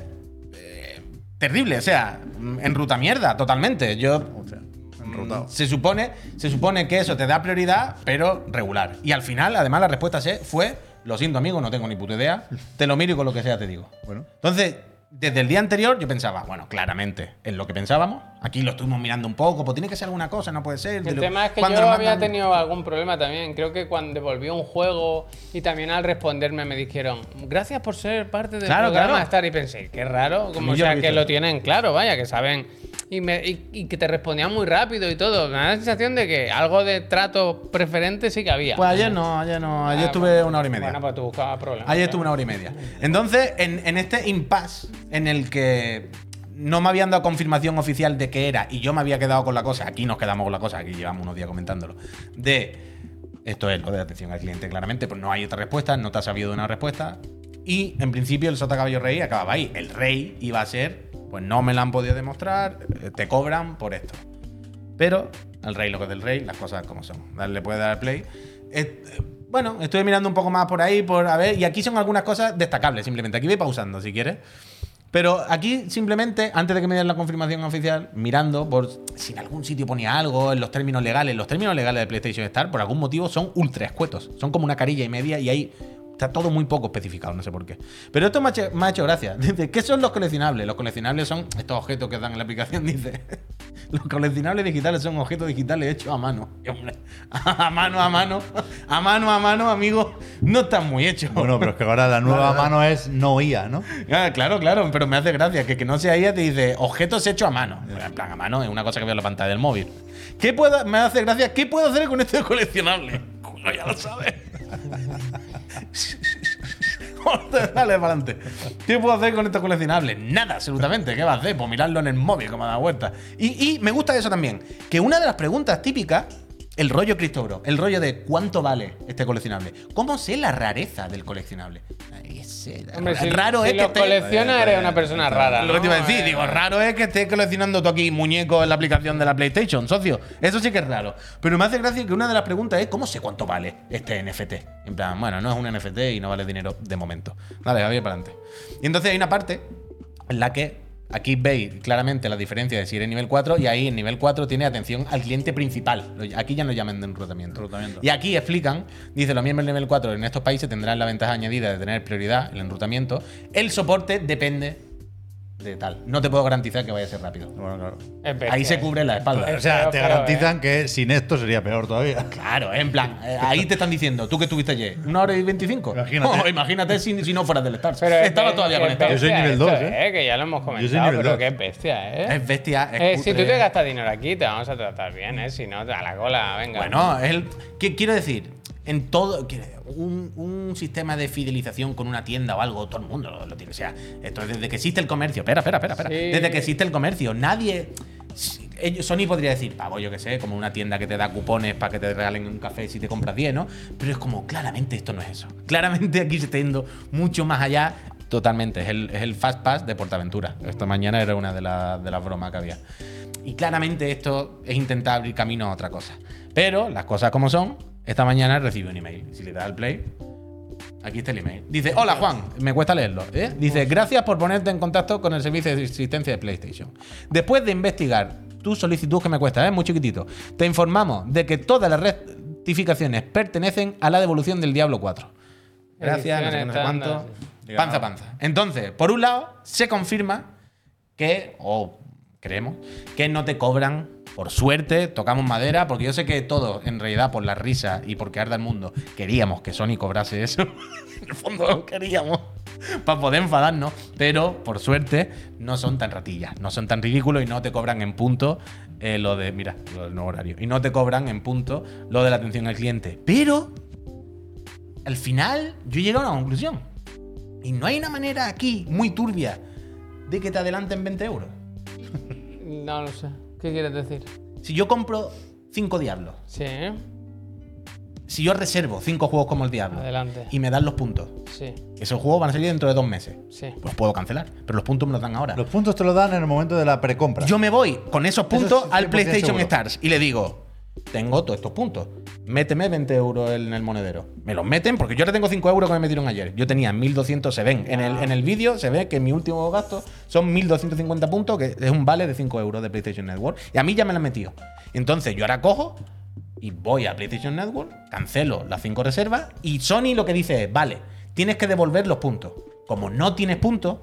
B: eh, terrible, o sea, en ruta mierda, totalmente. Yo
C: O sea,
B: Mm,
C: enrutado.
B: Se supone, se supone que eso te da prioridad, pero regular. Y al final, además, la respuesta se- fue: Lo siento, amigo, no tengo ni puta idea. Te lo miro y con lo que sea te digo.
C: Bueno.
B: Entonces, desde el día anterior yo pensaba, bueno, claramente, es lo que pensábamos. Aquí lo estuvimos mirando un poco, pues tiene que ser alguna cosa, no puede ser. de
A: El
B: lo-
A: tema es que yo
B: cuando nos
A: había
B: mandan-
A: tenido algún problema también. Creo que cuando devolví un juego y también al responderme me dijeron, gracias por ser parte del
B: Claro,
A: programa
B: claro.
A: estar. Y pensé, qué raro, como
B: yo lo
A: sea
B: he
A: que
B: visto.
A: lo tienen claro, vaya, que saben y, me- y- y que te respondían muy rápido y todo. Me da la sensación de que algo de trato preferente sí que había.
B: Pues ayer no, ayer no. Ayer
A: Ah,
B: estuve una hora y media.
A: Bueno, pues tú buscabas problemas.
B: Ayer estuve una hora y media. Entonces, en, en este impasse en el que no me habían dado confirmación oficial de que era y yo me había quedado con la cosa, aquí nos quedamos con la cosa, aquí llevamos unos días comentándolo, de esto es lo de atención al cliente, claramente, pues no hay otra respuesta, no te ha sabido de una respuesta. Y en principio el Sota Caballo Rey acababa ahí. El rey iba a ser, pues no me la han podido demostrar, eh, te cobran por esto. Pero el rey lo que es del rey, las cosas como son. Dale- Le puede dar al play. Eh, eh, bueno, estuve mirando un poco más por ahí, por a ver. Y aquí son algunas cosas destacables, simplemente. Aquí voy pausando si quieres. Pero aquí simplemente, antes de que me den la confirmación oficial, mirando por si en algún sitio ponía algo, en los términos legales, los términos legales de PlayStation Star, por algún motivo, son ultra escuetos. Son como una carilla y media y ahí está todo muy poco especificado, no sé por qué. Pero esto me ha hecho, me ha hecho gracia. Dice, ¿qué son los coleccionables? Los coleccionables son estos objetos que dan en la aplicación, dice. Los coleccionables digitales son objetos digitales hechos a mano. Y, hombre, a mano, a mano, a mano, a mano, amigo, no están muy hechos.
C: Bueno, pero es que ahora la nueva mano es no IA, ¿no?
B: Ah, claro, claro, pero me hace gracia que, que no sea ella te dice objetos hechos a mano. En plan, a mano es una cosa que veo en la pantalla del móvil. ¿Qué puedo, me hace gracia, ¿qué puedo hacer con este coleccionable? Culo, ya lo sabes. Joder, Dale, para adelante. ¿Qué puedo hacer con estos coleccionables? Nada, absolutamente. ¿Qué vas a hacer? Pues mirarlo en el móvil, como da vuelta. Y, y me gusta eso también. Que una de las preguntas típicas, el rollo Cristobro, el rollo de cuánto vale este coleccionable. ¿Cómo sé la rareza del coleccionable? Ay, ese-
A: Hombre, si,
B: raro
A: si
B: es que
A: los
B: esté-
A: coleccionas eres una persona rara.
B: lo que te iba a
A: ¿no?
B: decir,
A: Eh,
B: digo, raro es que estés coleccionando tú aquí muñecos en la aplicación de la PlayStation, socio. Eso sí que es raro. Pero me hace gracia que una de las preguntas es: ¿cómo sé cuánto vale este NFT? En plan, bueno, no es un NFT y no vale dinero de momento. Vale, Javier, para adelante. Y entonces hay una parte en la que aquí veis claramente la diferencia de si eres nivel 4 y ahí en nivel 4 tiene atención al cliente principal. Lo- Aquí ya no llaman de enrutamiento.
C: Enrutamiento.
B: Y aquí explican, dice, los miembros del nivel 4 en estos países tendrán la ventaja añadida de tener prioridad el enrutamiento. El soporte depende de tal. No te puedo garantizar que vaya a ser rápido.
C: Bueno, claro.
A: es bestia.
B: Ahí se cubre la espalda.
C: O sea,
A: Pero,
C: te
A: pero, eh.
C: garantizan que sin esto sería peor todavía.
B: Claro, en plan, eh, ahí te están diciendo, tú que estuviste ayer, una hora y veinticinco. Oh,
C: Imagínate.
B: imagínate si, si no fueras del Star.
A: Pero es
B: Estaba
A: be-
B: todavía
A: es
B: conectado.
C: Yo soy
A: bestia
C: nivel
A: esto,
C: dos, ¿eh?
A: Que ya lo hemos comentado,
C: nivel
A: pero
C: dos.
A: que es bestia, ¿eh?
B: Es bestia. Es
A: Eh, si tú
B: cutre.
A: te gastas dinero aquí, te vamos a tratar bien, ¿eh? Si no, te a la cola, venga.
B: Bueno, él. ¿Qué quiero decir? En todo. quiero- Un, un sistema de fidelización con una tienda o algo, todo el mundo lo, lo tiene. O sea, esto es desde que existe el comercio. Espera, espera, espera, espera.
A: Sí.
B: Desde que existe el comercio, nadie. si- ellos- Sony podría decir, pavo, yo qué sé, como una tienda que te da cupones para que te regalen un café si te compras 10, ¿no? Pero es como, claramente esto no es eso. Claramente aquí se está yendo mucho más allá. Totalmente, es el, es el Fast Pass de Portaventura. Esta mañana era una de, la- de las bromas que había. Y claramente esto es intentar abrir camino a otra cosa. Pero las cosas como son, esta mañana recibe un email. Si le das al play, aquí está el email. Dice, hola Juan, me cuesta leerlo. ¿eh? Dice, gracias por ponerte en contacto con el servicio de asistencia de PlayStation. Después de investigar tu solicitud que me cuesta, es muy chiquitito, te informamos de que todas las rectificaciones pertenecen a la devolución del Diablo 4. Gracias, no sé qué, no sé
A: Edición
B: cuánto.
A: estándar,
B: Panza, panza. Entonces, por un lado, se confirma que, o creemos, que no te cobran. Por suerte, tocamos madera, porque yo sé que todos, en realidad, por la risa y porque arda el mundo, queríamos que Sony cobrase eso. en el fondo lo queríamos. Para poder enfadarnos. Pero, por suerte, no son tan ratillas, no son tan ridículos y no te cobran en punto eh, lo de. Mira, lo del nuevo horario. Y no te cobran en punto lo de la atención al cliente. Pero, al final, yo llego a una conclusión. Y no hay una manera aquí muy turbia de que te adelanten 20 euros.
A: No lo sé. ¿Qué quieres decir?
B: Si yo compro 5 diablos,
A: Sí, ¿eh?
B: si yo reservo 5 juegos como el diablo
A: Adelante.
B: y me dan los puntos,
A: Sí,
B: esos juegos van a salir dentro de dos meses.
A: sí.
B: Los puedo cancelar, pero los puntos me los dan ahora.
C: Los puntos te los dan en el momento de la precompra.
B: Yo me voy con esos puntos
C: Eso es
B: al
C: 100%
B: PlayStation
C: seguro.
B: Stars y le digo, tengo todos estos puntos. Méteme 20 euros en el monedero. Me los meten porque yo ahora tengo 5 euros que me metieron ayer. Yo tenía 1200, se ven. En el, en el vídeo se ve que mi último gasto son 1250 puntos, que es un vale de 5 euros de PlayStation Network. Y a mí ya me lo han metido. Entonces yo ahora cojo y voy a PlayStation Network, cancelo las 5 reservas y Sony lo que dice es, vale, tienes que devolver los puntos. Como no tienes puntos,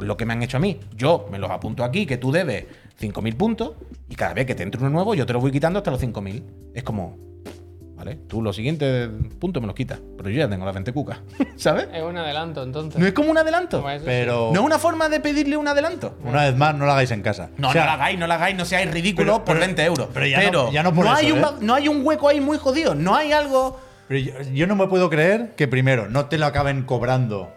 B: lo que me han hecho a mí, yo me los apunto aquí, que tú debes 5.000 puntos y cada vez que te entre uno nuevo yo te lo voy quitando hasta los 5.000. Es como, vale, ¿vale? Tú los siguientes puntos me los quitas, pero yo ya tengo la mente cuca, ¿sabes?
A: Es un adelanto, entonces.
B: No es como un adelanto.
A: Como eso,
C: Pero
B: No es una forma de pedirle un adelanto.
C: una vez más, no lo hagáis en casa.
B: No,
C: O sea,
B: no la hagáis, no la hagáis, no seáis ridículos
C: pero-
B: por
C: pero-
B: 20 euros.
C: pero ya no- ya no por eso,
B: hay un,
C: ¿eh?
B: ba- no hay un hueco ahí muy jodido, no hay algo.
C: Pero yo, yo no me puedo creer que primero no te lo acaben cobrando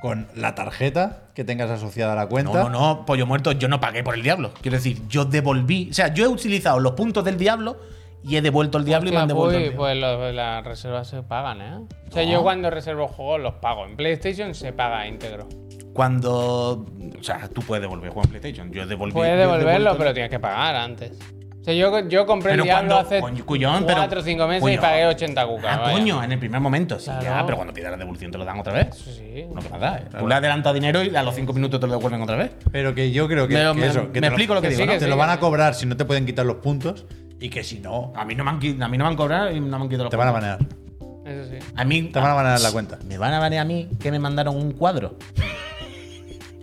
C: con la tarjeta que tengas asociada a la
B: No,
C: cuenta.
B: no, no, pollo muerto, yo no pagué por el diablo. Quiero decir, yo devolví. O sea, yo he utilizado los puntos del diablo y he devuelto el diablo y me
A: Hostia,
B: han devuelto. el
A: pues,
B: diablo.
A: pues los- las reservas se pagan, ¿eh? O sea, yo cuando reservo juegos los pago. En PlayStation se paga íntegro.
B: Cuando. O sea, tú puedes devolver juego en PlayStation. Yo devolví.
A: Puedes
B: yo he
A: devolverlo,
B: devuelto-
A: pero tienes que pagar antes. O sea, yo, yo compré
B: Pero
A: el Diablo
B: cuando-
A: hace
B: coño, cuyón, pero-
A: 4 o 5 meses y
B: cuyón.
A: pagué 80 cucas.
B: Ah,
A: vaya.
B: coño, en el primer momento. Sí, ya,
A: Claro.
B: pero cuando pidas la devolución te lo dan otra vez.
A: Sí, sí.
B: No pasa nada. ¿eh? Tú le adelantas dinero y a los 5 minutos te lo devuelven otra vez.
C: Pero que yo creo que,
B: Pero
C: que
B: me-
C: eso,
B: me
C: que te
B: explico lo que digo,
C: sí,
B: ¿no?
C: te
A: sí,
C: lo van a
A: sí.
C: cobrar si no te pueden quitar los puntos y que si no,
B: A mí no me han, qui- a mí no me han cobrado y no me han quitado los
C: te van a
B: puntos.
C: banear.
A: Eso sí.
B: A mí
C: Te van a banear la cuenta.
B: Me van a banear a mí que me mandaron un cuadro.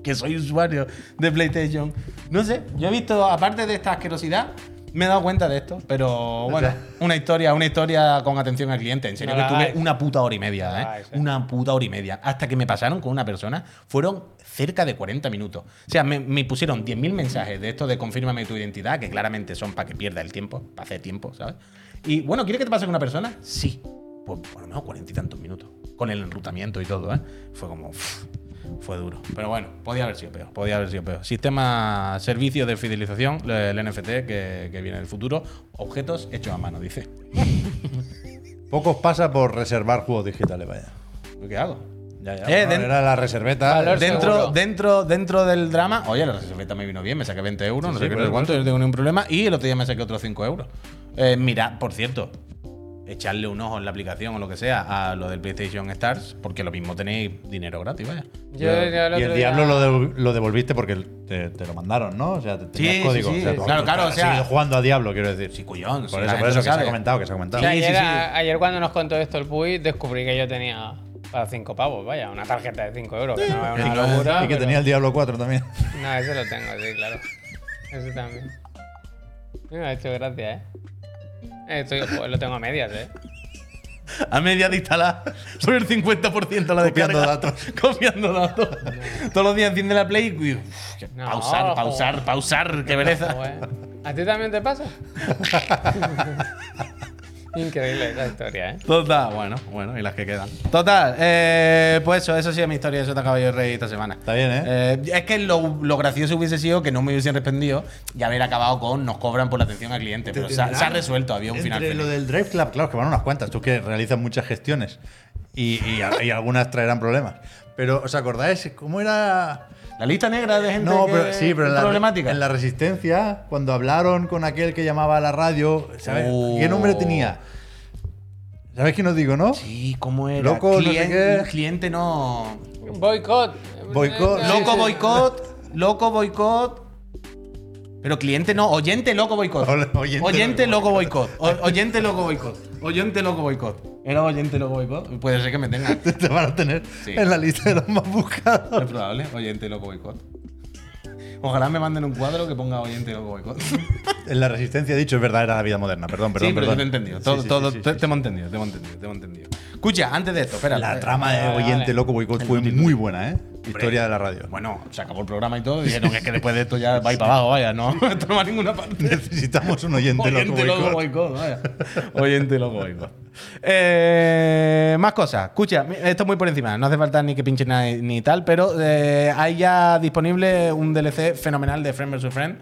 B: que soy usuario de PlayStation. No sé, yo he visto, aparte de esta asquerosidad, me he dado cuenta de esto. Pero bueno, una historia, una historia con atención al cliente. En serio,
A: No la
B: que tuve
A: hagáis.
B: una puta hora y media,
A: No la
B: ¿eh?
A: hagáis, eh.
B: Una puta hora y media. Hasta que me pasaron con una persona, fueron cerca de 40 minutos. O sea, me, me pusieron 10.000 mensajes de esto de confírmame tu identidad, que claramente son para que pierda el tiempo, para hacer tiempo, ¿sabes? Y bueno, ¿quieres que te pase con una persona? Sí. Pues por lo menos cuarenta y tantos minutos. Con el enrutamiento y todo, ¿eh? Fue como. uff, fue duro. Pero bueno, podía haber sido peor. Podía haber sido peor. Sistema servicio de fidelización, el NFT que, que viene en el futuro. Objetos hechos a mano, dice.
C: Pocos pasa por reservar juegos digitales, vaya.
B: ¿Qué hago?
C: Ya, ya,
B: Eh,
C: bueno,
B: den-
C: era la reserveta. eh,
A: Valor
C: de-
B: Dentro,
A: seguro.
B: dentro, dentro del drama, oye, la reserveta me vino bien, me saqué 20 euros, no
C: sí,
B: sé qué, no
C: por
B: sé cuánto, yo no tengo ningún problema. Y el otro día me saqué otros 5 euros. Eh, mira, por cierto, echarle un ojo en la aplicación o lo que sea a lo del PlayStation Stars, porque lo mismo tenéis dinero gratis, vaya.
A: Yo, yo
C: y el
A: otro
C: diablo
A: día-
C: lo, dev- lo devolviste porque te, te lo mandaron, ¿no? O sea, te tenías
B: Sí, sí,
C: código.
B: sí,
C: o sea,
B: sí,
C: tú-
B: claro,
C: tú
B: claro, o
C: has
B: sea-
C: seguido jugando a diablo, quiero decir.
B: Sí, cuyón,
C: por
B: sí,
C: eso,
B: la
C: por
B: gente
C: eso que se ha
B: sabe.
C: comentado, que se ha
A: O
C: comentado.
A: sea,
B: Sí, sí,
A: ayer,
B: sí.
A: a- ayer cuando nos contó esto el Puy, descubrí que yo tenía para 5 pavos, vaya, una tarjeta de 5 euros. que no es una locura.
C: y que
A: pero-
C: tenía el Diablo 4 también.
A: No, ese lo tengo, sí, claro. Ese también. Me ha hecho gracia, ¿eh? Eh, Estoy, joder, lo tengo a medias, ¿eh?
B: A media de instalar sobre el 50% la
C: Copiando
B: descarga.
C: datos.
B: Copiando datos. Todos los días enciende la Play y digo, "Uf, que
A: No,
B: pausar, pausar,
A: joder.
B: pausar, qué pereza.
A: Joder. ¿A ti también te pasa? Increíble esa historia, ¿eh?
B: Total, bueno, bueno, y las que quedan. Total, eh, pues eso, eso ha sido mi historia, eso te acabo yo de reír esta semana.
C: Está bien, ¿eh?
B: Eh, es que lo, lo gracioso hubiese sido que no me hubiesen respondido y haber acabado con nos cobran por la atención al cliente. Pero se ha, se ha resuelto, había un final.
C: Entre
B: feliz.
C: lo del Drive Club, claro, que van unas cuantas. Tú que realizas muchas gestiones y, y a- y algunas traerán problemas. Pero, ¿os acordáis cómo era...?
B: La lista negra de gente
C: No,
B: que-
C: pero sí, pero en la,
B: problemática.
C: en la Resistencia, cuando hablaron con aquel que llamaba a la radio, ¿sabes?
B: Oh.
C: ¿Qué nombre tenía? ¿Sabes qué os digo, no?
B: Sí, ¿cómo era?
C: Loco, no sé
B: Clien-
C: qué.
B: Cliente no.
A: Boicot.
C: Boicot.
A: Eh,
B: Loco
A: eh,
B: boicot, loco boicot. Pero cliente no, oyente loco boicot.
C: Ole- oyente
B: Oyente, loco boicot. O- Oyente loco boicot. Oyente loco boicot. Era oyente loco boicot. Puede ser que me tenga.
C: Te, te van a tener
B: Sí.
C: en la lista de los más
B: Es
C: buscados.
B: probable, oyente loco boicot. Ojalá me manden un cuadro que ponga oyente loco boicot. sí,
C: En la Resistencia, he dicho, es verdad, era la vida moderna. Perdón, perdón,
B: pero yo
C: perdón.
B: te he entendido.
C: Sí,
B: Todo,
C: sí,
B: todo,
C: sí, sí,
B: te,
C: sí.
B: te hemos entendido, te hemos entendido, te hemos entendido. Escucha, antes de esto, espera.
C: La
B: eh,
C: trama de
A: Vale, vale.
C: Oyente Loco Boicot fue muy buena, ¿eh? Historia de la radio.
B: Bueno, se acabó el programa y todo. y Dijeron que es que después de esto ya vais para abajo, vaya, no no toma ninguna parte.
C: Necesitamos un Oyente,
B: Oyente
C: Loco
B: loco
C: Boicot.
B: boicot, vaya. Oyente loco boicot. Eh, más cosas. Escucha, mi- esto es muy por encima. No hace falta ni que pinche nada ni tal, pero eh, hay ya disponible un DLC fenomenal de Friend vs. Friend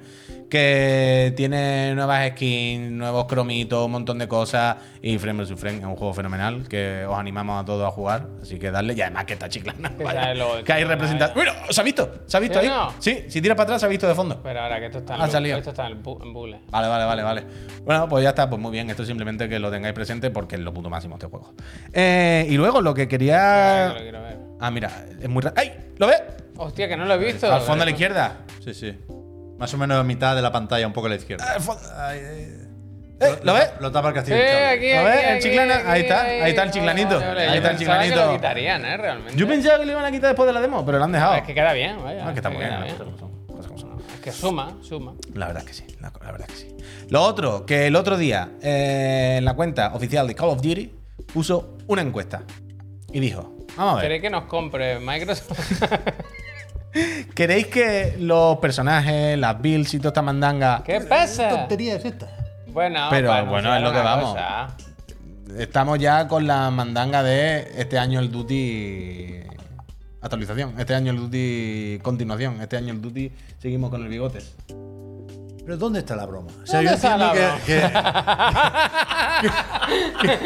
B: que tiene nuevas skins, nuevos cromitos, un montón de cosas. Y Friend vs. Friend es un juego fenomenal que os animamos a todos a jugar. Así que darle. Y además que está chiclana.
A: Que
B: vaya,
A: sale luego de
B: Que hay
A: Chiclana,
B: representación. Mira, se ha visto. Se ha visto
A: ¿Sí
B: ahí.
A: o no?
B: Sí, si tiras para atrás se ha visto de fondo.
A: Pero ahora que esto está en,
B: Ha
A: bu-
B: salido. Eh,
A: Esto está en, el bu- en bule.
B: Vale, vale, vale, vale. Bueno, pues ya está, pues muy bien. Esto simplemente que lo tengáis presente porque es lo puto máximo este juego. Eh, y luego lo que
A: Ahora que lo
B: quería.
A: quiero ver.
B: Ah, mira, es muy raro. ¡Ay! ¿Lo ves? Ah.
A: Hostia, que no lo he visto.
B: Al fondo a la izquierda.
C: Sí, sí. Más o menos a mitad de la pantalla, un poco a la izquierda.
B: Al Ah, fondo- ay, ay. Eh, ¿Lo ves? Eh,
C: Lo tapa el
A: Sí,
C: castillo. de Chávez.
A: aquí, aquí,
B: ¿Lo ves? El
A: aquí,
B: chiclana.
A: aquí,
B: Ahí está, ahí está el
A: Vale,
B: chiclanito.
A: vale,
B: Ahí
A: yo
B: está
A: pensaba
B: el
A: Que
B: chiclanito.
A: lo quitarían, ¿eh? Realmente.
B: Yo pensaba que lo iban a quitar después de la demo, pero lo han dejado.
A: Es que queda bien, vaya.
B: No, es que está muy bien.
A: queda
B: las
A: bien.
B: cosas como son, cosas como son.
A: Que suma, suma.
B: La verdad es que sí, la, la verdad es que sí. Lo otro, que el otro día eh, en la cuenta oficial de Call of Duty puso una encuesta y dijo, vamos a ver,
A: ¿Queréis que nos compre Microsoft?
B: ¿queréis que los personajes, las builds y toda esta mandanga...
A: ¿Qué
C: ¿Qué
A: pasa?
C: tontería es esta?
A: Bueno,
B: Pero,
A: para
B: bueno,
A: anunciar
B: es lo que
A: una
B: vamos.
A: cosa.
B: Estamos ya con la mandanga de este año el Duty actualización, este año el Duty continuación, este año el Duty seguimos con el bigotes.
C: ¿Pero dónde está la broma? O
A: ¿Dónde está la
C: entiendo que- que-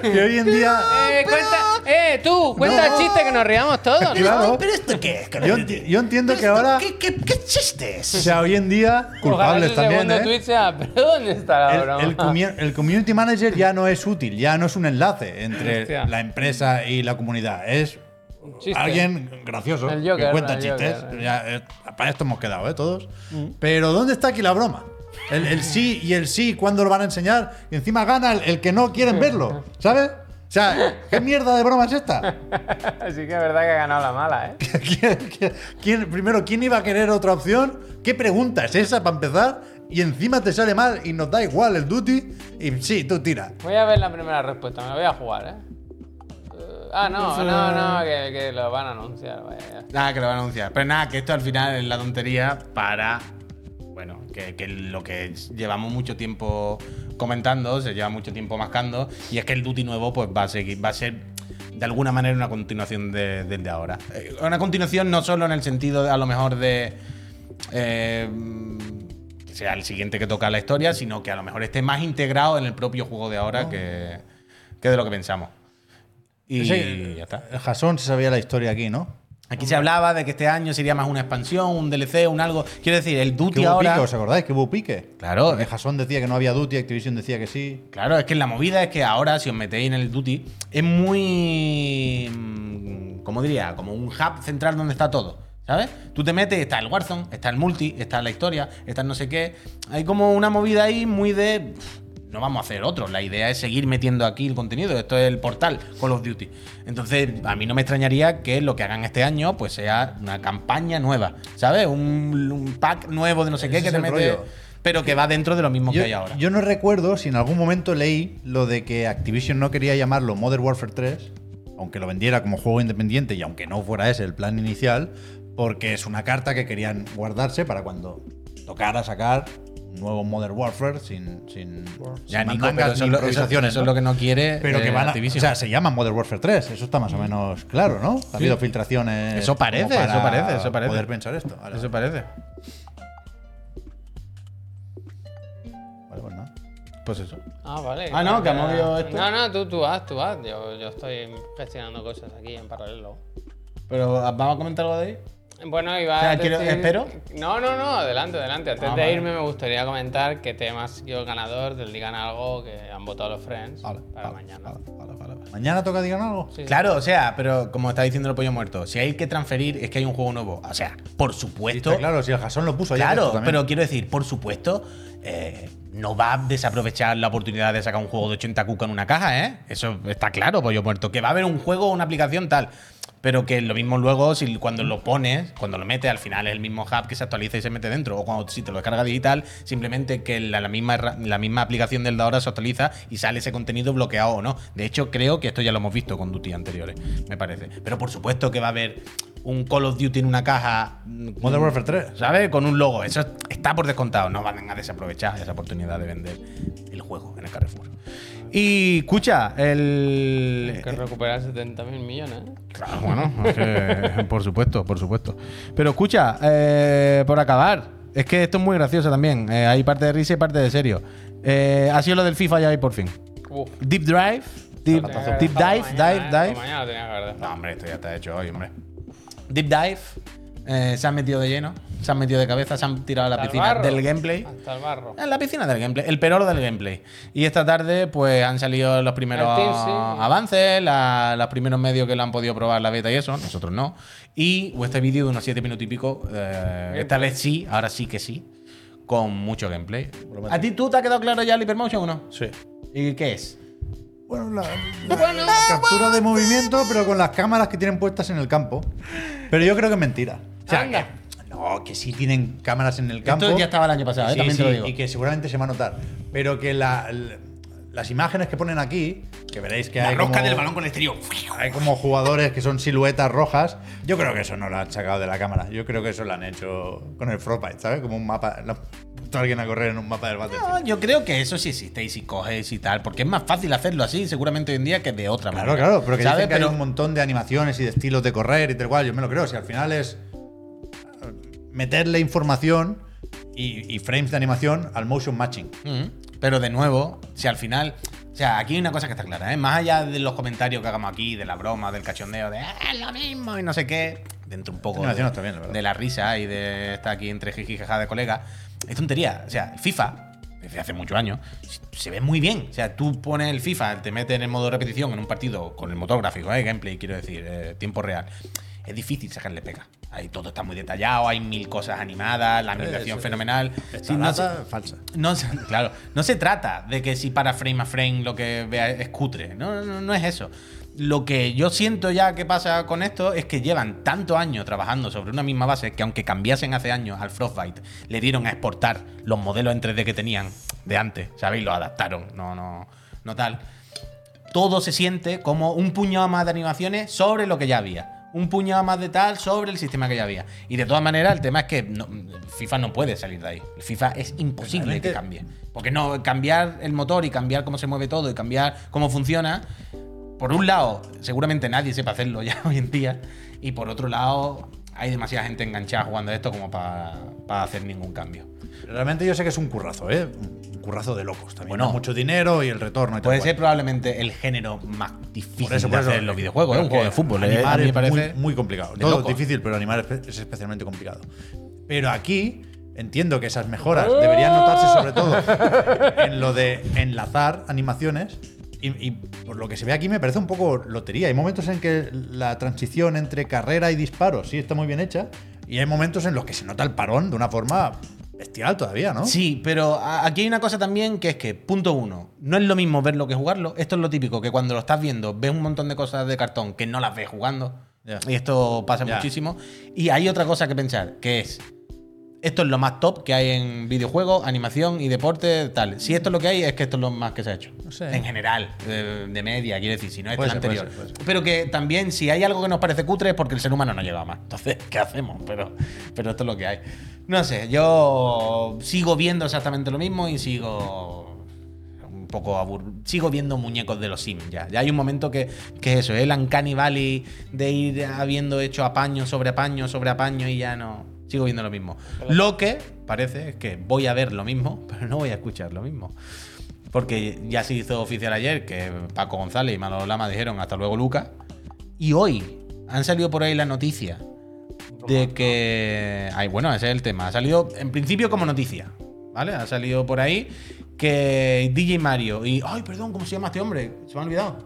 C: que- que hoy en día.
A: Eh, cuenta, eh, tú, cuenta el chiste que nos riamos todos, ¿no?
C: Claro.
B: esto qué es?
C: Yo, enti- yo entiendo que ahora.
B: qué, qué chistes?
C: O sea, hoy en día,
A: Ojalá
C: culpables
A: su
C: también.
A: segundo
C: ¿eh?
A: tweet sea, pero ¿dónde está la
C: El,
A: broma? Ah.
C: el commu- el community manager ya no es útil, ya no es un enlace entre
A: Hostia.
C: la empresa y la comunidad. Es
A: Un chiste.
C: alguien gracioso
A: El Joker,
C: que cuenta
A: el
C: chistes.
A: Joker. Mm.
C: Ya, eh, para esto hemos quedado, ¿eh? Todos. Pero ¿dónde está aquí la broma? El, el sí y el sí, ¿cuándo lo van a enseñar? Y encima gana el, el que no quieren verlo, ¿sabes? O sea, ¿qué mierda de broma es esta?
A: Así que es verdad que ha ganado la mala, ¿eh?
C: ¿Quién- quién- quién- primero, ¿quién iba a querer otra opción? ¿Qué pregunta es esa para empezar? Y encima te sale mal y nos da igual el duty. Y sí, tú tira.
A: Voy a ver la primera respuesta, me la voy a jugar, ¿eh? Eh, ah, no, no, no, que, que lo van a anunciar. vaya.
B: Nada, que lo van a anunciar. Pero nada, que esto al final es la tontería para. Bueno, que, que lo que llevamos mucho tiempo comentando, se lleva mucho tiempo mascando, y es que el Duty nuevo pues va a seguir, va a ser de alguna manera una continuación de- del de ahora. Eh, Una continuación no solo en el sentido a lo mejor de eh, que sea el siguiente que toca la historia, sino que a lo mejor esté más integrado en el propio juego de ahora que, que de lo que pensamos. Y
C: Ese-
B: ya está.
C: El Jason se sabía la historia aquí, ¿no?
B: Aquí se hablaba de que este año sería más una expansión, un DLC, un algo. Quiero decir, el
C: Que
B: Duty
C: hubo
B: ahora.
C: pique, ¿os acordáis? Que hubo pique.
B: Claro,
C: Que
B: es,
C: Jason decía que no había duty, Activision decía que sí.
B: claro, es que la movida es que ahora, si os metéis en el Duty, es muy. mm, ¿Cómo diría? Como un hub central donde está todo. ¿Sabes? Tú te metes, está el Warzone, está el multi, está la historia, está el no sé qué. Hay como una movida ahí muy de. "Pff, No vamos a hacer otro. La idea es seguir metiendo aquí el contenido. Esto es el portal Call of Duty. Entonces, a mí no me extrañaría que lo que hagan este año pues sea una campaña nueva. ¿Sabes? Un, un pack nuevo de no sé qué
C: Ese
B: que
C: es
B: te
C: el
B: mete.
C: rollo.
B: Pero que va dentro de lo mismo
C: Yo,
B: que hay ahora.
C: yo no recuerdo si en algún momento leí lo de que Activision no quería llamarlo Modern Warfare 3, aunque lo vendiera como juego independiente y aunque no fuera ese el plan inicial, porque es una carta que querían guardarse para cuando tocara sacar un nuevo Modern Warfare sin, sin,
B: Ya,
C: sin
B: Nico, pero
C: mandangas
B: eso, es
C: ni
B: lo- eso-
C: improvisaciones,
B: eso
C: ¿no?
B: es lo que no quiere.
C: Pero que
B: eh,
C: van a, O
B: Activision. Mm.
C: sea, se llama Modern Warfare 3. Eso está más o menos claro, ¿no? Ha habido filtraciones.
B: Eso parece,
C: como para
B: eso parece, eso parece.
C: Poder pensar esto. Vale,
B: eso parece.
C: vale, pues nada.
B: Pues eso.
A: Ah, vale.
B: Ah, no, que ha
A: Espera.
B: movido esto.
A: No, no, tú, tú vas, tú vas. Yo, yo estoy gestionando cosas aquí en paralelo.
B: Pero vamos a comentar algo de ahí.
A: Bueno, iba
B: O sea,
A: a
B: quiero-
A: decir-
B: ¿espero?
A: No, no, no, adelante, adelante. Antes
B: Ah,
A: de
B: vale.
A: irme me gustaría comentar qué temas yo el ganador del Digan Algo que han votado los Friends para mañana.
C: ¿Mañana toca digan algo?
A: Sí, sí.
B: Claro, o sea, pero como está diciendo el pollo muerto, si hay que transferir es que hay un juego nuevo. O sea, por supuesto.
C: Está claro, si el Jason lo puso ayer,
B: Claro,
C: esto también.
B: pero quiero decir, por supuesto, eh, no va a desaprovechar la oportunidad de sacar un juego de 80 cuca en una caja, ¿eh? Eso está claro, pollo muerto. Que va a haber un juego o una aplicación tal. Pero que lo mismo luego, si cuando lo pones, cuando lo metes, al final es el mismo hub que se actualiza y se mete dentro. O cuando si te lo descarga digital, simplemente que la, la misma, herra- la misma aplicación del de ahora se actualiza y sale ese contenido bloqueado o no. De hecho, creo que esto ya lo hemos visto con Duty anteriores, me parece. Pero por supuesto que va a haber un Call of Duty en una caja mm,
C: Modern Warfare 3.
B: ¿sabes? Con un logo. Eso está por descontado. No van a desaprovechar esa oportunidad de vender el juego en el Carrefour. Y escucha, el.
A: Hay que recuperar 70.000 millones. ¿eh?
B: Claro, bueno, es que, por supuesto, por supuesto. Pero escucha, eh, por acabar, es que esto es muy gracioso también. Eh, hay parte de risa y parte de serio. Eh, ha sido lo del FIFA ya ahí por fin.
A: Uf.
B: Deep Drive. Deep,
A: Tenía que haber
B: deep
A: dejado
B: Dive,
A: mañana,
B: Dive,
A: ¿eh?
B: Dive.
A: Por Mañana lo tenía que haber dejado.
B: No, hombre, esto ya está hecho hoy, hombre. Deep Dive. eh, se han metido de lleno, se han metido de cabeza, se han tirado a la
A: Hasta el
B: piscina
A: barro.
B: del gameplay. Eh,
A: Hasta el barro.
B: En la piscina del gameplay, el peroro del gameplay. Y esta tarde, pues han salido los primeros
A: El team, sí.
B: avances, la- los primeros medios que lo han podido probar la beta y eso, nosotros no. Y este vídeo de unos 7 minutos y pico, eh, esta vez sí, ahora sí que sí, con mucho gameplay. ¿A ti tú te ha quedado claro ya el Hypermotion o no?
C: Sí.
B: ¿Y qué es?
C: Bueno, la, la captura de
B: eh,
C: movimiento, pero con las cámaras que tienen puestas en el campo. Pero yo creo que es mentira.
A: Anda.
B: No,
C: no, que sí tienen cámaras en el campo.
B: Esto ya estaba el año pasado, ¿eh?
C: Sí,
B: también te
C: sí,
B: lo digo.
C: Y que seguramente se va a notar. Pero que la- l- las imágenes que ponen aquí, que veréis que hay. como-
B: con el exterior.
C: Hay como jugadores que son siluetas rojas. Yo creo que eso no lo han sacado de la cámara. Yo creo que eso lo han hecho con el Frostbite, ¿sabes? Como un mapa. lo ha puesto alguien a correr en un mapa del Battlefield.
B: No, yo creo que eso sí existe y si coges y tal, porque es más fácil hacerlo así, seguramente hoy en día, que de otra
C: Claro,
B: manera.
C: claro, pero que
B: ¿Sabes?
C: dicen que
B: Pero-
C: hay un montón de animaciones y de estilos de correr y tal cual. Yo me lo creo. Si al final es eh, meterle información y, y frames de animación al motion matching.
B: Mm. Pero de nuevo, si al final. O sea, aquí hay una cosa que está clara, ¿eh? Más allá de los comentarios que hagamos aquí, de la broma, del cachondeo, de "Ah, es lo mismo y no sé qué. Dentro un poco de,
C: Esta animación está bien, la verdad.
B: de la risa y de estar aquí entre jiji y jaja de colegas. Es tontería. O sea, el FIFA, desde hace muchos años, se ve muy bien. O sea, tú pones el FIFA, te metes en el modo repetición en un partido con el motor gráfico, ¿eh? gameplay, quiero decir, eh, tiempo real. Es difícil sacarle pega. Ahí todo está muy detallado, hay mil cosas animadas, la animación fenomenal. Sí, no sé-
C: Data falsa.
B: no, se- claro, no se trata de que si para frame a frame lo que vea es cutre. No, no, no es eso. Lo que yo siento ya que pasa con esto es que llevan tantos años trabajando sobre una misma base que aunque cambiasen hace años al Frostbite, le dieron a exportar los modelos en 3D que tenían de antes, ¿sabéis? Los adaptaron, no, no, no tal todo se siente como un puñado más de animaciones sobre lo que ya había. Un puñado más de tal sobre el sistema que ya había. Y de todas maneras, el tema es que no- FIFA no puede salir de ahí. FIFA es imposible que cambie. Porque no, cambiar el motor y cambiar cómo se mueve todo y cambiar cómo funciona. Por un lado, seguramente nadie sepa hacerlo ya hoy en día. Y por otro lado, hay demasiada gente enganchada jugando a esto como para, para hacer ningún cambio.
C: Realmente yo sé que es un currazo, ¿eh? Un currazo de locos también.
B: Bueno.
C: Da mucho dinero y el retorno y tal
B: Puede
C: cual.
B: ser probablemente el género más difícil
C: Por eso,
B: de
C: por eso. eh,
B: hacer en los videojuegos. Es un
C: Pero
B: juego
C: que
B: de fútbol. eh,
C: Animar
B: a mí me
C: es
B: parece
C: muy, muy complicado.
B: de
C: Todo
B: loco.
C: es difícil, pero animar es- es especialmente complicado. Pero aquí entiendo que esas mejoras deberían notarse sobre todo en lo de enlazar animaciones. Y, y por lo que se ve aquí me parece un poco lotería. Hay momentos en que la transición entre carrera y disparos sí está muy bien hecha. Y hay momentos en los que se nota el parón de una forma bestial todavía, ¿no?
B: Sí, pero a- aquí hay una cosa también que es que, punto uno, no es lo mismo verlo que jugarlo. Esto es lo típico, que cuando lo estás viendo ves un montón de cosas de cartón que no las ves jugando.
C: Ya.
B: Y esto pasa
C: Ya.
B: muchísimo. Y hay otra cosa que pensar, que es, esto es lo más top que hay en videojuegos, animación y deporte, tal. Si esto es lo que hay, es que esto es lo más que se ha hecho.
C: sé.
B: En general, de, de media, quiero decir, si no es
C: Puede
B: el
C: ser, puede
B: anterior.
C: ser, puede
B: Pero que también, si hay algo que nos parece cutre, es porque el ser humano no lleva más. Entonces, ¿qué hacemos? Pero, pero esto es lo que hay. No sé, yo sigo viendo exactamente lo mismo y sigo un poco aburrido. Sigo viendo muñecos de los Sims ya. Ya hay un momento que, que eso, el Uncanny Valley de ir habiendo hecho apaño sobre apaño sobre apaño y ya no. Sigo viendo lo mismo. Lo que parece es que voy a ver lo mismo, pero no voy a escuchar lo mismo. Porque ya se hizo oficial ayer que Paco González y Manolo Lama dijeron hasta luego Lucas. Y hoy han salido por ahí la noticia de que. Ay, bueno, ese es el tema. Ha salido en principio como noticia, ¿vale? Ha salido por ahí que DJ Mario y. Ay, perdón, ¿cómo se llama este hombre? Se me ha olvidado.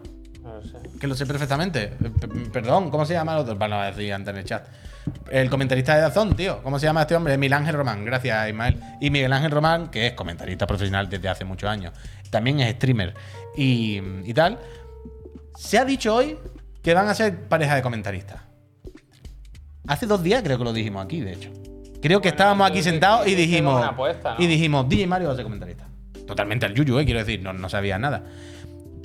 D: No sé.
B: Que lo sé perfectamente. Eh, p- Perdón, ¿cómo se llama el otro? Bueno, lo voy a decir antes en el chat. El comentarista de Dazón, tío. ¿Cómo se llama este hombre? Miguel Ángel Román. Gracias, Ismael. Y Miguel Ángel Román, que es comentarista profesional desde hace muchos años. También es streamer y, y tal. Se ha dicho hoy que van a ser pareja de comentaristas. Hace dos días creo que lo dijimos aquí, de hecho. Creo
A: Bueno,
B: que estábamos aquí
A: entonces,
B: sentados y
A: hicieron
B: dijimos.
A: una apuesta, ¿no?
B: Y dijimos, DJ Mario va a ser comentarista. Totalmente al yuyu, eh, quiero decir, no, no sabía nada.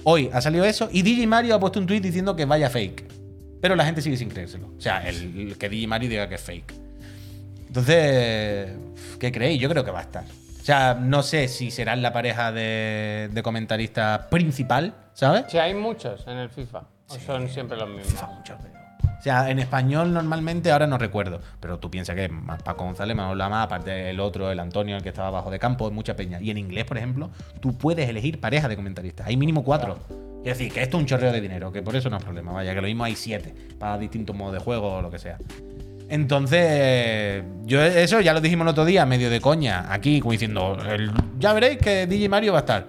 B: Hoy ha salido eso y DJ Mario ha puesto un tweet diciendo que vaya fake. Pero la gente sigue sin creérselo. O sea, el, el que DJ Mario diga que es fake. Entonces, ¿qué creéis? Yo creo que va a estar. O sea, no sé si serán la pareja de, de comentarista principal, ¿sabes?
A: Si hay muchos en el FIFA. O son siempre los mismos.
B: mucho, pero- O sea, en español normalmente ahora no recuerdo, pero tú piensas que más Paco González, Manolo Lama, aparte del otro, el Antonio, el que estaba abajo de campo, mucha peña. Y en inglés, por ejemplo, tú puedes elegir pareja de comentaristas. Hay mínimo cuatro. Es decir, que esto es un chorreo de dinero, que por eso no es problema. Vaya, que lo mismo hay siete para distintos modos de juego o lo que sea. Entonces, yo eso ya lo dijimos el otro día, medio de coña, aquí, como diciendo, el- ya veréis que DJ Mario va a estar.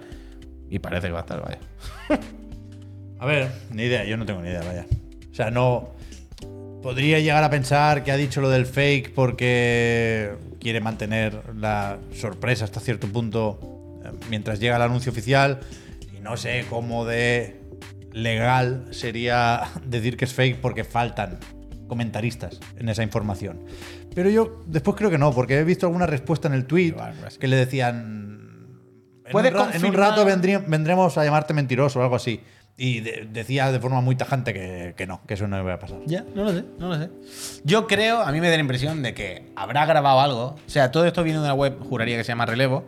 B: Y parece que va a estar, vaya.
C: A ver, ni idea, yo no tengo ni idea, vaya. O sea, no. Podría llegar a pensar que ha dicho lo del fake porque quiere mantener la sorpresa hasta cierto punto eh, mientras llega el anuncio oficial. Y no sé cómo de legal sería decir que es fake porque faltan comentaristas en esa información. Pero yo después creo que no, porque he visto alguna respuesta en el tweet
B: Igual, pues.
C: que le decían. En,
B: Puedes
C: un, ra- en un
B: confirmar-
C: rato vendrí- vendremos a llamarte mentiroso o algo así. Y de- decía de forma muy tajante que, que no, que eso no iba a pasar.
B: Ya, no lo sé, no lo sé. Yo creo, a mí me da la impresión de que habrá grabado algo. O sea, todo esto viene de una web, juraría que se llama Relevo,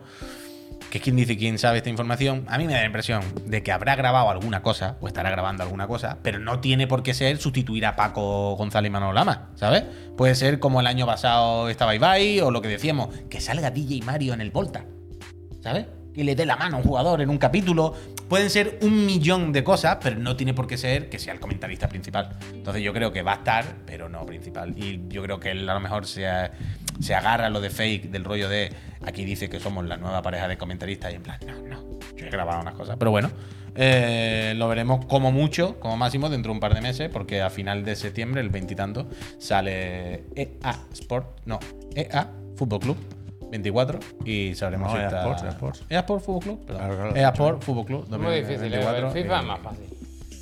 B: que es quien dice quién sabe esta información. A mí me da la impresión de que habrá grabado alguna cosa, o estará grabando alguna cosa, pero no tiene por qué ser sustituir a Paco González y Manolo Lama, ¿sabes? Puede ser como el año pasado estaba Ibai, o lo que decíamos, que salga DJ Mario en el Volta. ¿sabes? Que le dé la mano a un jugador en un capítulo. Pueden ser un millón de cosas, pero no tiene por qué ser que sea el comentarista principal. Entonces yo creo que va a estar, pero no principal. Y yo creo que él a lo mejor se, a- se agarra a lo de fake, del rollo de aquí dice que somos la nueva pareja de comentaristas y en plan, no, no, yo he grabado unas cosas. Pero bueno, eh, lo veremos como mucho, como máximo, dentro de un par de meses, porque a final de septiembre, el veintitanto, sale EA Sport, no, EA Fútbol Club. 24 y sabremos
C: No,
B: si
C: EA
B: está...
C: Sports, EA Sports.
B: EA Sports Fútbol Club, perdón.
C: Claro, claro,
B: EA Sports Fútbol Club
A: Es muy difícil, ¿eh?
B: 2024,
A: FIFA es
B: y-
A: más fácil.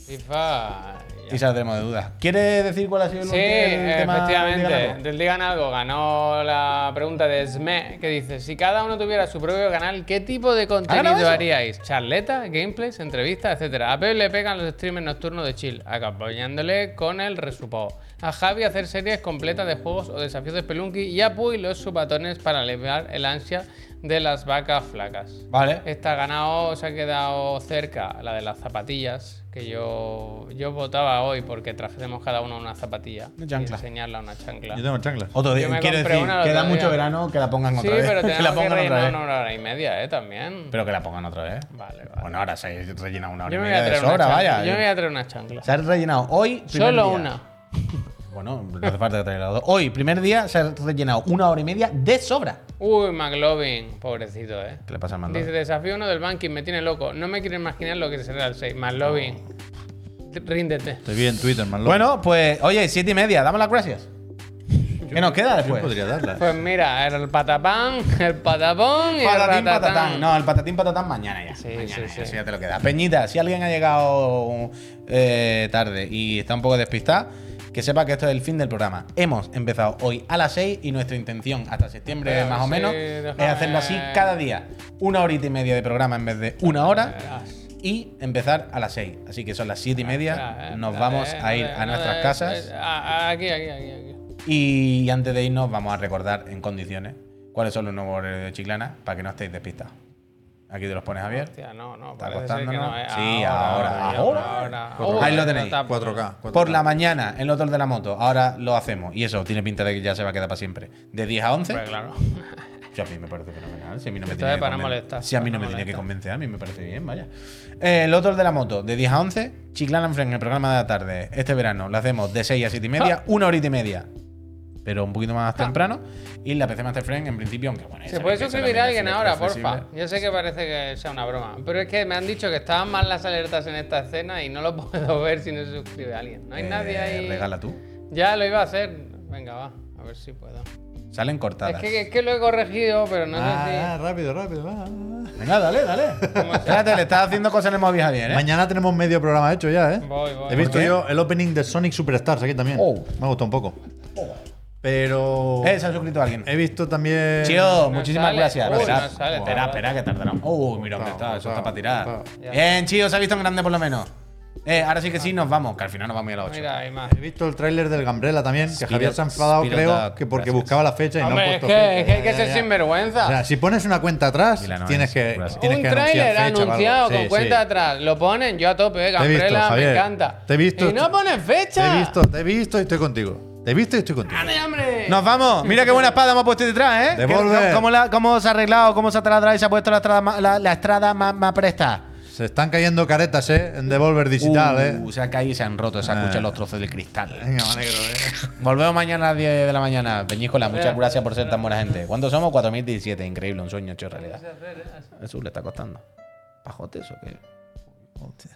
A: FIFA. ya.
B: Y saldremos de dudas. ¿Quieres decir cuál ha sido el
A: Sí, eh,
B: último- el tema del
A: efectivamente.
B: Gallardo?
A: Del Digan Algo ganó la pregunta de Sme, que dice, si cada uno tuviera su propio canal, ¿qué tipo de
B: ganado
A: contenido
B: eso?
A: haríais? ¿Charleta, gameplays, entrevistas, etcétera? A Pepe le pegan los streamers nocturnos de chill, acompañándole con el resupo. A Javi hacer series completas de juegos o desafíos de Spelunky y a Puy los subatones para aliviar el ansia de las vacas flacas.
B: Vale.
C: Eh,
A: Esta ha ganado, se ha quedado cerca la de las zapatillas, que yo, yo votaba hoy porque trajemos cada uno una zapatilla
B: Una chancla.
A: y enseñarla una chancla.
C: Yo tengo chanclas.
B: Otro
A: Yo
B: día,
A: me
B: quiero
A: compré
B: decir,
A: una el
B: queda
A: otro
B: mucho
A: día.
B: verano, que la pongan
A: sí,
B: otra vez.
A: pero
B: que
A: tenemos
B: la
A: que,
B: pongan otra
A: rellenar
B: vez.
A: una hora y media, ¿eh? También.
B: Pero que la pongan otra vez.
A: Vale, vale.
B: Bueno, ahora se rellena una hora
A: yo me
B: y
A: voy
B: media
A: a
B: de
A: traer una
B: sobra,
A: chancla.
B: vaya.
A: Yo me voy a traer una chancla.
B: Se ha rellenado hoy. primer
A: Solo
B: día.
A: una.
B: Bueno, no hace falta que traiga las dos. Hoy, primer día, se ha rellenado una hora y media de sobra.
A: Uy, McLovin, pobrecito, ¿eh?
B: ¿Qué le pasa a Manolo?
A: Dice, desafío uno del banking, me tiene loco. No me quiero imaginar lo que será el 6. McLovin, ríndete.
C: Te vi en Twitter, Marlon.
B: Bueno, pues, oye, siete y media, damos las gracias. ¿Qué nos queda
C: Yo
B: después?
C: podría darlas.
A: Pues mira, el patapán, el patapón y
B: Patatín,
A: el ratatán.
B: patatán. No, el patatín, patatán mañana ya.
A: Sí,
B: Mañana
A: sí,
B: ya,
A: sí.
B: eso ya te lo queda. Peñita, si alguien ha llegado eh, tarde y está un poco despistado, que sepa que esto es el fin del programa. Hemos empezado hoy a las 6 y nuestra intención hasta septiembre
A: Pero
B: más o
A: sí,
B: menos
A: déjame-
B: es hacerlo así cada día. Una horita y media de programa en vez de una
A: Ah,
B: hora. Y empezar a las 6. Así que son las 7 y media.
A: Espera,
B: Nos
A: espera,
B: vamos
A: eh,
B: a ir
A: espera,
B: a nuestras
A: eh,
B: casas.
A: eh, a- a- Aquí, aquí, aquí. aquí.
B: Y antes de irnos, vamos a recordar en condiciones cuáles son los nuevos horarios de Chiclana para que no estéis despistados. Aquí te los pones, Javier.
A: Hostia, no, no,
B: Está
A: parece ser que
B: costándonos.
A: no, eh.
B: Sí, ahora,
A: ahora,
B: ahora.
A: ahora.
B: Ahí lo
A: Uy,
B: tenéis.
A: está-
C: 4K. 4K.
B: Por la mañana, el otro de la moto. Ahora lo hacemos. Y eso tiene pinta de que ya se va a quedar para siempre. De 10 a 11.
A: Hombre, claro.
B: Si a mí me parece fenomenal. Si a mí no me
A: Esto
B: tiene
A: es
B: que
A: para no
B: conven-
A: molestar,
B: Si a mí
A: para
B: no
A: no
B: me tiene que
A: molestar.
B: convencer, a mí me parece bien, vaya. Eh, el otro de la moto, de 10 a 11. Chiclana en Fren, el programa de la tarde. Este verano lo hacemos de 6 a 7 y media, una horita y media. Pero un poquito más temprano. Y la PC Master Friend, en principio, aunque bueno. ya
A: Se
B: sabéis
A: puede
B: que eso
A: suscribir
B: también
A: a
B: es
A: alguien
B: súper
A: ahora,
B: accesible.
A: porfa. Yo sé que parece que sea una broma, pero es que me han dicho que estaban mal las alertas en esta escena y no lo puedo ver si no se suscribe alguien. No hay
B: Eh,
A: nadie ahí.
B: Regala tú.
A: Ya lo iba a hacer. Venga, va, a ver si puedo.
B: Salen cortadas.
A: Es que, es que lo he corregido, pero no
C: Ah,
A: sé
C: rápido, rápido. ah, va.
B: Venga, dale, dale. Espérate, le estás haciendo cosas en el móvil a Javier, ¿eh?
C: Mañana tenemos medio programa hecho ya, ¿eh?
A: Voy, voy,
C: He visto
B: voy.
C: yo el opening de Sonic Superstars aquí también.
B: Oh.
C: Me ha gustado un poco. Pero.
B: Eh, se ha suscrito alguien.
C: He visto también.
B: Chío, muchísimas
A: sale.
B: gracias.
A: Uy,
B: espera,
A: no sale,
B: espera,
A: tío.
B: espera, que tardará. Uh, mira dónde está,
C: Cortado,
B: eso está
C: cortado,
B: para tirar.
C: cortado.
B: Bien, Chío, se ha visto en grande por lo menos. Eh, ahora sí que sí, nos vamos, que al final nos vamos a ir a
A: qué.
B: 8.
A: Mira, hay más.
C: He visto el tráiler del Gambrella también, que
B: Spiro-
C: Javier se ha enfadado,
B: Spiro
C: creo,
B: Dad,
C: que porque
B: gracias.
C: buscaba la fecha y no
A: Hombre,
C: ha
A: es
C: puesto
A: que,
C: fecha.
A: es que hay que
C: Ya,
A: ser
C: ya, ya.
A: sinvergüenza.
C: O sea, si pones una cuenta atrás,
B: Dila, no,
C: tienes
B: es-
C: que,
B: gracias.
C: tienes
A: un
C: que
A: tráiler
C: anunciar fecha o
A: anunciado
C: algo.
A: con
C: Sí,
A: cuenta
C: sí.
A: atrás. Lo ponen, yo a tope, eh,
C: Te he visto,
A: Gambrela, me
C: Javier.
A: encanta.
C: Te he visto.
A: Y no ponen fecha.
C: Te he visto, te he visto y estoy contigo. Te he visto y estoy contigo.
A: ¡Ande, hombre!
B: Nos vamos. Mira qué buena espada hemos puesto detrás, ¿eh?
C: Devolver.
B: Qué- ¿Cómo, la- cómo se ha arreglado? ¿Cómo se ha taladrado y se ha puesto la estrada, ma- la, la estrada más, más presta?
C: Se están cayendo caretas, ¿eh? En Devolver Digital,
B: Uh,
C: ¿eh?
B: se ha caído y se han roto, se han
C: Ah.
B: escuchado los trozos del cristal.
C: Venga, me alegro, ¿eh?
B: Volvemos mañana a las 10 de la mañana. Peñícola,
A: Eh.
B: muchas gracias por ser tan buena gente. ¿Cuántos somos? 4017. Increíble, un sueño hecho realidad. Jesús, le está costando. ¿Pajote eso qué? Hostia.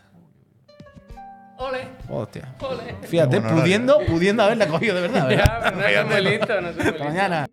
A: Ole,
B: Hostia.
A: ole.
B: Fíjate,
C: Buen horario.
B: pudiendo, pudiendo haberla cogido de verdad,
A: Ya,
B: ¿verdad?
A: pero no soy muy listo, no soy muy
B: Hasta
A: listo.
B: mañana.